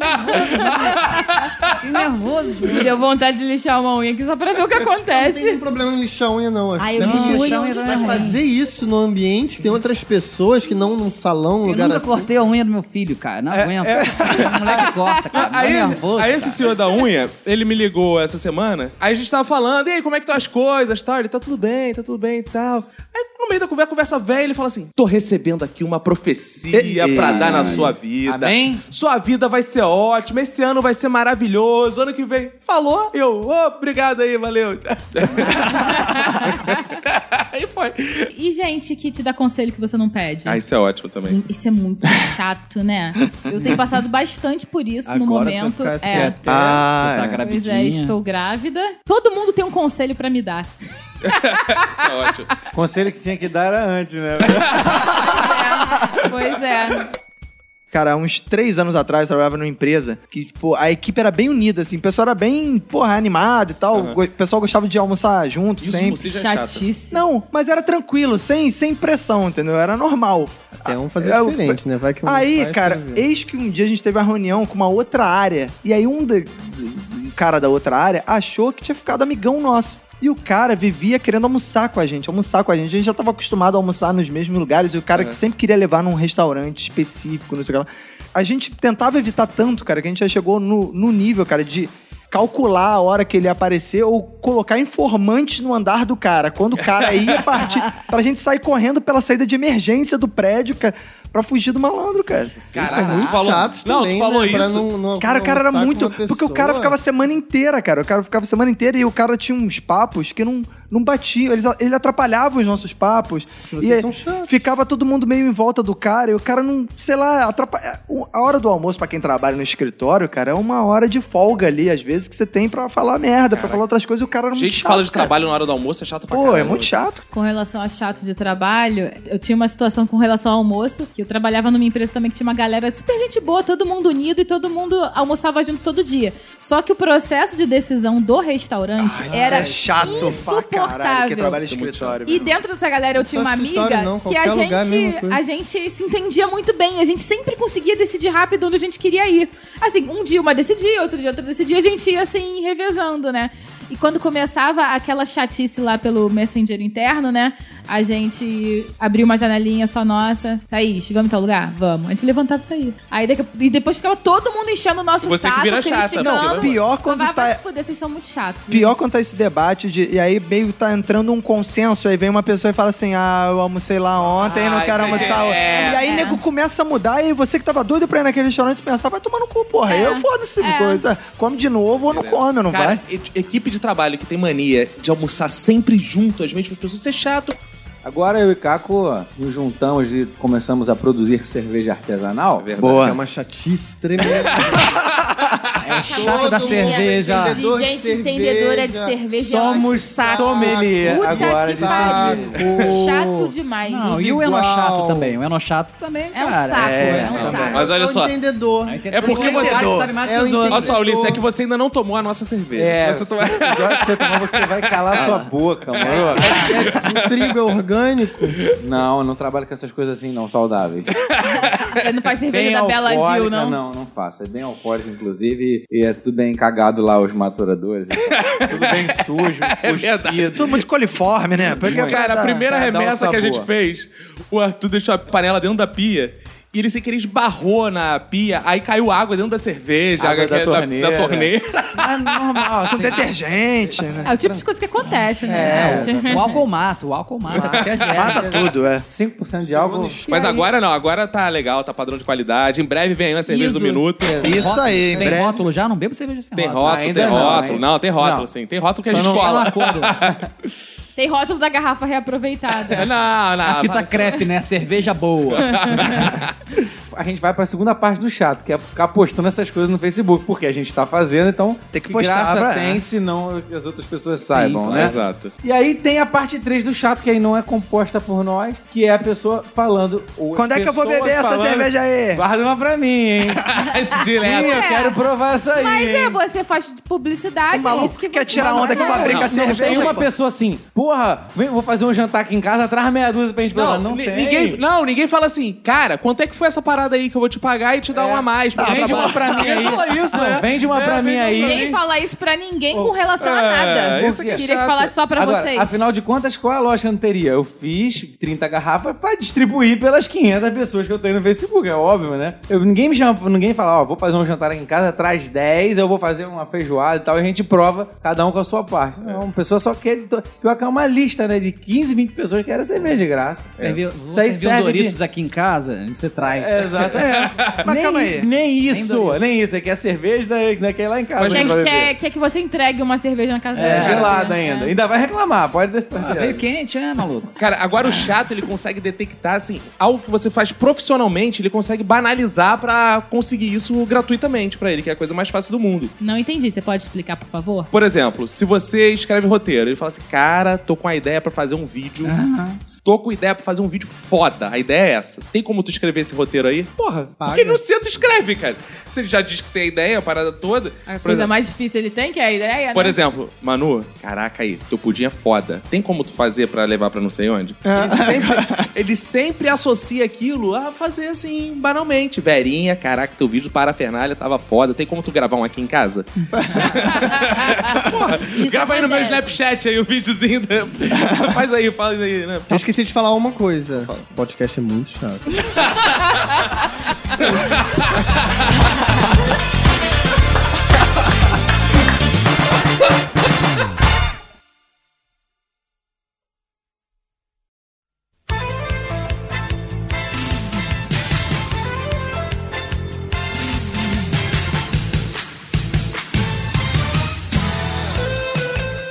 [SPEAKER 7] Que nervoso. gente.
[SPEAKER 8] Me deu vontade de lixar uma unha aqui só pra ver o que
[SPEAKER 9] Não tem
[SPEAKER 8] acontece.
[SPEAKER 9] nenhum problema em lixar a unha, não. Acho.
[SPEAKER 6] Ah, eu
[SPEAKER 9] Não é
[SPEAKER 6] lixo
[SPEAKER 9] bonito.
[SPEAKER 6] a
[SPEAKER 7] Chão
[SPEAKER 6] unha
[SPEAKER 7] e
[SPEAKER 8] né?
[SPEAKER 6] de
[SPEAKER 7] não é
[SPEAKER 9] Mas
[SPEAKER 7] ruim.
[SPEAKER 9] fazer isso num ambiente que tem outras pessoas que não num salão, um
[SPEAKER 7] Eu
[SPEAKER 9] lugar
[SPEAKER 7] nunca
[SPEAKER 9] assim. É,
[SPEAKER 7] cortei a unha do meu filho, cara. Não aguento. O moleque corta, cara. Dá
[SPEAKER 1] Ah, Aí,
[SPEAKER 7] Tá nervoso.
[SPEAKER 1] aí esse senhor da unha, ele me ligou essa semana. Aí a gente tava falando, e aí, como é que estão as coisas, tal? Ele, tá tudo bem, tá tudo bem e tal. Aí, no meio da conversa, conversa velha, ele fala assim, tô recebendo aqui uma profecia pra dar na sua vida.
[SPEAKER 2] Amém?
[SPEAKER 1] Sua vida vai ser ótima, esse ano vai ser maravilhoso, ano que vem. Falou, eu, "Ô, obrigado aí, valeu. [LAUGHS] aí foi.
[SPEAKER 8] E gente que te dá conselho que você não pede?
[SPEAKER 1] Ah, isso é ótimo também.
[SPEAKER 8] Gente, Isso é muito chato, né? Eu tenho passado bastante por isso no
[SPEAKER 9] Agora tu vai
[SPEAKER 8] momento.
[SPEAKER 9] ficar assim
[SPEAKER 8] é.
[SPEAKER 9] até-
[SPEAKER 7] Tá
[SPEAKER 13] Ah, é.
[SPEAKER 8] Pois
[SPEAKER 7] gravidinha.
[SPEAKER 8] é, estou grávida. Todo mundo tem um conselho pra me dar.
[SPEAKER 1] Isso é ótimo.
[SPEAKER 2] Conselho que tinha que dar era antes, né?
[SPEAKER 8] Pois [LAUGHS] é.
[SPEAKER 13] [LAUGHS] Cara, há uns três anos atrás eu trabalhava numa empresa que, tipo, a equipe era bem unida, assim. O pessoal era bem, porra, animado e tal. O pessoal gostava de almoçar junto
[SPEAKER 1] Isso
[SPEAKER 13] sempre.
[SPEAKER 1] você já é chato.
[SPEAKER 8] Chatíssimo.
[SPEAKER 13] Não, mas era tranquilo, sem, sem pressão, entendeu? Era normal.
[SPEAKER 9] É um fazer
[SPEAKER 13] É, o-
[SPEAKER 9] diferente, né? Vai que um
[SPEAKER 13] Aí,
[SPEAKER 9] faz,
[SPEAKER 13] cara,
[SPEAKER 9] faz ver.
[SPEAKER 13] eis que um dia a gente teve uma reunião com uma outra área. E aí um da-
[SPEAKER 2] um cara da outra área achou que tinha ficado amigão nosso. E o cara vivia querendo almoçar com a gente, almoçar com a gente. A gente já tava acostumado a almoçar nos mesmos lugares e o cara que sempre queria levar num restaurante específico, não sei o que lá. A gente tentava evitar tanto, cara, que a gente já chegou no, no nível, cara, de calcular a hora que ele ia aparecer ou colocar informantes no andar do cara. Quando o cara ia partir, pra gente sair correndo pela saída de emergência do prédio, cara, pra fugir do malandro, cara.
[SPEAKER 1] é
[SPEAKER 5] Eles são muito chatos
[SPEAKER 1] Não,
[SPEAKER 5] também,
[SPEAKER 1] tu falou
[SPEAKER 5] né? Pra
[SPEAKER 1] isso.
[SPEAKER 5] não- não
[SPEAKER 2] Cara, o cara era
[SPEAKER 5] almoçar com
[SPEAKER 2] muito.
[SPEAKER 5] uma pessoa.
[SPEAKER 2] Porque o cara ficava assim, a semana inteira, cara. O cara ficava a semana inteira e o cara tinha uns papos que não, não batiam. Eles, ele atrapalhava os nossos papos.
[SPEAKER 5] Vocês
[SPEAKER 2] e
[SPEAKER 5] são chatos.
[SPEAKER 2] ficava todo mundo meio em volta do cara e o cara não, sei lá, atrapalha. A hora do almoço pra quem trabalha no escritório, cara, é uma hora de folga ali, às vezes, que você tem pra falar merda, pra falar outras coisas e o cara era muito
[SPEAKER 1] Gente que
[SPEAKER 2] chato.
[SPEAKER 1] fala de
[SPEAKER 2] cara.
[SPEAKER 1] trabalho na hora do almoço é chato pra
[SPEAKER 2] Pô,
[SPEAKER 1] caralho.
[SPEAKER 2] é muito chato.
[SPEAKER 8] Com relação a chato de trabalho, eu tinha uma situação com relação ao almoço, que eu trabalhava numa empresa também que tinha uma galera super gente boa, todo mundo unido e todo mundo almoçava junto todo dia. Só que o processo de decisão do restaurante era
[SPEAKER 2] É chato pra caralho
[SPEAKER 8] insuportável.
[SPEAKER 2] quem trabalha
[SPEAKER 1] é
[SPEAKER 2] no escritório.
[SPEAKER 8] E dentro dessa galera eu
[SPEAKER 5] Não
[SPEAKER 8] tinha
[SPEAKER 5] só
[SPEAKER 8] uma
[SPEAKER 5] escritório,
[SPEAKER 8] amiga
[SPEAKER 5] não,
[SPEAKER 8] que a
[SPEAKER 5] qualquer lugar é a mesma
[SPEAKER 8] gente,
[SPEAKER 5] coisa.
[SPEAKER 8] a gente se entendia muito bem, a gente sempre conseguia decidir rápido onde a gente queria ir. Assim, um dia uma decidia, outro dia outra decidia, a gente ia assim revezando, né? E quando começava aquela chatice lá pelo Messenger interno, né? A gente abria uma janelinha só nossa. Thaís, vamos em tal lugar? Vamos. A gente levantava e saía. Aí daqui- e depois ficava todo mundo enchendo o nosso
[SPEAKER 1] Você que
[SPEAKER 8] saco,
[SPEAKER 1] vira chata,
[SPEAKER 8] criticando.
[SPEAKER 1] porque vai-
[SPEAKER 2] Pior quando
[SPEAKER 8] vai, vai
[SPEAKER 2] tá-
[SPEAKER 8] se fuder, vocês são muito chatos.
[SPEAKER 2] Pior quando tá esse debate de. E aí meio tá entrando um consenso, aí vem uma pessoa e fala assim: ah, eu almocei lá ontem,
[SPEAKER 1] Ah,
[SPEAKER 2] não quero
[SPEAKER 1] isso aí
[SPEAKER 2] almoçar. hoje."
[SPEAKER 1] é.
[SPEAKER 2] E aí
[SPEAKER 8] É.
[SPEAKER 2] nego começa a mudar, e aí você que tava doido pra ir naquele restaurante pensar, vai tomar no cu, porra.
[SPEAKER 8] É.
[SPEAKER 2] Eu foda-se,
[SPEAKER 8] É.
[SPEAKER 2] coisa. Come de novo ou não come, não
[SPEAKER 1] Cara,
[SPEAKER 2] vai?
[SPEAKER 1] e- equipe de trabalho que tem mania de almoçar sempre junto, as mesmas pessoas, isso é chato.
[SPEAKER 4] Agora eu e Caco nos juntamos e começamos a produzir cerveja artesanal.
[SPEAKER 5] É uma chatice tremenda.
[SPEAKER 7] É chato da
[SPEAKER 5] Todo mundo
[SPEAKER 7] cerveja.
[SPEAKER 5] entendeu. Vendedor de
[SPEAKER 9] é
[SPEAKER 8] gente entendedora de
[SPEAKER 5] cerveja.
[SPEAKER 8] cerveja. é um
[SPEAKER 4] Somos
[SPEAKER 8] saco.
[SPEAKER 4] sommelier
[SPEAKER 8] Puta
[SPEAKER 4] agora
[SPEAKER 8] que
[SPEAKER 4] de
[SPEAKER 8] pariu.
[SPEAKER 4] cerveja.
[SPEAKER 8] Chato demais.
[SPEAKER 7] Não, e
[SPEAKER 5] Individual.
[SPEAKER 7] o Enochato também. O Enochato também,
[SPEAKER 8] É um
[SPEAKER 7] cara.
[SPEAKER 8] saco, é, um
[SPEAKER 7] também.
[SPEAKER 8] saco.
[SPEAKER 1] [LAUGHS] Mas olha
[SPEAKER 5] É um
[SPEAKER 1] só.
[SPEAKER 5] entendedor.
[SPEAKER 1] É porque você-
[SPEAKER 7] sabe mais
[SPEAKER 5] É
[SPEAKER 7] que os
[SPEAKER 5] um
[SPEAKER 1] Olha
[SPEAKER 7] outros.
[SPEAKER 1] só, Ulisses, é que você ainda não tomou a nossa cerveja.
[SPEAKER 4] É,
[SPEAKER 1] Se
[SPEAKER 4] se
[SPEAKER 1] você tomar...
[SPEAKER 4] você tomar, você vai calar
[SPEAKER 1] Ah.
[SPEAKER 4] sua boca, mano.
[SPEAKER 5] É, o trigo é orgânico.
[SPEAKER 4] Não, eu não trabalho com essas coisas assim, não, saudáveis.
[SPEAKER 8] Ele não faz cerveja
[SPEAKER 4] Bem
[SPEAKER 8] da Bela
[SPEAKER 4] alcoólica,
[SPEAKER 8] Gil, não.
[SPEAKER 4] Não, não faço. É bem alcoólico, inclusive, e é tudo bem cagado lá, os maturadores.
[SPEAKER 1] [LAUGHS]
[SPEAKER 4] tudo bem sujo,
[SPEAKER 1] É verdade.
[SPEAKER 2] Todo mundo de coliforme, né? Porque,
[SPEAKER 1] [LAUGHS] Cara, a primeira
[SPEAKER 4] pra dar um
[SPEAKER 1] remessa que a
[SPEAKER 4] sabor.
[SPEAKER 1] gente fez, o Arthur deixou a panela dentro da pia. E ele sem querer esbarrou na pia, aí caiu água dentro da cerveja, água,
[SPEAKER 4] Água da
[SPEAKER 1] que é da-
[SPEAKER 4] torneira.
[SPEAKER 1] da torneira.
[SPEAKER 2] [LAUGHS]
[SPEAKER 4] Ah, normal,
[SPEAKER 2] Com
[SPEAKER 4] assim.
[SPEAKER 2] detergente, né?
[SPEAKER 8] É o tipo de coisa que acontece, né,
[SPEAKER 7] É,
[SPEAKER 8] gente?
[SPEAKER 7] o álcool mata, o álcool
[SPEAKER 9] Ah,
[SPEAKER 7] mata. qualquer
[SPEAKER 2] Mata
[SPEAKER 7] dieta.
[SPEAKER 2] tudo, é.
[SPEAKER 4] 5% de álcool.
[SPEAKER 1] Mas agora não, agora tá legal, tá padrão de qualidade. Em breve vem aí uma cerveja do
[SPEAKER 8] Iso.
[SPEAKER 1] minuto.
[SPEAKER 7] Tem
[SPEAKER 2] Isso
[SPEAKER 7] rótulo?
[SPEAKER 2] aí, em
[SPEAKER 7] Tem
[SPEAKER 2] breve.
[SPEAKER 7] rótulo já? Não bebo cerveja sem
[SPEAKER 1] Tem
[SPEAKER 7] rótulo.
[SPEAKER 1] rótulo, tem
[SPEAKER 4] ainda não,
[SPEAKER 1] rótulo.
[SPEAKER 4] hein?
[SPEAKER 1] Não, tem rótulo,
[SPEAKER 4] Não.
[SPEAKER 1] sim. Tem rótulo que a
[SPEAKER 7] Só
[SPEAKER 1] gente
[SPEAKER 7] não
[SPEAKER 1] cola.
[SPEAKER 7] fala quando.
[SPEAKER 8] [LAUGHS] Tem rótulo da garrafa reaproveitada.
[SPEAKER 1] [LAUGHS] Não, não.
[SPEAKER 7] A fita
[SPEAKER 1] fala-
[SPEAKER 7] crepe, né? Cerveja boa.
[SPEAKER 1] [LAUGHS]
[SPEAKER 4] A gente vai pra segunda parte do chato, que é ficar postando essas coisas no Facebook, porque a gente tá fazendo, então.
[SPEAKER 2] Tem que postar,
[SPEAKER 4] graça
[SPEAKER 2] pra-
[SPEAKER 4] tem, senão as outras pessoas saibam,
[SPEAKER 7] claro.
[SPEAKER 4] né?
[SPEAKER 1] Exato.
[SPEAKER 4] E aí tem a parte 3 do chato, que aí não é composta por nós, que é a pessoa falando. ou as
[SPEAKER 2] Quando é que eu vou
[SPEAKER 4] pessoas
[SPEAKER 2] beber essa
[SPEAKER 4] falando,
[SPEAKER 2] cerveja aí?
[SPEAKER 4] Guarda uma pra mim, hein?
[SPEAKER 1] Esse
[SPEAKER 4] Ih,
[SPEAKER 1] direto.
[SPEAKER 4] [LAUGHS] eu quero provar essa aí.
[SPEAKER 8] É, Mas é,
[SPEAKER 4] hein?
[SPEAKER 8] você faz
[SPEAKER 2] O
[SPEAKER 8] publicidade, é
[SPEAKER 2] maluco
[SPEAKER 8] isso que
[SPEAKER 2] quer
[SPEAKER 8] você né?
[SPEAKER 2] tirar
[SPEAKER 8] faz.
[SPEAKER 2] onda que
[SPEAKER 1] não,
[SPEAKER 2] fabrica
[SPEAKER 1] não,
[SPEAKER 2] cerveja.
[SPEAKER 4] Tem uma
[SPEAKER 2] pô.
[SPEAKER 4] pessoa assim, porra, vem, vou fazer um jantar aqui em casa, traz meia dúzia pra gente provar. Não,
[SPEAKER 1] ni-
[SPEAKER 4] tem.
[SPEAKER 1] ninguém, não, ninguém fala assim, cara, quanto é que foi essa parada aí que eu vou te pagar e te dar uma a mais? porque eu
[SPEAKER 4] Vende uma
[SPEAKER 1] trabalho."
[SPEAKER 4] É. Ah, pra
[SPEAKER 1] [LAUGHS]
[SPEAKER 4] mim aí.
[SPEAKER 1] Ninguém fala isso,
[SPEAKER 4] Não,
[SPEAKER 1] né?
[SPEAKER 4] Vende uma
[SPEAKER 1] É,
[SPEAKER 4] pra mim
[SPEAKER 1] vende uma
[SPEAKER 4] aí.
[SPEAKER 8] Ninguém fala isso pra ninguém com relação
[SPEAKER 1] É,
[SPEAKER 8] a nada.
[SPEAKER 1] isso que é
[SPEAKER 8] Queria
[SPEAKER 1] chato.
[SPEAKER 8] que falasse só pra
[SPEAKER 4] Agora,
[SPEAKER 8] vocês.
[SPEAKER 4] afinal de contas, qual a lógica não teria? Eu fiz 30 garrafas pra distribuir pelas 500 pessoas que eu tenho no Facebook, é óbvio, né? Eu, ninguém me chama, ninguém fala, ó, vou fazer um jantar aqui em casa, traz 10, eu vou fazer uma feijoada e tal, e a gente prova, cada um com a sua parte. Não, uma pessoa só quer... to- Pior que é uma lista, né, de 15, 20 pessoas que era cerveja de graça.
[SPEAKER 2] É.
[SPEAKER 7] Serviu, vou
[SPEAKER 4] Isso aí
[SPEAKER 7] servir os
[SPEAKER 4] serve
[SPEAKER 7] Doritos
[SPEAKER 4] de-
[SPEAKER 7] aqui em casa, você trai.
[SPEAKER 4] É, exato, é.
[SPEAKER 2] Mas
[SPEAKER 4] nem,
[SPEAKER 2] calma aí.
[SPEAKER 4] Nem isso,
[SPEAKER 7] Doritos.
[SPEAKER 4] nem, isso. É que a cerveja da, daquele lá em casa.
[SPEAKER 8] Quer,
[SPEAKER 4] que vai
[SPEAKER 8] quer,
[SPEAKER 4] beber.
[SPEAKER 8] quer que você entregue uma cerveja na casa
[SPEAKER 4] É,
[SPEAKER 8] dela.
[SPEAKER 4] gelada
[SPEAKER 8] É.
[SPEAKER 4] ainda. Ainda vai reclamar, pode ter certeza.
[SPEAKER 7] Veio quente, né, maluco?
[SPEAKER 1] Cara, agora o chato, ele consegue detectar, assim, algo que você faz profissionalmente, ele consegue banalizar pra conseguir isso gratuitamente pra ele, que é a coisa mais fácil do mundo.
[SPEAKER 8] Não entendi, você pode explicar, por favor?
[SPEAKER 1] Por exemplo, se você escreve roteiro, ele fala assim, cara, tô com a ideia pra fazer um vídeo Tô com ideia pra fazer um vídeo foda. A ideia é essa. Tem como tu escrever esse roteiro aí? Porra, por que não senta e escreve, cara? Se ele já diz que tem a ideia, a parada toda.
[SPEAKER 8] A
[SPEAKER 4] É,
[SPEAKER 1] Por
[SPEAKER 8] coisa
[SPEAKER 1] exemplo-
[SPEAKER 8] mais difícil ele tem, que é a ideia. né?
[SPEAKER 1] Por exemplo, Manu, caraca aí, teu pudim é foda. Tem como tu fazer pra levar pra não sei onde? Ele, sempre, ele sempre associa aquilo a fazer assim, banalmente. Verinha, caraca, teu vídeo para a Fernália tava foda. Tem como tu gravar um aqui em casa? Porra, grava aí no meu Snapchat aí o videozinho. da- [LAUGHS] faz aí, faz aí, né?
[SPEAKER 5] Eu esqueci de falar uma coisa. O podcast é muito chato.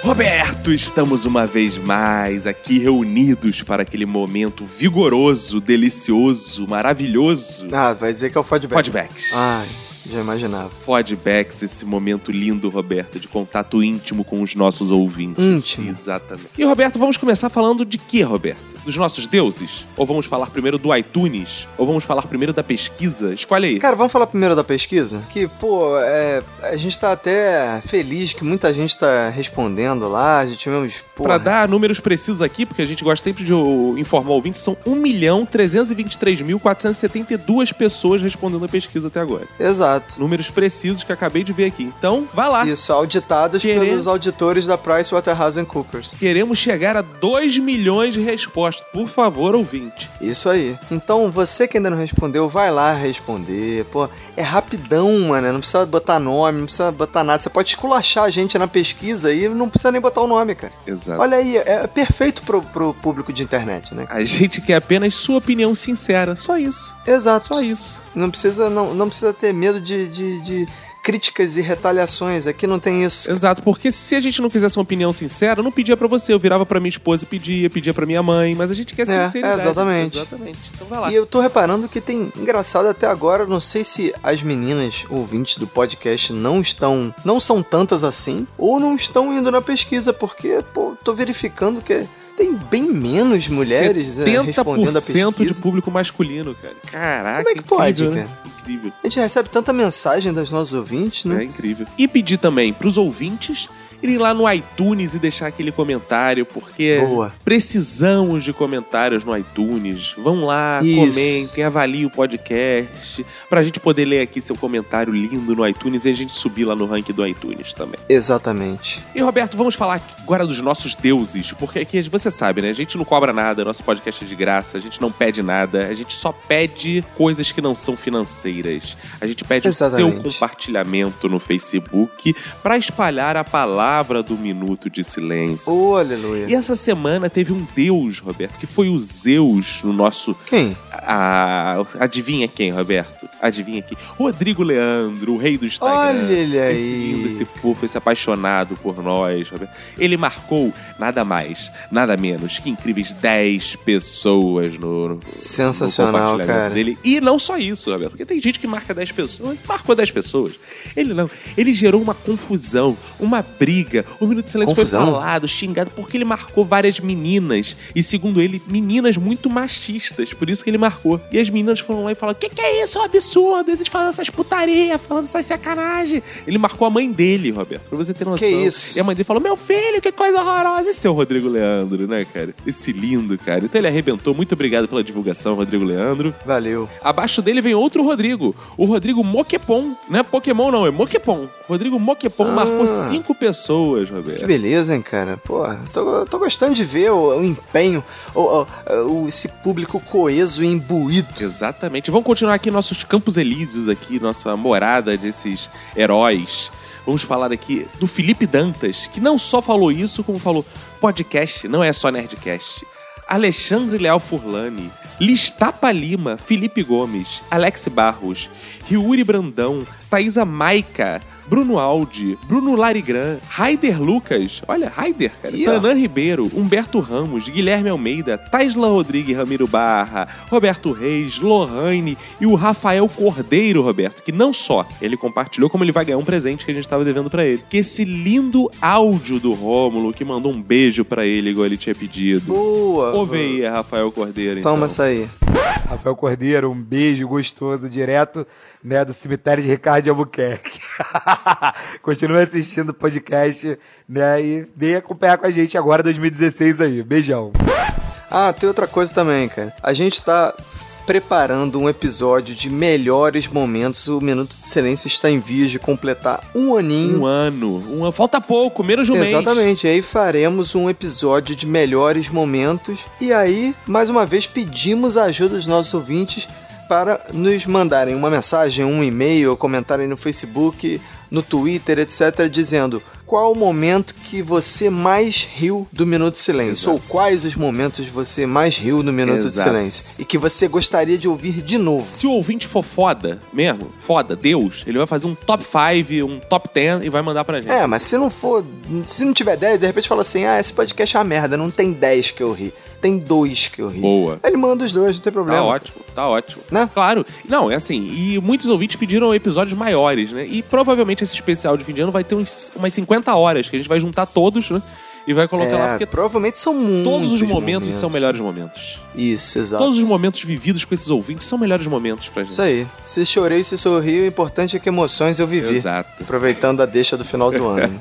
[SPEAKER 1] Roberto, estamos uma vez mais aqui reunidos para aquele momento vigoroso, delicioso, maravilhoso.
[SPEAKER 9] Ah, vai dizer que é o feedback.
[SPEAKER 1] Fodbacks.
[SPEAKER 9] Ai, já imaginava.
[SPEAKER 1] Fodbacks, esse momento lindo, Roberto, de contato íntimo com os nossos ouvintes.
[SPEAKER 9] Íntimo.
[SPEAKER 1] Exatamente. E, Roberto, vamos começar falando de quê, Roberto? Dos nossos deuses? Ou vamos falar primeiro do iTunes? Ou vamos falar primeiro da pesquisa? Escolhe aí.
[SPEAKER 9] Cara, vamos falar primeiro da pesquisa? Que, pô, é, a gente tá até feliz que muita gente tá respondendo lá. A gente tivemos, pô,
[SPEAKER 1] Pra dar números precisos aqui, porque a gente gosta sempre de o- informar o ouvinte, são 1.323.472 pessoas respondendo a pesquisa até agora.
[SPEAKER 9] Exato.
[SPEAKER 1] Números precisos que eu acabei de ver aqui. Então, vai lá.
[SPEAKER 9] [LAUGHS] Isso, auditadas
[SPEAKER 1] Querer-
[SPEAKER 9] pelos auditores da PricewaterhouseCoopers.
[SPEAKER 1] Queremos chegar a 2 milhões de respostas. Por favor, ouvinte.
[SPEAKER 9] Isso aí. Então, você que ainda não respondeu, vai lá responder. Pô, é rapidão, mano. Não precisa botar nome, não precisa botar nada. Você pode esculachar a gente na pesquisa e não precisa nem botar o nome, cara.
[SPEAKER 1] Exato.
[SPEAKER 9] Olha aí, é perfeito pro, pro público de internet, né?
[SPEAKER 1] A gente quer apenas sua opinião sincera. Só isso.
[SPEAKER 9] Exato.
[SPEAKER 1] Só isso.
[SPEAKER 9] Não precisa, não, não precisa ter medo de, de, de críticas e retaliações. Aqui não tem isso.
[SPEAKER 1] Exato, porque se a gente não quisesse uma opinião sincera, eu não pedia pra você. Eu virava pra minha esposa e pedia, pedia pra minha mãe. Mas a gente quer
[SPEAKER 9] É,
[SPEAKER 1] sinceridade.
[SPEAKER 9] exatamente.
[SPEAKER 1] Exatamente. Então vai lá.
[SPEAKER 9] E eu tô reparando que tem engraçado até agora, não sei se as meninas ouvintes do podcast não estão, não são tantas assim, ou não estão indo na pesquisa, porque pô, tô verificando que tem bem menos mulheres é, respondendo a
[SPEAKER 1] 70%
[SPEAKER 9] pesquisa.
[SPEAKER 1] de público masculino, cara. Caraca.
[SPEAKER 9] Como é que pode,
[SPEAKER 1] incrível, né?
[SPEAKER 9] cara?
[SPEAKER 1] Incrível.
[SPEAKER 9] A gente recebe tanta mensagem dos nossos ouvintes, né?
[SPEAKER 1] É incrível. E pedir também pros ouvintes irem lá no iTunes e deixar aquele comentário, porque
[SPEAKER 9] Boa.
[SPEAKER 1] precisamos de comentários no iTunes. Vão lá,
[SPEAKER 9] Isso.
[SPEAKER 1] comentem, avaliem o podcast, pra gente poder ler aqui seu comentário lindo no iTunes e a gente subir lá no ranking do iTunes também.
[SPEAKER 9] Exatamente.
[SPEAKER 1] E Roberto, vamos falar aqui agora dos nossos deuses, porque aqui você sabe, né? A gente não cobra nada, nosso podcast é de graça, a gente não pede nada, a gente só pede coisas que não são financeiras. A gente pede o seu
[SPEAKER 9] Exatamente.
[SPEAKER 1] compartilhamento no Facebook pra espalhar a palavra do minuto de silêncio.
[SPEAKER 9] Ô, aleluia.
[SPEAKER 1] E essa semana teve um deus, Roberto, que foi o Zeus no nosso
[SPEAKER 9] Quem?
[SPEAKER 1] ah, adivinha quem, Roberto? Adivinha quem? Rodrigo Leandro, o rei do Instagram.
[SPEAKER 9] Olha ele
[SPEAKER 1] Esse
[SPEAKER 9] aí.
[SPEAKER 1] lindo, esse fofo, esse apaixonado por nós, Roberto. Ele marcou nada mais, nada menos que incríveis 10 pessoas no, no
[SPEAKER 9] Sensacional,
[SPEAKER 1] no compartilhamento
[SPEAKER 9] cara.
[SPEAKER 1] dele. E não só isso, Roberto, porque tem gente que marca 10 pessoas, marcou 10 pessoas. Ele não. Ele gerou uma confusão, uma briga. O Minuto de Silêncio
[SPEAKER 9] Confusão?
[SPEAKER 1] foi falado, xingado, porque ele marcou várias meninas. E segundo ele, meninas muito machistas. Por isso que ele marcou. E as meninas foram lá e falaram: Que que é isso? É um absurdo. Eles falando essas putaria, falando essas sacanagem. Ele marcou a mãe dele, Roberto, pra você ter noção.
[SPEAKER 9] Que isso?
[SPEAKER 1] E a mãe dele falou: Meu filho, que coisa horrorosa. Esse é o Rodrigo Leandro, né, cara? Esse lindo, cara. Então ele arrebentou. Muito obrigado pela divulgação, Rodrigo Leandro.
[SPEAKER 9] Valeu.
[SPEAKER 1] Abaixo dele vem outro Rodrigo, o Rodrigo Moquepon. Não é Pokémon, não, é Moquepon. Rodrigo Moquepon
[SPEAKER 9] Ah.
[SPEAKER 1] marcou cinco pessoas,
[SPEAKER 9] Que
[SPEAKER 1] Roberto.
[SPEAKER 9] beleza, hein, cara? Pô, tô, tô gostando de ver o, o empenho, o, o- o- esse público coeso e imbuído.
[SPEAKER 1] Exatamente. Vamos continuar aqui nossos Campos Elíseos aqui, nossa morada desses heróis. Vamos falar aqui do Felipe Dantas, que não só falou isso, como falou podcast, não é só Nerdcast. Alexandre Leal Furlani, Listapa Lima, Felipe Gomes, Alex Barros, Riuri Brandão, Thaisa Maica, Bruno Aldi, Bruno Larigran, Raider Lucas, olha, Raider, cara,
[SPEAKER 9] Ih, ó.
[SPEAKER 1] Tanã Ribeiro, Humberto Ramos, Guilherme Almeida, Taisla Rodrigues Ramiro Barra, Roberto Reis, Lohane e o Rafael Cordeiro, Roberto, que não só ele compartilhou, como ele vai ganhar um presente que a gente estava devendo pra ele. Que esse lindo áudio do Rômulo, que mandou um beijo pra ele, igual ele tinha pedido.
[SPEAKER 9] Boa!
[SPEAKER 1] Ouve aí, Rafael Cordeiro, então.
[SPEAKER 9] Toma essa aí.
[SPEAKER 15] Rafael Cordeiro, um beijo gostoso direto né, do cemitério de Ricardo de Albuquerque. [LAUGHS] Continue assistindo o podcast né, e vem acompanhar com a gente agora 2016 aí. Beijão.
[SPEAKER 9] Ah, tem outra coisa também, cara. A gente tá preparando um episódio de melhores momentos. O Minuto de Silêncio está em vias de completar um aninho.
[SPEAKER 1] Um ano. Um ano. Falta pouco, menos de um mês.
[SPEAKER 9] Exatamente. Aí faremos um episódio de melhores momentos. E aí, mais uma vez, pedimos a ajuda dos nossos ouvintes para nos mandarem uma mensagem, um e-mail, comentarem no Facebook, no Twitter, etc., dizendo qual o momento que você mais riu do Minuto de Silêncio, ou quais os momentos você mais riu no Minuto
[SPEAKER 1] Exato.
[SPEAKER 9] de Silêncio, e que você gostaria de ouvir de novo.
[SPEAKER 1] Se o ouvinte for foda mesmo, foda, Deus, ele vai fazer um top 5, um top 10 e vai mandar pra gente.
[SPEAKER 9] É, mas se não for. Se não tiver 10, de repente fala assim: ah, esse podcast é uma merda, não tem 10 que eu ri. Tem dois que eu ri.
[SPEAKER 1] Boa.
[SPEAKER 9] Ele manda os dois, não tem problema. Né?
[SPEAKER 1] Tá ótimo, tá ótimo. Claro. Não, é assim, e muitos ouvintes pediram episódios maiores, né? E provavelmente esse especial de fim de ano vai ter uns, umas 50 horas, que a gente vai juntar todos, né? E vai colocar
[SPEAKER 9] É,
[SPEAKER 1] lá, porque
[SPEAKER 9] provavelmente são muitos
[SPEAKER 1] todos os momentos,
[SPEAKER 9] momentos.
[SPEAKER 1] são melhores momentos.
[SPEAKER 9] Isso, exato.
[SPEAKER 1] Todos os momentos vividos com esses ouvintes são melhores momentos pra gente.
[SPEAKER 9] Isso aí. Se chorei, se sorri, o importante é que emoções eu vivi.
[SPEAKER 1] Exato.
[SPEAKER 9] Aproveitando a deixa do final do
[SPEAKER 1] [LAUGHS]
[SPEAKER 9] ano.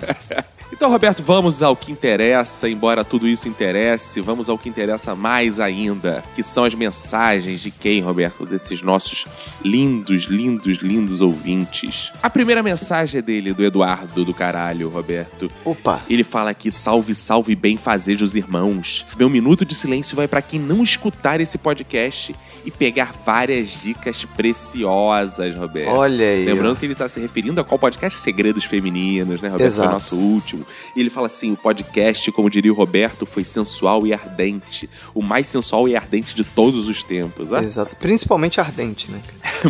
[SPEAKER 1] Então, Roberto, vamos ao que interessa, embora tudo isso interesse, vamos ao que interessa mais ainda, que são as mensagens de quem, Roberto? Desses nossos lindos, lindos, lindos ouvintes. A primeira mensagem é dele, do Eduardo do Caralho, Roberto.
[SPEAKER 9] Opa!
[SPEAKER 1] Ele fala aqui: salve, salve, bem fazejos irmãos. Meu minuto de silêncio vai para quem não escutar esse podcast e pegar várias dicas preciosas, Roberto.
[SPEAKER 9] Olha aí,
[SPEAKER 1] Lembrando
[SPEAKER 9] ó.
[SPEAKER 1] que ele tá se referindo a qual podcast? Segredos Femininos, né, Roberto? Foi
[SPEAKER 9] Exato.
[SPEAKER 1] o nosso último. E ele fala assim: o podcast, como diria o Roberto, foi sensual e ardente. O mais sensual e ardente de todos os tempos. Ah,
[SPEAKER 9] Exato. Principalmente ardente, né? cara?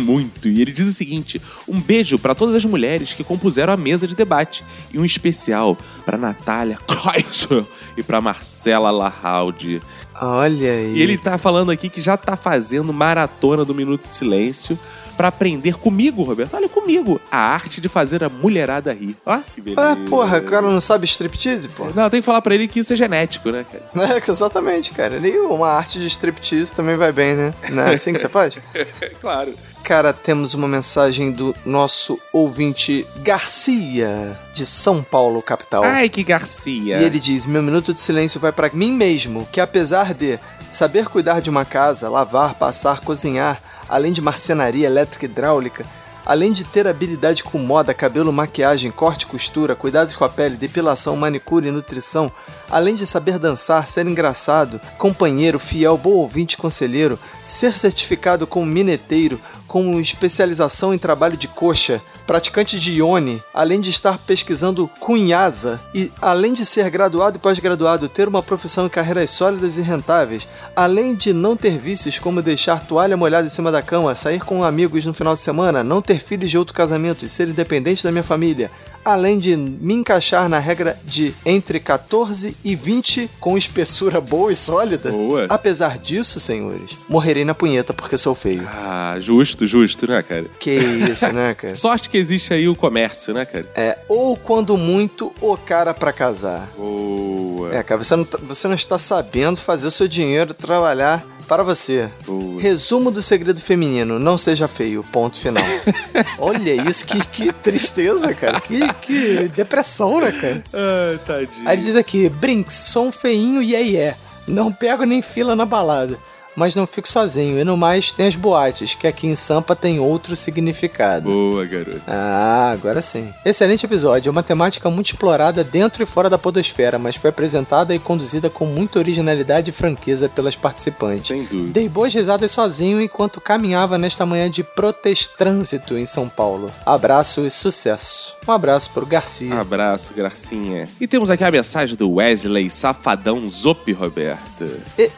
[SPEAKER 1] [LAUGHS] muito. E ele diz o seguinte: um beijo pra todas as mulheres que compuseram a mesa de debate e um especial pra Natália Kaiser e pra Marcela Lahaldi.
[SPEAKER 9] Olha aí.
[SPEAKER 1] E ele tá falando aqui que já tá fazendo maratona do Minuto de Silêncio pra aprender comigo, Roberto. Olha comigo, a arte de fazer a mulherada rir. Ó, que beleza.
[SPEAKER 9] Ah, porra, o cara não sabe striptease, porra? [LAUGHS]
[SPEAKER 1] Não, tem que falar pra ele que isso é genético, né, cara?
[SPEAKER 9] É, exatamente, cara. E uma arte de striptease também vai bem, né? Não é assim que você faz?
[SPEAKER 1] É claro.
[SPEAKER 9] Cara, temos uma mensagem do nosso ouvinte Garcia, de São Paulo, capital.
[SPEAKER 1] Ai, que Garcia.
[SPEAKER 9] E ele diz: Meu minuto de silêncio vai pra mim mesmo, que apesar de saber cuidar de uma casa, lavar, passar, cozinhar, além de marcenaria elétrica e hidráulica, além de ter habilidade com moda, cabelo, maquiagem, corte, costura, cuidados com a pele, depilação, manicure e nutrição, além de saber dançar, ser engraçado, companheiro, fiel, bom ouvinte, conselheiro, ser certificado como mineteiro, com especialização em trabalho de coxa, praticante de ione, além de estar pesquisando cunhaza e além de ser graduado e pós-graduado, ter uma profissão e carreiras sólidas e rentáveis, além de não ter vícios como deixar toalha molhada em cima da cama, sair com amigos no final de semana, não ter filhos de outro casamento e ser independente da minha família. Além de me encaixar na regra de entre 14 e 20 com espessura [LAUGHS] boa e sólida.
[SPEAKER 1] Boa.
[SPEAKER 9] Apesar disso, senhores, morrerei na punheta porque sou feio.
[SPEAKER 1] Ah, justo, justo, né, cara?
[SPEAKER 9] Que isso, né,
[SPEAKER 1] [LAUGHS]
[SPEAKER 9] cara?
[SPEAKER 1] Sorte que existe aí o comércio, né, cara?
[SPEAKER 9] É, ou quando muito, o cara pra casar.
[SPEAKER 1] Boa.
[SPEAKER 9] É, cara, você não, tá- você não está sabendo fazer o seu dinheiro trabalhar para você. Resumo do segredo feminino: não seja feio, ponto final. Olha isso, que, que tristeza, cara. Que, que depressão, né, cara?
[SPEAKER 1] Ai, tadinho.
[SPEAKER 9] Aí ele diz aqui: Brinks, sou um feinho e aí é. Não pego nem fila na balada. Mas não fico sozinho. E no mais, tem as boates, que aqui em Sampa tem outro significado.
[SPEAKER 1] Boa, garoto.
[SPEAKER 9] Ah, agora sim. Excelente episódio. É uma temática muito explorada dentro e fora da podosfera, mas foi apresentada e conduzida com muita originalidade e franqueza pelas participantes.
[SPEAKER 1] Sem dúvida.
[SPEAKER 9] Dei boas risadas sozinho enquanto caminhava nesta manhã de protestrânsito em São Paulo. Abraço e sucesso. Um abraço pro Garcia.
[SPEAKER 1] Ah, Abraço, Gracinha. E temos aqui a mensagem do Wesley Safadão Zop, Roberto.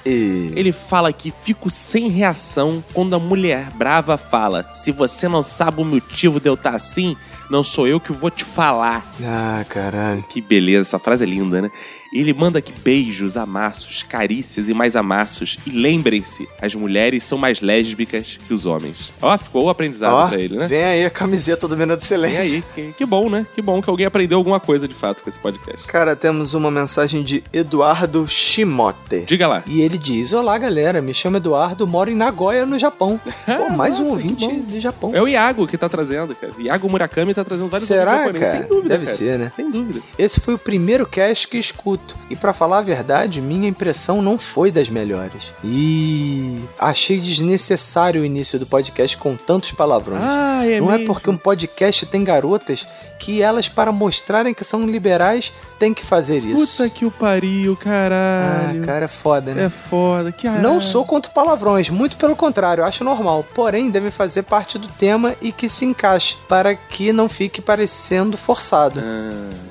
[SPEAKER 9] Ele
[SPEAKER 1] fala aqui, que fico sem reação quando a mulher brava fala: Se você não sabe o motivo de eu estar assim, não sou eu que vou te falar.
[SPEAKER 9] Ah, caralho.
[SPEAKER 1] Que beleza, essa frase é linda, né? Ele manda aqui beijos, amassos, carícias e mais amassos. E lembrem-se, as mulheres são mais lésbicas que os homens. Ó, ficou o aprendizado
[SPEAKER 9] Ó,
[SPEAKER 1] pra ele, né?
[SPEAKER 9] Vem aí a camiseta do Minuto de
[SPEAKER 1] Vem
[SPEAKER 9] Silêncio.
[SPEAKER 1] aí, que, que bom, né? Que bom que alguém aprendeu alguma coisa de fato com esse podcast.
[SPEAKER 9] Cara, temos uma mensagem de Eduardo Shimote.
[SPEAKER 1] Diga lá.
[SPEAKER 9] E ele diz: Olá, galera, me chamo Eduardo, moro em Nagoya,
[SPEAKER 1] [LAUGHS]
[SPEAKER 9] no Japão. Pô, mais um ouvinte
[SPEAKER 1] bom.
[SPEAKER 9] de Japão.
[SPEAKER 1] É o Iago que tá trazendo, cara. Iago Murakami tá trazendo vários
[SPEAKER 9] Será,
[SPEAKER 1] outros japoneses.
[SPEAKER 9] cara?
[SPEAKER 1] Sem dúvida,
[SPEAKER 9] Deve
[SPEAKER 1] cara.
[SPEAKER 9] ser, né?
[SPEAKER 1] Sem dúvida.
[SPEAKER 9] Esse foi o primeiro cast que escuto. E pra falar a verdade, minha impressão não foi das melhores. E achei desnecessário o início do podcast com tantos palavrões.
[SPEAKER 1] Ah, é
[SPEAKER 9] não é
[SPEAKER 1] mesmo.
[SPEAKER 9] porque um podcast tem garotas que elas, para mostrarem que são liberais, têm que fazer isso.
[SPEAKER 1] Puta que o pariu, caralho.
[SPEAKER 9] Ah, cara, é foda, né?
[SPEAKER 1] É foda, que [LAUGHS]
[SPEAKER 9] Não sou [LAUGHS] contra palavrões, muito pelo contrário, acho normal. Porém, deve fazer parte do tema e que se encaixe, para que não fique parecendo forçado.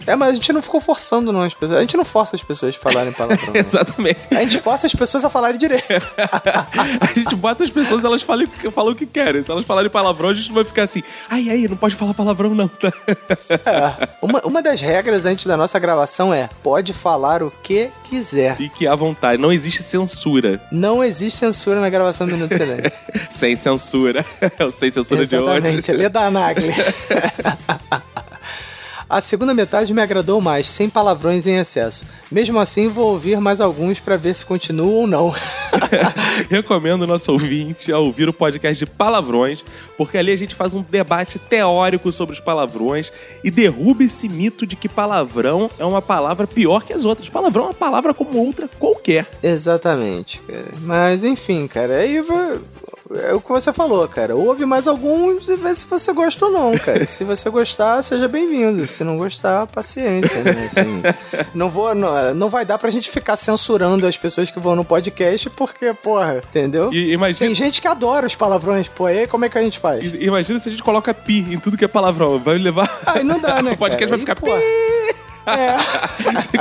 [SPEAKER 9] É, mas a gente não ficou forçando, não, as pessoas. A gente não força as pessoas a falarem
[SPEAKER 1] [LAUGHS]
[SPEAKER 9] palavrão.
[SPEAKER 1] Exatamente.
[SPEAKER 9] A gente força as pessoas a
[SPEAKER 1] [LAUGHS]
[SPEAKER 9] falarem direito.
[SPEAKER 1] A gente bota as pessoas, elas falam, falam o que querem. Se elas falarem palavrão, a gente não vai ficar assim. Ai, ai, não pode falar palavrão, não. [LAUGHS] Tá?
[SPEAKER 9] Uma, uma das regras antes da nossa gravação é: pode falar o que quiser.
[SPEAKER 1] Fique à vontade. Não existe censura.
[SPEAKER 9] Não existe censura na gravação do Minuto de Silêncio.
[SPEAKER 1] Sem censura. [LAUGHS] É o sem censura
[SPEAKER 9] Exatamente, é
[SPEAKER 1] de hoje.
[SPEAKER 9] Leda Nagli. [LAUGHS] A segunda metade me agradou mais, sem palavrões em excesso. Mesmo assim, vou ouvir mais alguns pra ver se continuo ou não. [LAUGHS]
[SPEAKER 1] Recomendo o nosso ouvinte a ouvir o podcast de palavrões, porque ali a gente faz um debate teórico sobre os palavrões e derruba esse mito de que palavrão é uma palavra pior que as outras. Palavrão é uma palavra como outra qualquer.
[SPEAKER 9] Exatamente, cara. Mas enfim, cara, aí vo- é o que você falou, cara. Ouve mais alguns e vê se você gosta ou não, cara. se você gostar, seja bem-vindo. Se não gostar, paciência, né? Assim, não, vou, não, não vai dar pra gente ficar censurando as pessoas que vão no podcast, porque, porra, entendeu?
[SPEAKER 1] E imagina.
[SPEAKER 9] Tem gente que adora os palavrões, pô. Aí como é que a gente faz?
[SPEAKER 1] [LAUGHS] I- Imagina se a gente coloca pi em tudo que é palavrão. Vai levar. [LAUGHS]
[SPEAKER 9] Aí não dá, né?
[SPEAKER 1] o podcast vai ficar
[SPEAKER 9] pô. É.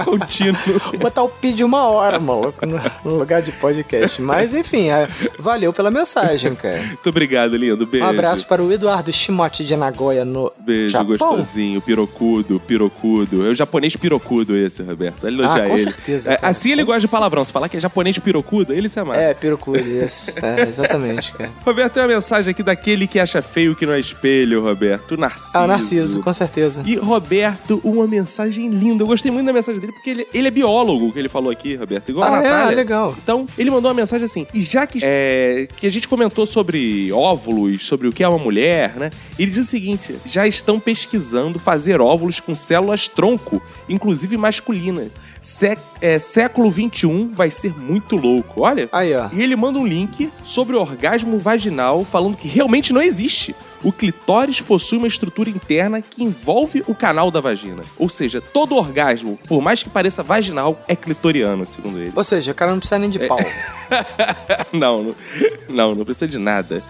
[SPEAKER 1] contínuo.
[SPEAKER 9] Botar o pi de uma hora, maluco, no- no lugar de podcast. Mas enfim, é, valeu pela mensagem, cara.
[SPEAKER 1] Muito obrigado, lindo. Beijo.
[SPEAKER 9] Um abraço para o Eduardo Shimote de Nagoya no
[SPEAKER 1] Beijo,
[SPEAKER 9] Japão.
[SPEAKER 1] gostosinho, pirocudo, pirocudo. É o japonês pirocudo esse, Roberto. Vai elogiar
[SPEAKER 9] Ah, com
[SPEAKER 1] ele.
[SPEAKER 9] certeza,
[SPEAKER 1] É,
[SPEAKER 9] cara.
[SPEAKER 1] assim ele gosta de palavrão. Se falar que é japonês pirocudo, ele se amarra.
[SPEAKER 9] É, pirocudo, isso. É, exatamente, cara.
[SPEAKER 1] Roberto, tem uma mensagem aqui daquele que acha feio que não é espelho, Roberto. O Narciso.
[SPEAKER 9] Ah, o Narciso, com certeza.
[SPEAKER 1] E Roberto, uma mensagem linda. Eu gostei muito da mensagem dele, porque ele, ele é biólogo, que ele falou aqui, Roberto. Igual a
[SPEAKER 9] Ah, é?
[SPEAKER 1] Natália.
[SPEAKER 9] Ah, legal.
[SPEAKER 1] Então, ele mandou uma mensagem assim. E já que, é, que a gente comentou sobre óvulos, sobre o que é uma mulher, né? Ele diz o seguinte: já estão pesquisando fazer óvulos com células tronco, inclusive masculina. Sé- é, século XXI vai ser muito louco. Olha.
[SPEAKER 9] Aí, ó.
[SPEAKER 1] E ele manda um link sobre o orgasmo vaginal, falando que realmente não existe. O clitóris possui uma estrutura interna que envolve o canal da vagina. Ou seja, todo orgasmo, por mais que pareça vaginal, é clitoriano, segundo ele. [LAUGHS]
[SPEAKER 9] Ou seja, o cara não precisa nem
[SPEAKER 1] É.
[SPEAKER 9] de pau.
[SPEAKER 1] não, não, não, não precisa de nada.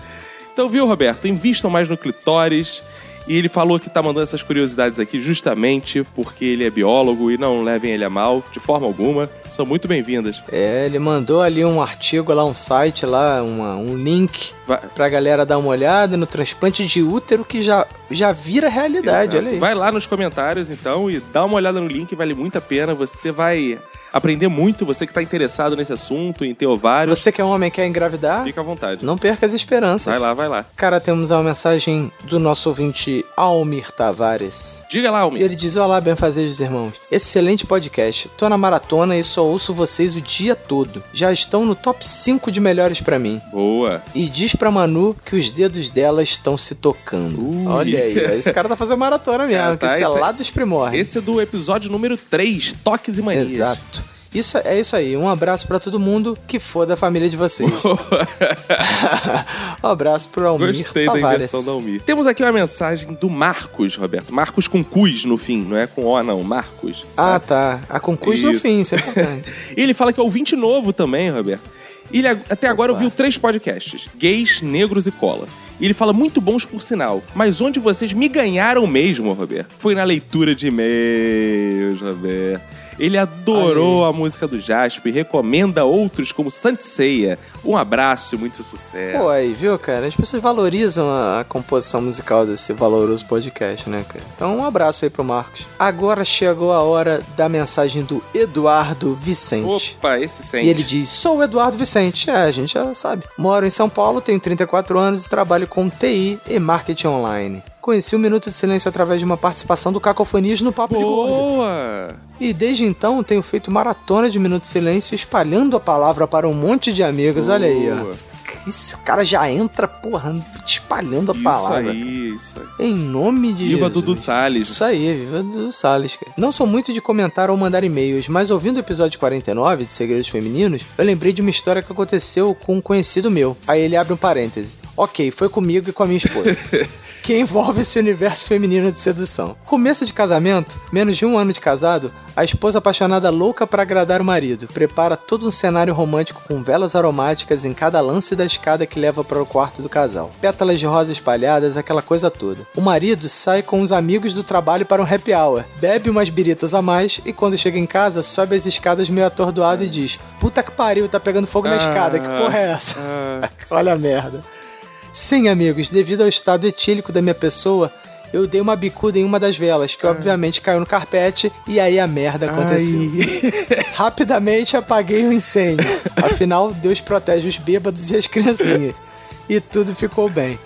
[SPEAKER 1] Então, viu, Roberto? Invistam mais no clitóris. E ele falou que tá mandando essas curiosidades aqui justamente porque ele é biólogo e não levem ele a mal de forma alguma. São muito bem-vindas.
[SPEAKER 9] É, ele mandou ali um artigo lá, um site lá, uma- um link
[SPEAKER 1] Vai-
[SPEAKER 9] pra galera dar uma olhada no transplante de útero que já, já vira realidade,
[SPEAKER 1] Exato.
[SPEAKER 9] olha aí.
[SPEAKER 1] Vai lá nos comentários, então, e dá uma olhada no link, vale muito a pena. Você vai aprender muito, você que tá interessado nesse assunto, em ter ovário.
[SPEAKER 9] Você que é homem quer engravidar,
[SPEAKER 1] Fica à vontade.
[SPEAKER 9] não perca as esperanças.
[SPEAKER 1] Vai lá, vai lá.
[SPEAKER 9] Cara, temos uma mensagem do nosso ouvinte Almir Tavares.
[SPEAKER 1] Diga lá, Almir.
[SPEAKER 9] Ele diz: Olá, benfazejos irmãos. Excelente podcast. Tô na maratona e só ouço vocês o dia todo. Já estão no top 5 de melhores pra mim.
[SPEAKER 1] Boa.
[SPEAKER 9] E diz pra Manu que os dedos dela estão se tocando. Olha aí, esse cara tá fazendo maratona mesmo,
[SPEAKER 1] Cara, tá,
[SPEAKER 9] que isso
[SPEAKER 1] esse
[SPEAKER 9] é
[SPEAKER 1] é-
[SPEAKER 9] lá dos primórdios.
[SPEAKER 1] Esse é do episódio número 3, Toques e Manias. [LAUGHS]
[SPEAKER 9] Exato. Isso, é isso aí. Um abraço pra todo mundo que for da família
[SPEAKER 1] [LAUGHS]
[SPEAKER 9] de vocês. um abraço pro Almir
[SPEAKER 1] Gostei da
[SPEAKER 9] Tavares.
[SPEAKER 1] invenção da Almir. Temos aqui uma mensagem do Marcos, Roberto. Marcos com cus no fim, não é com O, não. Marcos.
[SPEAKER 9] Ah, tá. A concurso no
[SPEAKER 1] Isso.
[SPEAKER 9] fim, isso é importante.
[SPEAKER 1] [LAUGHS] E ele fala que é ouvinte novo também, Roberto. Ele ag- até agora ouviu três podcasts: gays, negros e cola. E ele fala muito bons por sinal. Mas onde vocês me ganharam mesmo, Roberto? Foi na leitura de e-mails, Roberto. Ele adorou a música do Jasper e recomenda outros como Santiceia. Um abraço e muito sucesso.
[SPEAKER 9] Pô, aí, viu, cara? As pessoas valorizam a, a composição musical desse valoroso podcast, né, cara? Então, um abraço aí pro Marcos. Agora chegou a hora da mensagem do Eduardo Vicente.
[SPEAKER 1] Opa, esse sente.
[SPEAKER 9] E ele diz: Sou o Eduardo Vicente. É, a gente já sabe. Moro em São Paulo, tenho 34 anos e trabalho com TI e marketing online. Conheci o Minuto de Silêncio através de uma participação do Cacofonias no Papo de Gordo.
[SPEAKER 1] Boa!
[SPEAKER 9] E desde então tenho feito maratona de Minuto de Silêncio, espalhando a palavra para um monte de amigos. Olha aí, ó.
[SPEAKER 1] Boa.
[SPEAKER 9] Esse cara já entra, porra, espalhando a
[SPEAKER 1] Isso
[SPEAKER 9] palavra.
[SPEAKER 1] aí, isso aí.
[SPEAKER 9] Em nome de
[SPEAKER 1] Viva
[SPEAKER 9] Jesus.
[SPEAKER 1] Dudu Salles.
[SPEAKER 9] Isso aí, viva Dudu Salles, cara. Não sou muito de comentar ou mandar e-mails, mas ouvindo o episódio 49 de Segredos Femininos, eu lembrei de uma história que aconteceu com um conhecido meu. Aí ele abre um parêntese. Ok, foi comigo e com a minha esposa. que envolve esse universo feminino de sedução. Começo de casamento, menos de um ano de casado, a esposa apaixonada louca pra agradar o marido prepara todo um cenário romântico com velas aromáticas em cada lance da escada que leva para o quarto do casal. Pétalas de rosa espalhadas, aquela coisa toda. O marido sai com os amigos do trabalho para um happy hour, bebe umas biritas a mais e quando chega em casa sobe as escadas meio atordoado e diz: Puta que pariu, tá pegando fogo na escada, que porra é essa? [LAUGHS] Olha a merda. Sim, amigos, devido ao estado etílico da minha pessoa, eu dei uma bicuda em uma das velas, que obviamente caiu no carpete, e aí a merda aconteceu. Rapidamente apaguei
[SPEAKER 1] [LAUGHS]
[SPEAKER 9] o incêndio. Afinal, Deus protege os bêbados e as criancinhas. E tudo ficou bem.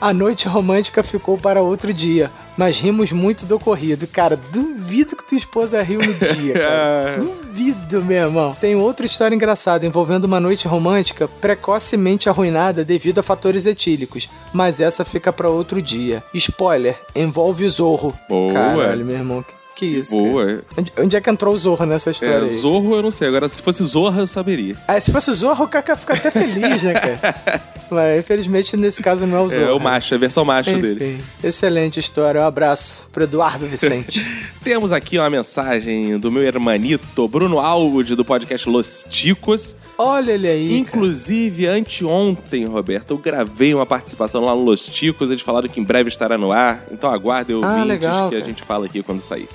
[SPEAKER 9] A noite romântica ficou para outro dia, mas rimos muito do ocorrido. Cara, duvido que tua esposa riu
[SPEAKER 1] [LAUGHS]
[SPEAKER 9] no dia, cara.
[SPEAKER 1] É.
[SPEAKER 9] Duvido, meu irmão. Tem outra história engraçada envolvendo uma noite romântica precocemente arruinada devido a fatores etílicos, mas essa fica para outro dia. Spoiler, envolve o Zorro.
[SPEAKER 1] Boa.
[SPEAKER 9] Caralho, meu irmão, que, que isso, cara?
[SPEAKER 1] Boa.
[SPEAKER 9] Onde, onde é que entrou o Zorro nessa história
[SPEAKER 1] É,
[SPEAKER 9] aí?
[SPEAKER 1] Zorro eu não sei. Agora, se fosse Zorra, eu saberia.
[SPEAKER 9] Ah, se fosse o Zorro, o Kaká fica até feliz, né, cara?
[SPEAKER 1] [LAUGHS]
[SPEAKER 9] Mas, infelizmente, nesse caso não é o Zorro.
[SPEAKER 1] É o macho, é a versão macho
[SPEAKER 9] Enfim,
[SPEAKER 1] dele.
[SPEAKER 9] Excelente história. Um abraço pro Eduardo
[SPEAKER 1] [LAUGHS]
[SPEAKER 9] Vicente.
[SPEAKER 1] Temos aqui uma mensagem do meu hermanito Bruno Alves, do podcast Los Ticos.
[SPEAKER 9] Olha ele aí.
[SPEAKER 1] Inclusive, anteontem, Roberto, eu gravei uma participação lá no Los Ticos. Eles falaram que em breve estará no ar. Então aguardem ouvintes
[SPEAKER 9] Ah, legal,
[SPEAKER 1] que a
[SPEAKER 9] cara.
[SPEAKER 1] gente fala aqui quando sair.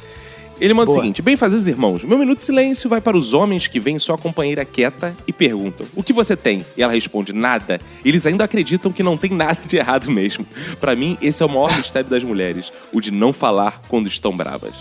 [SPEAKER 1] Ele manda o
[SPEAKER 9] Boa.
[SPEAKER 1] seguinte: Bem fazer os irmãos, meu minuto de silêncio vai para os homens que veem sua companheira quieta e perguntam: O que você tem? E ela responde: Nada. Eles ainda acreditam que não tem nada de errado mesmo. Pra mim, esse é o maior mistério das mulheres: o de não falar quando estão bravas.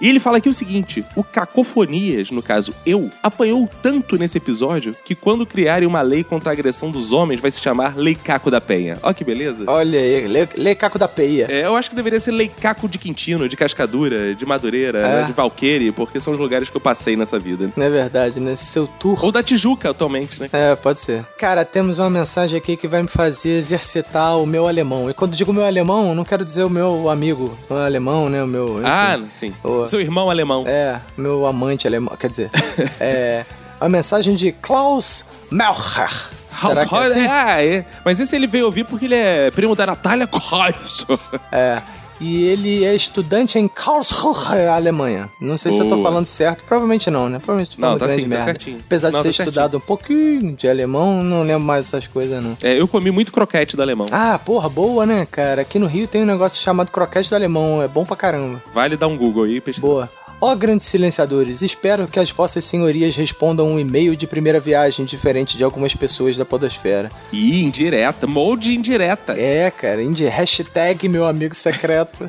[SPEAKER 1] E ele fala aqui o seguinte: o Cacofonias, no caso eu, apanhou tanto nesse episódio que quando criarem uma lei contra a agressão dos homens vai se chamar Lei Caco da Penha. Ó que beleza.
[SPEAKER 9] Olha aí, Le, Le Caco da Peia.
[SPEAKER 1] É, eu acho que deveria ser Lei Caco de Quintino, de Cascadura, de Madureira,
[SPEAKER 9] É.
[SPEAKER 1] né, de Valqueire, porque são os lugares que eu passei nessa vida.
[SPEAKER 9] Não é verdade, né? Seu tour.
[SPEAKER 1] Ou da Tijuca, atualmente, né?
[SPEAKER 9] É, pode ser. Cara, temos uma mensagem aqui que vai me fazer exercitar o meu alemão. E quando digo meu alemão, não quero dizer o meu amigo não é alemão, né? O meu. enfim.
[SPEAKER 1] Ah, sim.
[SPEAKER 9] Ô.
[SPEAKER 1] Seu irmão alemão.
[SPEAKER 9] É, meu amante alemão. Quer dizer, é. A mensagem de Klaus Melcher. Será que é assim?
[SPEAKER 1] Ah, é. Mas esse ele veio ouvir porque ele é primo da Natália Kreis.
[SPEAKER 9] É. E ele é estudante em Karlsruhe, Alemanha. Não sei se eu tô
[SPEAKER 1] Boa.
[SPEAKER 9] falando certo. Provavelmente não, né? Provavelmente tô
[SPEAKER 1] Não,
[SPEAKER 9] falando
[SPEAKER 1] tá
[SPEAKER 9] grande
[SPEAKER 1] sim, tá
[SPEAKER 9] merda.
[SPEAKER 1] certinho.
[SPEAKER 9] Apesar de
[SPEAKER 1] Não,
[SPEAKER 9] ter
[SPEAKER 1] tá certinho.
[SPEAKER 9] estudado um pouquinho de alemão, não lembro mais essas coisas, não.
[SPEAKER 1] [LAUGHS] É, eu comi muito croquete do alemão.
[SPEAKER 9] Ah, porra, boa, né, cara? Aqui no Rio tem um negócio chamado croquete do alemão. É bom pra caramba.
[SPEAKER 1] Vale dar um Google aí, pesquisa. Boa.
[SPEAKER 9] Ó grandes silenciadores, espero que as vossas senhorias respondam um e-mail de primeira viagem diferente de algumas pessoas da podosfera.
[SPEAKER 1] Ih, indireta. Molde indireta.
[SPEAKER 9] É, cara, indi hashtag meu
[SPEAKER 1] [LAUGHS]
[SPEAKER 9] amigo secreto.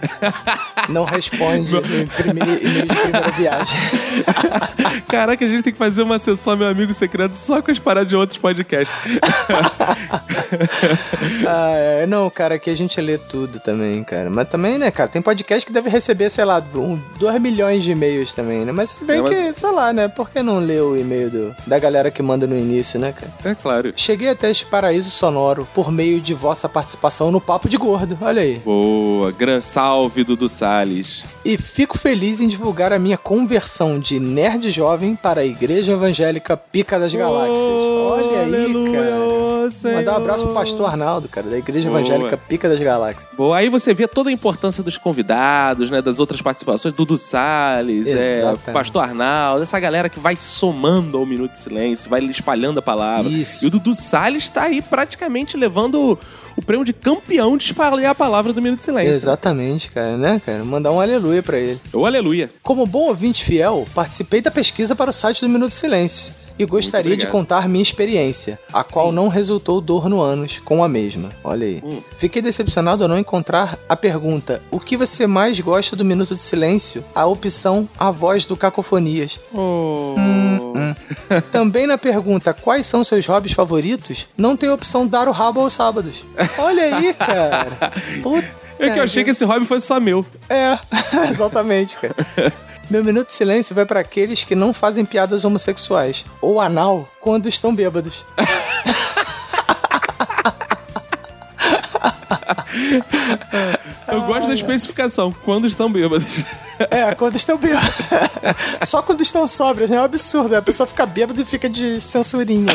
[SPEAKER 9] Não responde em primeiro e-mail de primeira
[SPEAKER 1] [LAUGHS]
[SPEAKER 9] viagem.
[SPEAKER 1] Caraca, a gente tem que fazer uma sessão, meu amigo secreto, só com as paradas de outros podcasts. [LAUGHS]
[SPEAKER 9] Ah, é, não, cara, aqui a gente lê tudo também, cara. Mas também, né, cara, tem podcast que deve receber, sei lá, um, 2 milhões de e-mails também, né? Mas se bem
[SPEAKER 1] É, mas-
[SPEAKER 9] que, sei lá, né, por que não ler o e-mail do- da galera que manda no início, né, cara?
[SPEAKER 1] É claro.
[SPEAKER 9] Cheguei até este paraíso sonoro por meio de vossa participação no Papo de Gordo, olha aí.
[SPEAKER 1] Boa. Gran salve, Dudu Salles.
[SPEAKER 9] E fico feliz em divulgar a minha conversão de nerd jovem para a Igreja Evangélica Pica das Galáxias. Olha aí, cara. Mandar um abraço pro pastor Arnaldo, cara, da Igreja
[SPEAKER 1] Boa.
[SPEAKER 9] Evangélica Pica das Galáxias.
[SPEAKER 1] Boa, aí você vê toda a importância dos convidados, né? Das outras participações, Dudu Salles, é,
[SPEAKER 9] Exatamente.
[SPEAKER 1] Pastor Arnaldo, essa galera que vai somando ao Minuto de Silêncio, vai espalhando a palavra. E o Dudu Salles tá aí praticamente levando o prêmio de campeão de espalhar a palavra do Minuto de Silêncio.
[SPEAKER 9] Exatamente, cara, né, cara? Mandar um aleluia pra ele.
[SPEAKER 1] O aleluia.
[SPEAKER 9] Como bom ouvinte fiel, participei da pesquisa para o site do Minuto de Silêncio e gostaria de
[SPEAKER 1] obrigado.
[SPEAKER 9] contar minha experiência, a qual não resultou dor no ânus com a mesma. Olha aí. Fiquei decepcionado ao não encontrar a pergunta: o que você mais gosta do Minuto de Silêncio? A opção A Voz do Cacofonias. Também na pergunta quais são seus hobbies favoritos, não tem opção dar o rabo aos sábados. Olha aí, cara.
[SPEAKER 1] É que eu achei que esse hobby fosse só meu.
[SPEAKER 9] É, [LAUGHS] exatamente, cara. Meu minuto de silêncio vai para aqueles que não fazem piadas homossexuais ou anal quando estão bêbados.
[SPEAKER 1] Eu gosto da especificação, quando estão bêbados.
[SPEAKER 9] É, quando estão bêbados. [LAUGHS] Só quando estão sóbrios, né? É um absurdo. né? A pessoa fica bêbada e fica de censurinha.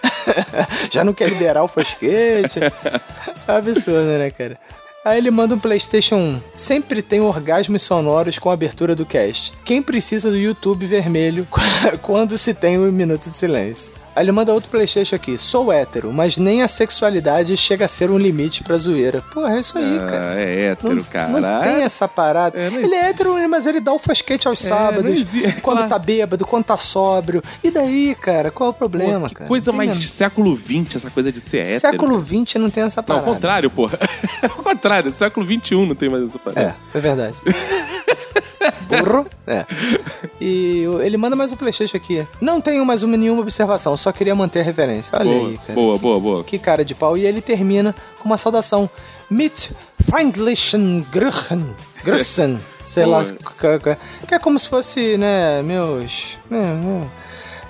[SPEAKER 9] [LAUGHS] Já não quer liberar o fosquete. É um absurdo, né, cara? Aí ele manda um PlayStation 1. Sempre tem orgasmos sonoros com a abertura do cast. Quem precisa do YouTube vermelho [LAUGHS] quando se tem um minuto de silêncio? Aí ele manda outro PlayStation aqui. Sou hétero, mas nem a sexualidade chega a ser um limite pra zoeira. Porra, é isso aí, cara.
[SPEAKER 1] Ah, é hétero,
[SPEAKER 9] Não tem
[SPEAKER 1] cara.
[SPEAKER 9] essa parada. ele é hétero, mas ele dá o fosquete aos
[SPEAKER 1] É, não
[SPEAKER 9] sábados.
[SPEAKER 1] existe,
[SPEAKER 9] [LAUGHS] quando tá bêbado, quando tá sóbrio. E daí, cara, qual é o problema, cara?
[SPEAKER 1] Coisa
[SPEAKER 9] Não tem
[SPEAKER 1] mais
[SPEAKER 9] nada.
[SPEAKER 1] século XX, essa coisa de ser hétero.
[SPEAKER 9] Século XX não tem essa
[SPEAKER 1] Não, ao
[SPEAKER 9] parada.
[SPEAKER 1] contrário, porra. [LAUGHS] Ao contrário, século XXI não tem mais essa parada.
[SPEAKER 9] É verdade.
[SPEAKER 1] [LAUGHS]
[SPEAKER 9] Burro. É. E o- ele manda mais um Playstation aqui. Não tenho mais uma, nenhuma observação, só queria manter a referência. É, Olha
[SPEAKER 1] boa,
[SPEAKER 9] aí, cara.
[SPEAKER 1] boa, boa, boa.
[SPEAKER 9] Que cara de pau. E ele termina com uma saudação. Mit Freundlichen Grüchen. Grüßen. Sei lá. c- c- Que é como se fosse, né, meus. né, meu-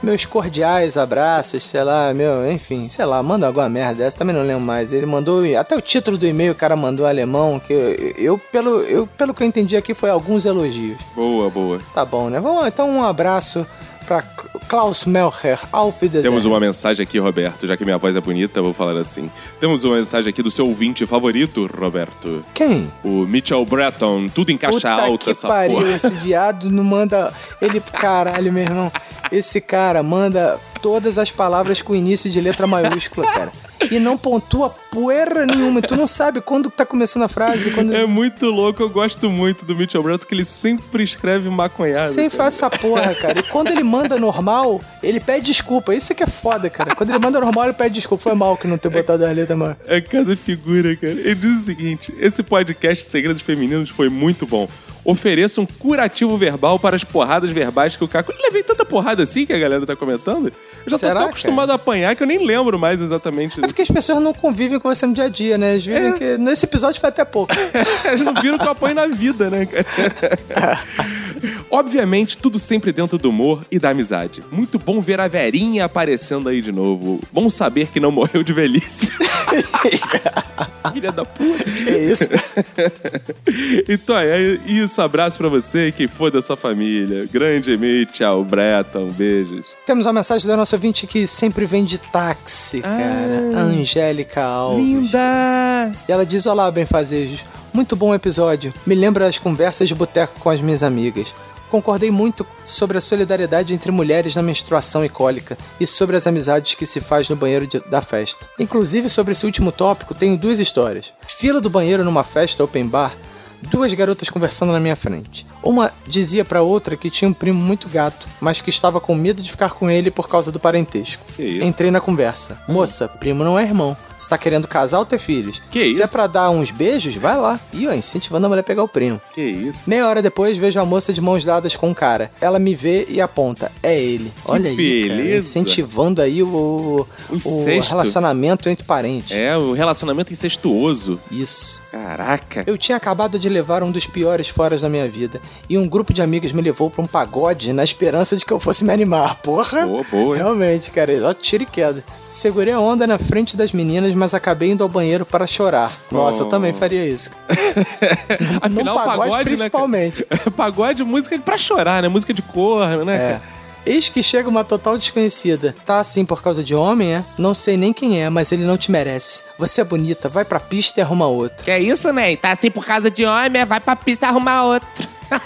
[SPEAKER 9] meus cordiais abraços, sei lá, meu, enfim, sei lá, manda alguma merda dessa, também não lembro mais. Ele mandou, até o título do e-mail o cara mandou em alemão, que eu, eu, pelo, eu, pelo que eu entendi aqui, foi alguns elogios.
[SPEAKER 1] Boa, boa.
[SPEAKER 9] Tá bom, né? Vamos, então um abraço pra Klaus Melcher, Auf Wiedersehen.
[SPEAKER 1] Temos uma mensagem aqui, Roberto. Já que minha voz é bonita, eu vou falar assim. Temos uma mensagem aqui do seu ouvinte favorito, Roberto.
[SPEAKER 9] Quem?
[SPEAKER 1] O Mitchell Breton. Tudo em caixa
[SPEAKER 9] Puta
[SPEAKER 1] alta,
[SPEAKER 9] que
[SPEAKER 1] essa
[SPEAKER 9] pariu,
[SPEAKER 1] porra.
[SPEAKER 9] esse viado não manda. Ele, caralho, meu irmão. Esse cara manda todas as palavras com início de letra maiúscula, cara. E não pontua poeira nenhuma. Tu não sabe quando tá começando a frase, quando.
[SPEAKER 1] É muito louco, eu gosto muito do Mitchell Breton, que ele sempre escreve maconhado.
[SPEAKER 9] Sem
[SPEAKER 1] cara.
[SPEAKER 9] faz essa porra, cara. E quando ele manda normal, ele pede desculpa. Isso que é foda, cara. Quando ele manda normal, ele pede desculpa. Foi mal que não ter botado a letra maior.
[SPEAKER 1] É cada figura, cara. Ele diz o seguinte: esse podcast Segredos Femininos foi muito bom. Ofereça um curativo verbal para as porradas verbais que o Caco. Eu levei tanta porrada assim que a galera tá comentando. Eu já
[SPEAKER 9] Será,
[SPEAKER 1] tô tão acostumado a apanhar que eu nem lembro mais
[SPEAKER 9] [LAUGHS]
[SPEAKER 1] exatamente.
[SPEAKER 9] É porque as pessoas não convivem com você no dia a dia, né? Eles
[SPEAKER 1] É.
[SPEAKER 9] vivem que. Nesse episódio foi até pouco. [LAUGHS]
[SPEAKER 1] Eles não viram que eu apanho na vida, né, cara? Obviamente, tudo sempre dentro do humor e da amizade. Muito bom ver a Verinha aparecendo aí de novo. Bom saber que não morreu de velhice. [LAUGHS] Filha da puta.
[SPEAKER 9] É isso.
[SPEAKER 1] [LAUGHS] então é isso. Abraço pra você e quem for da sua família. Grande Mitch, tchau, um Breton. Beijos.
[SPEAKER 9] Temos uma mensagem da nossa ouvinte que sempre vem de táxi, cara. A Angélica Alves.
[SPEAKER 1] Linda!
[SPEAKER 9] E ela diz: Olá, benfazejos. Muito bom episódio. Me lembra as conversas de boteco com as minhas amigas. Concordei muito sobre a solidariedade entre mulheres na menstruação e cólica e sobre as amizades que se faz no banheiro de- da festa. Inclusive, sobre esse último tópico, tenho duas histórias. Fila do banheiro numa festa open bar duas garotas conversando na minha frente. Uma dizia pra outra que tinha um primo muito gato, mas que estava com medo de ficar com ele por causa do parentesco.
[SPEAKER 1] isso?
[SPEAKER 9] Entrei na conversa. Moça, primo não é irmão. Você tá querendo casar ou ter filhos?
[SPEAKER 1] Que
[SPEAKER 9] Se é
[SPEAKER 1] isso?
[SPEAKER 9] pra dar uns beijos, vai lá. E ó, incentivando a mulher a pegar o primo.
[SPEAKER 1] Que isso?
[SPEAKER 9] Meia hora depois vejo a moça de mãos dadas com um cara. Ela me vê e aponta. É ele. Olha aí, cara,
[SPEAKER 1] beleza.
[SPEAKER 9] incentivando aí o, o,
[SPEAKER 1] incesto.
[SPEAKER 9] relacionamento entre parentes.
[SPEAKER 1] É, o relacionamento incestuoso.
[SPEAKER 9] Isso.
[SPEAKER 1] Caraca.
[SPEAKER 9] Eu tinha acabado de levar um dos piores foras da minha vida. E um grupo de amigos me levou pra um pagode na esperança de que eu fosse me animar. Porra!
[SPEAKER 1] Boa, boa, hein?
[SPEAKER 9] Realmente, cara, só tiro e queda. Segurei a onda na frente das meninas, mas acabei indo ao banheiro para chorar. Nossa, eu
[SPEAKER 1] Oh.
[SPEAKER 9] também faria isso.
[SPEAKER 1] Afinal,
[SPEAKER 9] pagode,
[SPEAKER 1] pagode, né, cara? [LAUGHS] é
[SPEAKER 9] principalmente. É.
[SPEAKER 1] pagode, música de- pra chorar, né? Música de corno, né? cara?
[SPEAKER 9] Eis que chega uma total desconhecida. Tá assim por causa de homem, é? Não sei nem quem é, mas ele não te merece. Você é bonita, vai pra pista e arruma
[SPEAKER 1] [LAUGHS]
[SPEAKER 9] outro.
[SPEAKER 1] Que é isso, Ney? Tá assim por causa de homem, vai pra pista arrumar outro.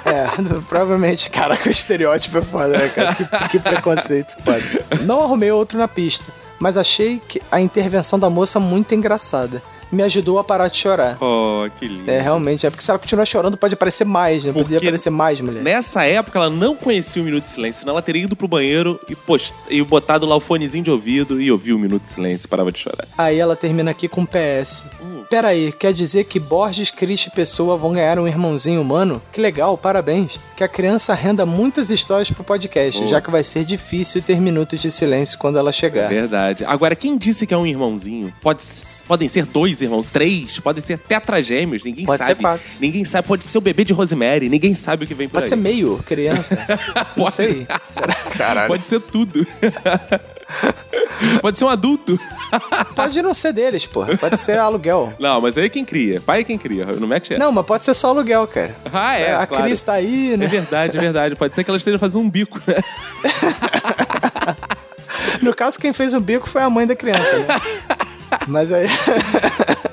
[SPEAKER 9] É, [LAUGHS] provavelmente, cara, que o estereótipo é foda, né, cara? Que, que preconceito, foda. Não arrumei outro na pista, mas achei que a intervenção da moça muito engraçada. Me ajudou a parar de chorar.
[SPEAKER 1] Oh, que lindo.
[SPEAKER 9] É, realmente, é porque se ela continuar chorando, pode aparecer mais, né? Podia aparecer mais, mulher.
[SPEAKER 1] Nessa época, ela não conhecia o Minuto de Silêncio, senão ela teria ido pro banheiro e, post... e botado lá o fonezinho de ouvido e ouviu o Minuto de Silêncio e parava de chorar.
[SPEAKER 9] Aí ela termina aqui com um PS.
[SPEAKER 1] Uh.
[SPEAKER 9] Peraí, quer dizer que Borges, Cristo e Pessoa vão ganhar um irmãozinho humano? Que legal, parabéns. Que a criança renda muitas histórias pro podcast,
[SPEAKER 1] Boa. É
[SPEAKER 9] já que vai ser difícil ter minutos de silêncio quando ela chegar.
[SPEAKER 1] Verdade. Agora, quem disse que é um irmãozinho? Pode, s- podem ser dois irmãos, três, podem ser tetragêmeos, ninguém
[SPEAKER 9] Pode ser
[SPEAKER 1] sabe.
[SPEAKER 9] quatro.
[SPEAKER 1] Ninguém sabe, pode ser o bebê de Rosemary, ninguém sabe o que vem por
[SPEAKER 9] Pode
[SPEAKER 1] aí.
[SPEAKER 9] ser meio
[SPEAKER 1] [LAUGHS]
[SPEAKER 9] criança. Não sei. Será? Caralho.
[SPEAKER 1] Pode ser tudo. Pode ser um adulto.
[SPEAKER 9] Pode não ser deles, porra. Pode ser aluguel.
[SPEAKER 1] Não, mas aí quem cria? Pai é quem cria, não mete essa.
[SPEAKER 9] Não, mas pode ser só aluguel, cara.
[SPEAKER 1] Ah, é,
[SPEAKER 9] A
[SPEAKER 1] claro.
[SPEAKER 9] Cris tá aí, né?
[SPEAKER 1] É verdade, é verdade. Pode ser que ela esteja fazendo um bico, né?
[SPEAKER 9] No caso, quem fez o bico foi a mãe da criança,
[SPEAKER 1] [LAUGHS]
[SPEAKER 9] né? Mas aí.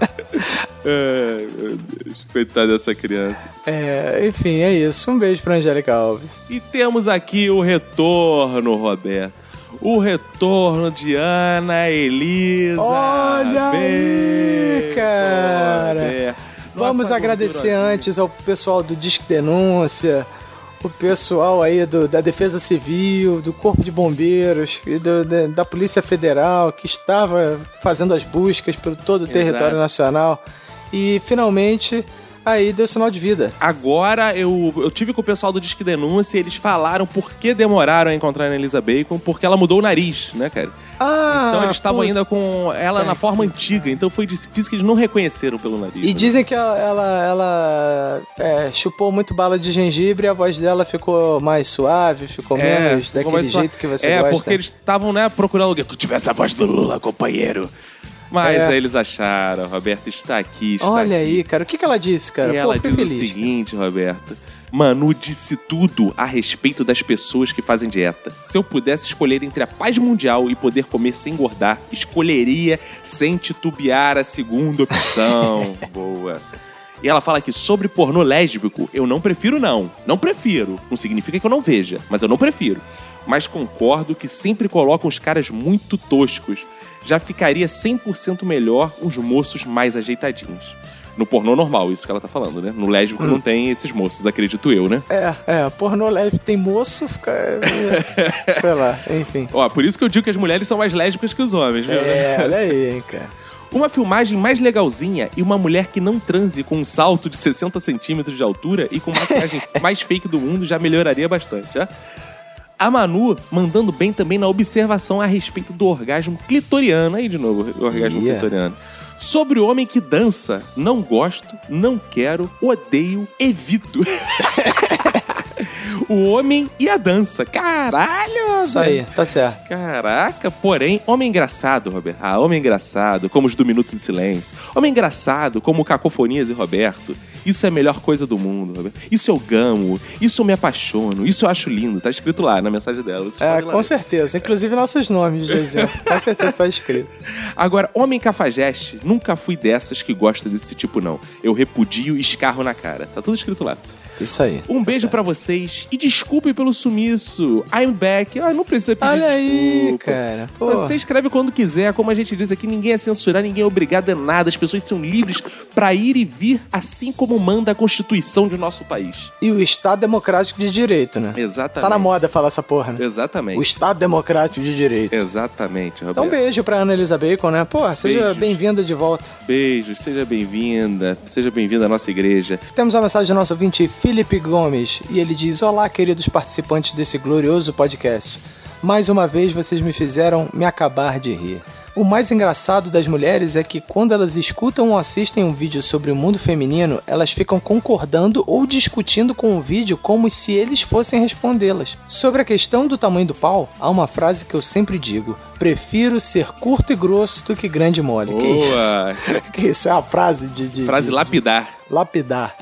[SPEAKER 1] Ai, meu Deus. Coitada dessa criança.
[SPEAKER 9] É, enfim, é isso. Um beijo pra Angélica Alves.
[SPEAKER 1] E temos aqui o retorno, Roberto. O retorno de Ana Elisa.
[SPEAKER 9] Olha aí, cara.
[SPEAKER 1] Roberto.
[SPEAKER 9] Vamos agradecer antes ao pessoal do Disque Denúncia, o pessoal aí do- da Defesa Civil, do Corpo de Bombeiros e do- da, da Polícia Federal que estava fazendo as buscas por todo o
[SPEAKER 1] Exato.
[SPEAKER 9] território nacional. E finalmente aí deu sinal de vida.
[SPEAKER 1] Agora eu, eu tive com o pessoal do Disque Denúncia e eles falaram por que demoraram a encontrar a Ana Elisa Bacon, porque ela mudou o nariz, né, cara?
[SPEAKER 9] Ah,
[SPEAKER 1] então eles estavam
[SPEAKER 9] puta.
[SPEAKER 1] ainda com ela na forma antiga, então foi difícil que eles não reconheceram pelo nariz.
[SPEAKER 9] E
[SPEAKER 1] né?
[SPEAKER 9] dizem que ela, ela, ela, é, chupou muito bala de gengibre e a voz dela ficou mais suave,
[SPEAKER 1] É,
[SPEAKER 9] ficou menos
[SPEAKER 1] ficou
[SPEAKER 9] daquele
[SPEAKER 1] mais só-
[SPEAKER 9] jeito que você
[SPEAKER 1] é,
[SPEAKER 9] gosta.
[SPEAKER 1] porque eles estavam, né, procurando alguém que tivesse a voz do Lula, companheiro. Mas
[SPEAKER 9] É.
[SPEAKER 1] aí eles acharam, Roberto está aqui, está
[SPEAKER 9] Olha
[SPEAKER 1] aqui.
[SPEAKER 9] aí, cara, o que, que ela disse, cara?
[SPEAKER 1] e
[SPEAKER 9] Pô,
[SPEAKER 1] ela
[SPEAKER 9] fui
[SPEAKER 1] diz o
[SPEAKER 9] feliz.
[SPEAKER 1] seguinte, Roberto. Manu disse tudo a respeito das pessoas que fazem dieta. Se eu pudesse escolher entre a paz mundial e poder comer sem engordar, escolheria sem titubear a segunda
[SPEAKER 9] [LAUGHS]
[SPEAKER 1] opção. Boa. E ela fala que sobre pornô lésbico, eu não prefiro não. Não prefiro. Não significa que eu não veja, mas eu não prefiro. Mas concordo que sempre colocam os caras muito toscos. Já ficaria 100% melhor os moços mais ajeitadinhos. No pornô normal, isso que ela tá falando, né? No lésbico não tem esses moços, acredito eu, né?
[SPEAKER 9] É, é, pornô lésbico tem moço,
[SPEAKER 1] [LAUGHS]
[SPEAKER 9] fica. é, sei lá, enfim.
[SPEAKER 1] Ó, por isso que eu digo que as mulheres são mais lésbicas que os homens, viu? né?
[SPEAKER 9] É, olha aí, hein, cara.
[SPEAKER 1] Uma filmagem mais legalzinha e uma mulher que não transe com um salto de 60 centímetros de altura e com maquiagem mais fake do mundo já melhoraria bastante, já. A Manu mandando bem também na observação a respeito do orgasmo clitoriano. Aí, de novo, o orgasmo
[SPEAKER 4] Yeah.
[SPEAKER 1] clitoriano. Sobre o homem que dança, não gosto, não quero, odeio, evito. [LAUGHS] o homem e a dança. Caralho!
[SPEAKER 9] Isso aí, tá certo.
[SPEAKER 1] Caraca, porém, homem engraçado, Roberto. Ah, homem engraçado, como os do Minuto de Silêncio. Homem engraçado, como o Cacofonias e Roberto. Isso é a melhor coisa do mundo, Roberto. Isso eu gamo, isso eu me apaixono, isso eu acho lindo. Tá escrito lá na mensagem dela. Vocês
[SPEAKER 9] É,
[SPEAKER 1] podem lá
[SPEAKER 9] com
[SPEAKER 1] ler.
[SPEAKER 9] certeza. Inclusive nossos nomes, de exemplo. Com certeza tá escrito.
[SPEAKER 1] Agora, homem cafajeste, nunca fui dessas que gosta desse tipo, não. Eu repudio e escarro na cara. Tá tudo escrito lá.
[SPEAKER 9] Isso aí.
[SPEAKER 1] Um beijo pra vocês e desculpe pelo sumiço. I'm back. Ah, não precisa pedir
[SPEAKER 9] Olha aí,
[SPEAKER 1] desculpa.
[SPEAKER 9] cara. Pô.
[SPEAKER 1] Você escreve quando quiser, como a gente diz aqui, ninguém é censurado, ninguém é obrigado a nada. As pessoas são livres pra ir e vir, assim como manda a Constituição de nosso país.
[SPEAKER 9] E o Estado Democrático de Direito, né?
[SPEAKER 1] Exatamente.
[SPEAKER 9] Tá na moda falar essa porra, né?
[SPEAKER 1] Exatamente.
[SPEAKER 9] O Estado Democrático de Direito.
[SPEAKER 1] Exatamente, Roberto.
[SPEAKER 9] Então, um beijo pra Ana Elisa Bacon, né? Pô, seja
[SPEAKER 1] Beijos.
[SPEAKER 9] bem-vinda de volta.
[SPEAKER 1] Beijos, seja bem-vinda, seja bem-vinda à nossa igreja.
[SPEAKER 9] Temos uma mensagem do nosso ouvinte Felipe Gomes e ele diz: Olá, queridos participantes desse glorioso podcast. Mais uma vez vocês me fizeram me acabar de rir. O mais engraçado das mulheres é que quando elas escutam ou assistem um vídeo sobre o mundo feminino, elas ficam concordando ou discutindo com o vídeo como se eles fossem respondê-las. Sobre a questão do tamanho do pau, há uma frase que eu sempre digo: prefiro ser curto e grosso do que grande e mole. Que isso? [LAUGHS]
[SPEAKER 1] Boa!
[SPEAKER 9] Que isso é uma frase de, de-
[SPEAKER 1] Frase lapidar.
[SPEAKER 9] lapidar.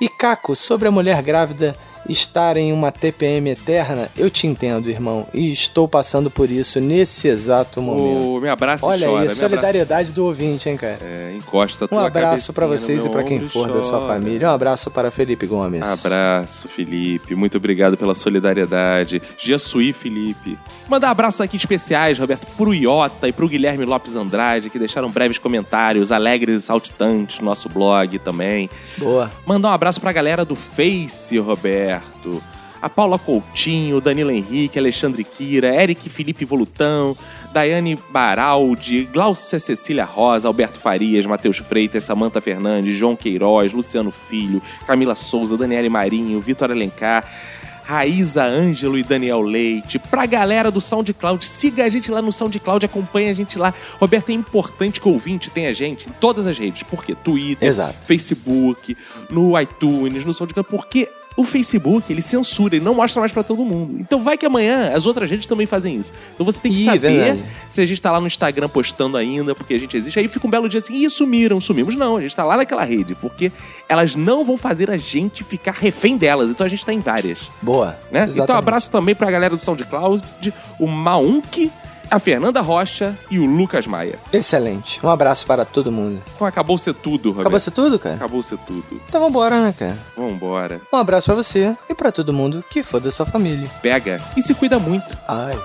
[SPEAKER 9] E Caco, sobre a mulher grávida estar em uma TPM eterna, eu te entendo, irmão. E estou passando por isso nesse exato momento.
[SPEAKER 1] me abraça e
[SPEAKER 9] Olha
[SPEAKER 1] chora,
[SPEAKER 9] aí,
[SPEAKER 1] me abraça.
[SPEAKER 9] solidariedade do ouvinte, hein, cara?
[SPEAKER 1] É, encosta a
[SPEAKER 9] Um
[SPEAKER 1] tua
[SPEAKER 9] abraço pra
[SPEAKER 1] cabecinha
[SPEAKER 9] vocês
[SPEAKER 1] no
[SPEAKER 9] e pra
[SPEAKER 1] meu
[SPEAKER 9] quem
[SPEAKER 1] ombro
[SPEAKER 9] for da sua
[SPEAKER 1] chora.
[SPEAKER 9] família. Um abraço para Felipe Gomes.
[SPEAKER 1] Abraço, Felipe. Muito obrigado pela solidariedade. Jesuí, Felipe. Mandar abraços aqui especiais, Roberto, pro Iota e pro Guilherme Lopes Andrade, que deixaram breves comentários, alegres e saltitantes no nosso blog também.
[SPEAKER 9] Boa.
[SPEAKER 1] Mandar um abraço pra galera do Face, Roberto. A Paula Coutinho, Danilo Henrique, Alexandre Kira, Eric Felipe Volutão, Daiane Baraldi, Glaucia Cecília Rosa, Alberto Farias, Matheus Freitas, Samanta Fernandes, João Queiroz, Luciano Filho, Camila Souza, Daniele Marinho, Vitor Alencar, Raíza Ângelo e Daniel Leite. Pra galera do SoundCloud, siga a gente lá no SoundCloud, acompanha a gente lá. Roberto, é importante que o ouvinte tenha a gente em todas as redes. Por quê? Twitter, Facebook, no iTunes, no SoundCloud. Porque o Facebook, ele censura, ele não mostra mais pra todo mundo. Então vai que amanhã as outras redes também fazem isso. Então você tem que
[SPEAKER 9] Ih, é
[SPEAKER 1] saber
[SPEAKER 9] verdade.
[SPEAKER 1] se a gente tá lá no Instagram postando ainda, porque a gente existe. Aí fica um belo dia assim, e sumiram, sumimos. Não, a gente tá lá naquela rede, porque elas não vão fazer a gente ficar refém delas. Então a gente tá em várias.
[SPEAKER 9] Boa.
[SPEAKER 1] Né? Então,
[SPEAKER 9] Exatamente.
[SPEAKER 1] abraço também pra galera do SoundCloud, o Maunk, a Fernanda Rocha e o Lucas Maia.
[SPEAKER 9] Excelente. Um abraço para todo mundo.
[SPEAKER 1] Então acabou ser tudo, Roberto.
[SPEAKER 9] Acabou ser tudo, cara?
[SPEAKER 1] Acabou ser tudo.
[SPEAKER 9] Então vambora, né, cara?
[SPEAKER 1] Vambora.
[SPEAKER 9] Um abraço pra você e pra todo mundo que for da sua família.
[SPEAKER 1] Pega e se cuida muito.
[SPEAKER 9] Ai.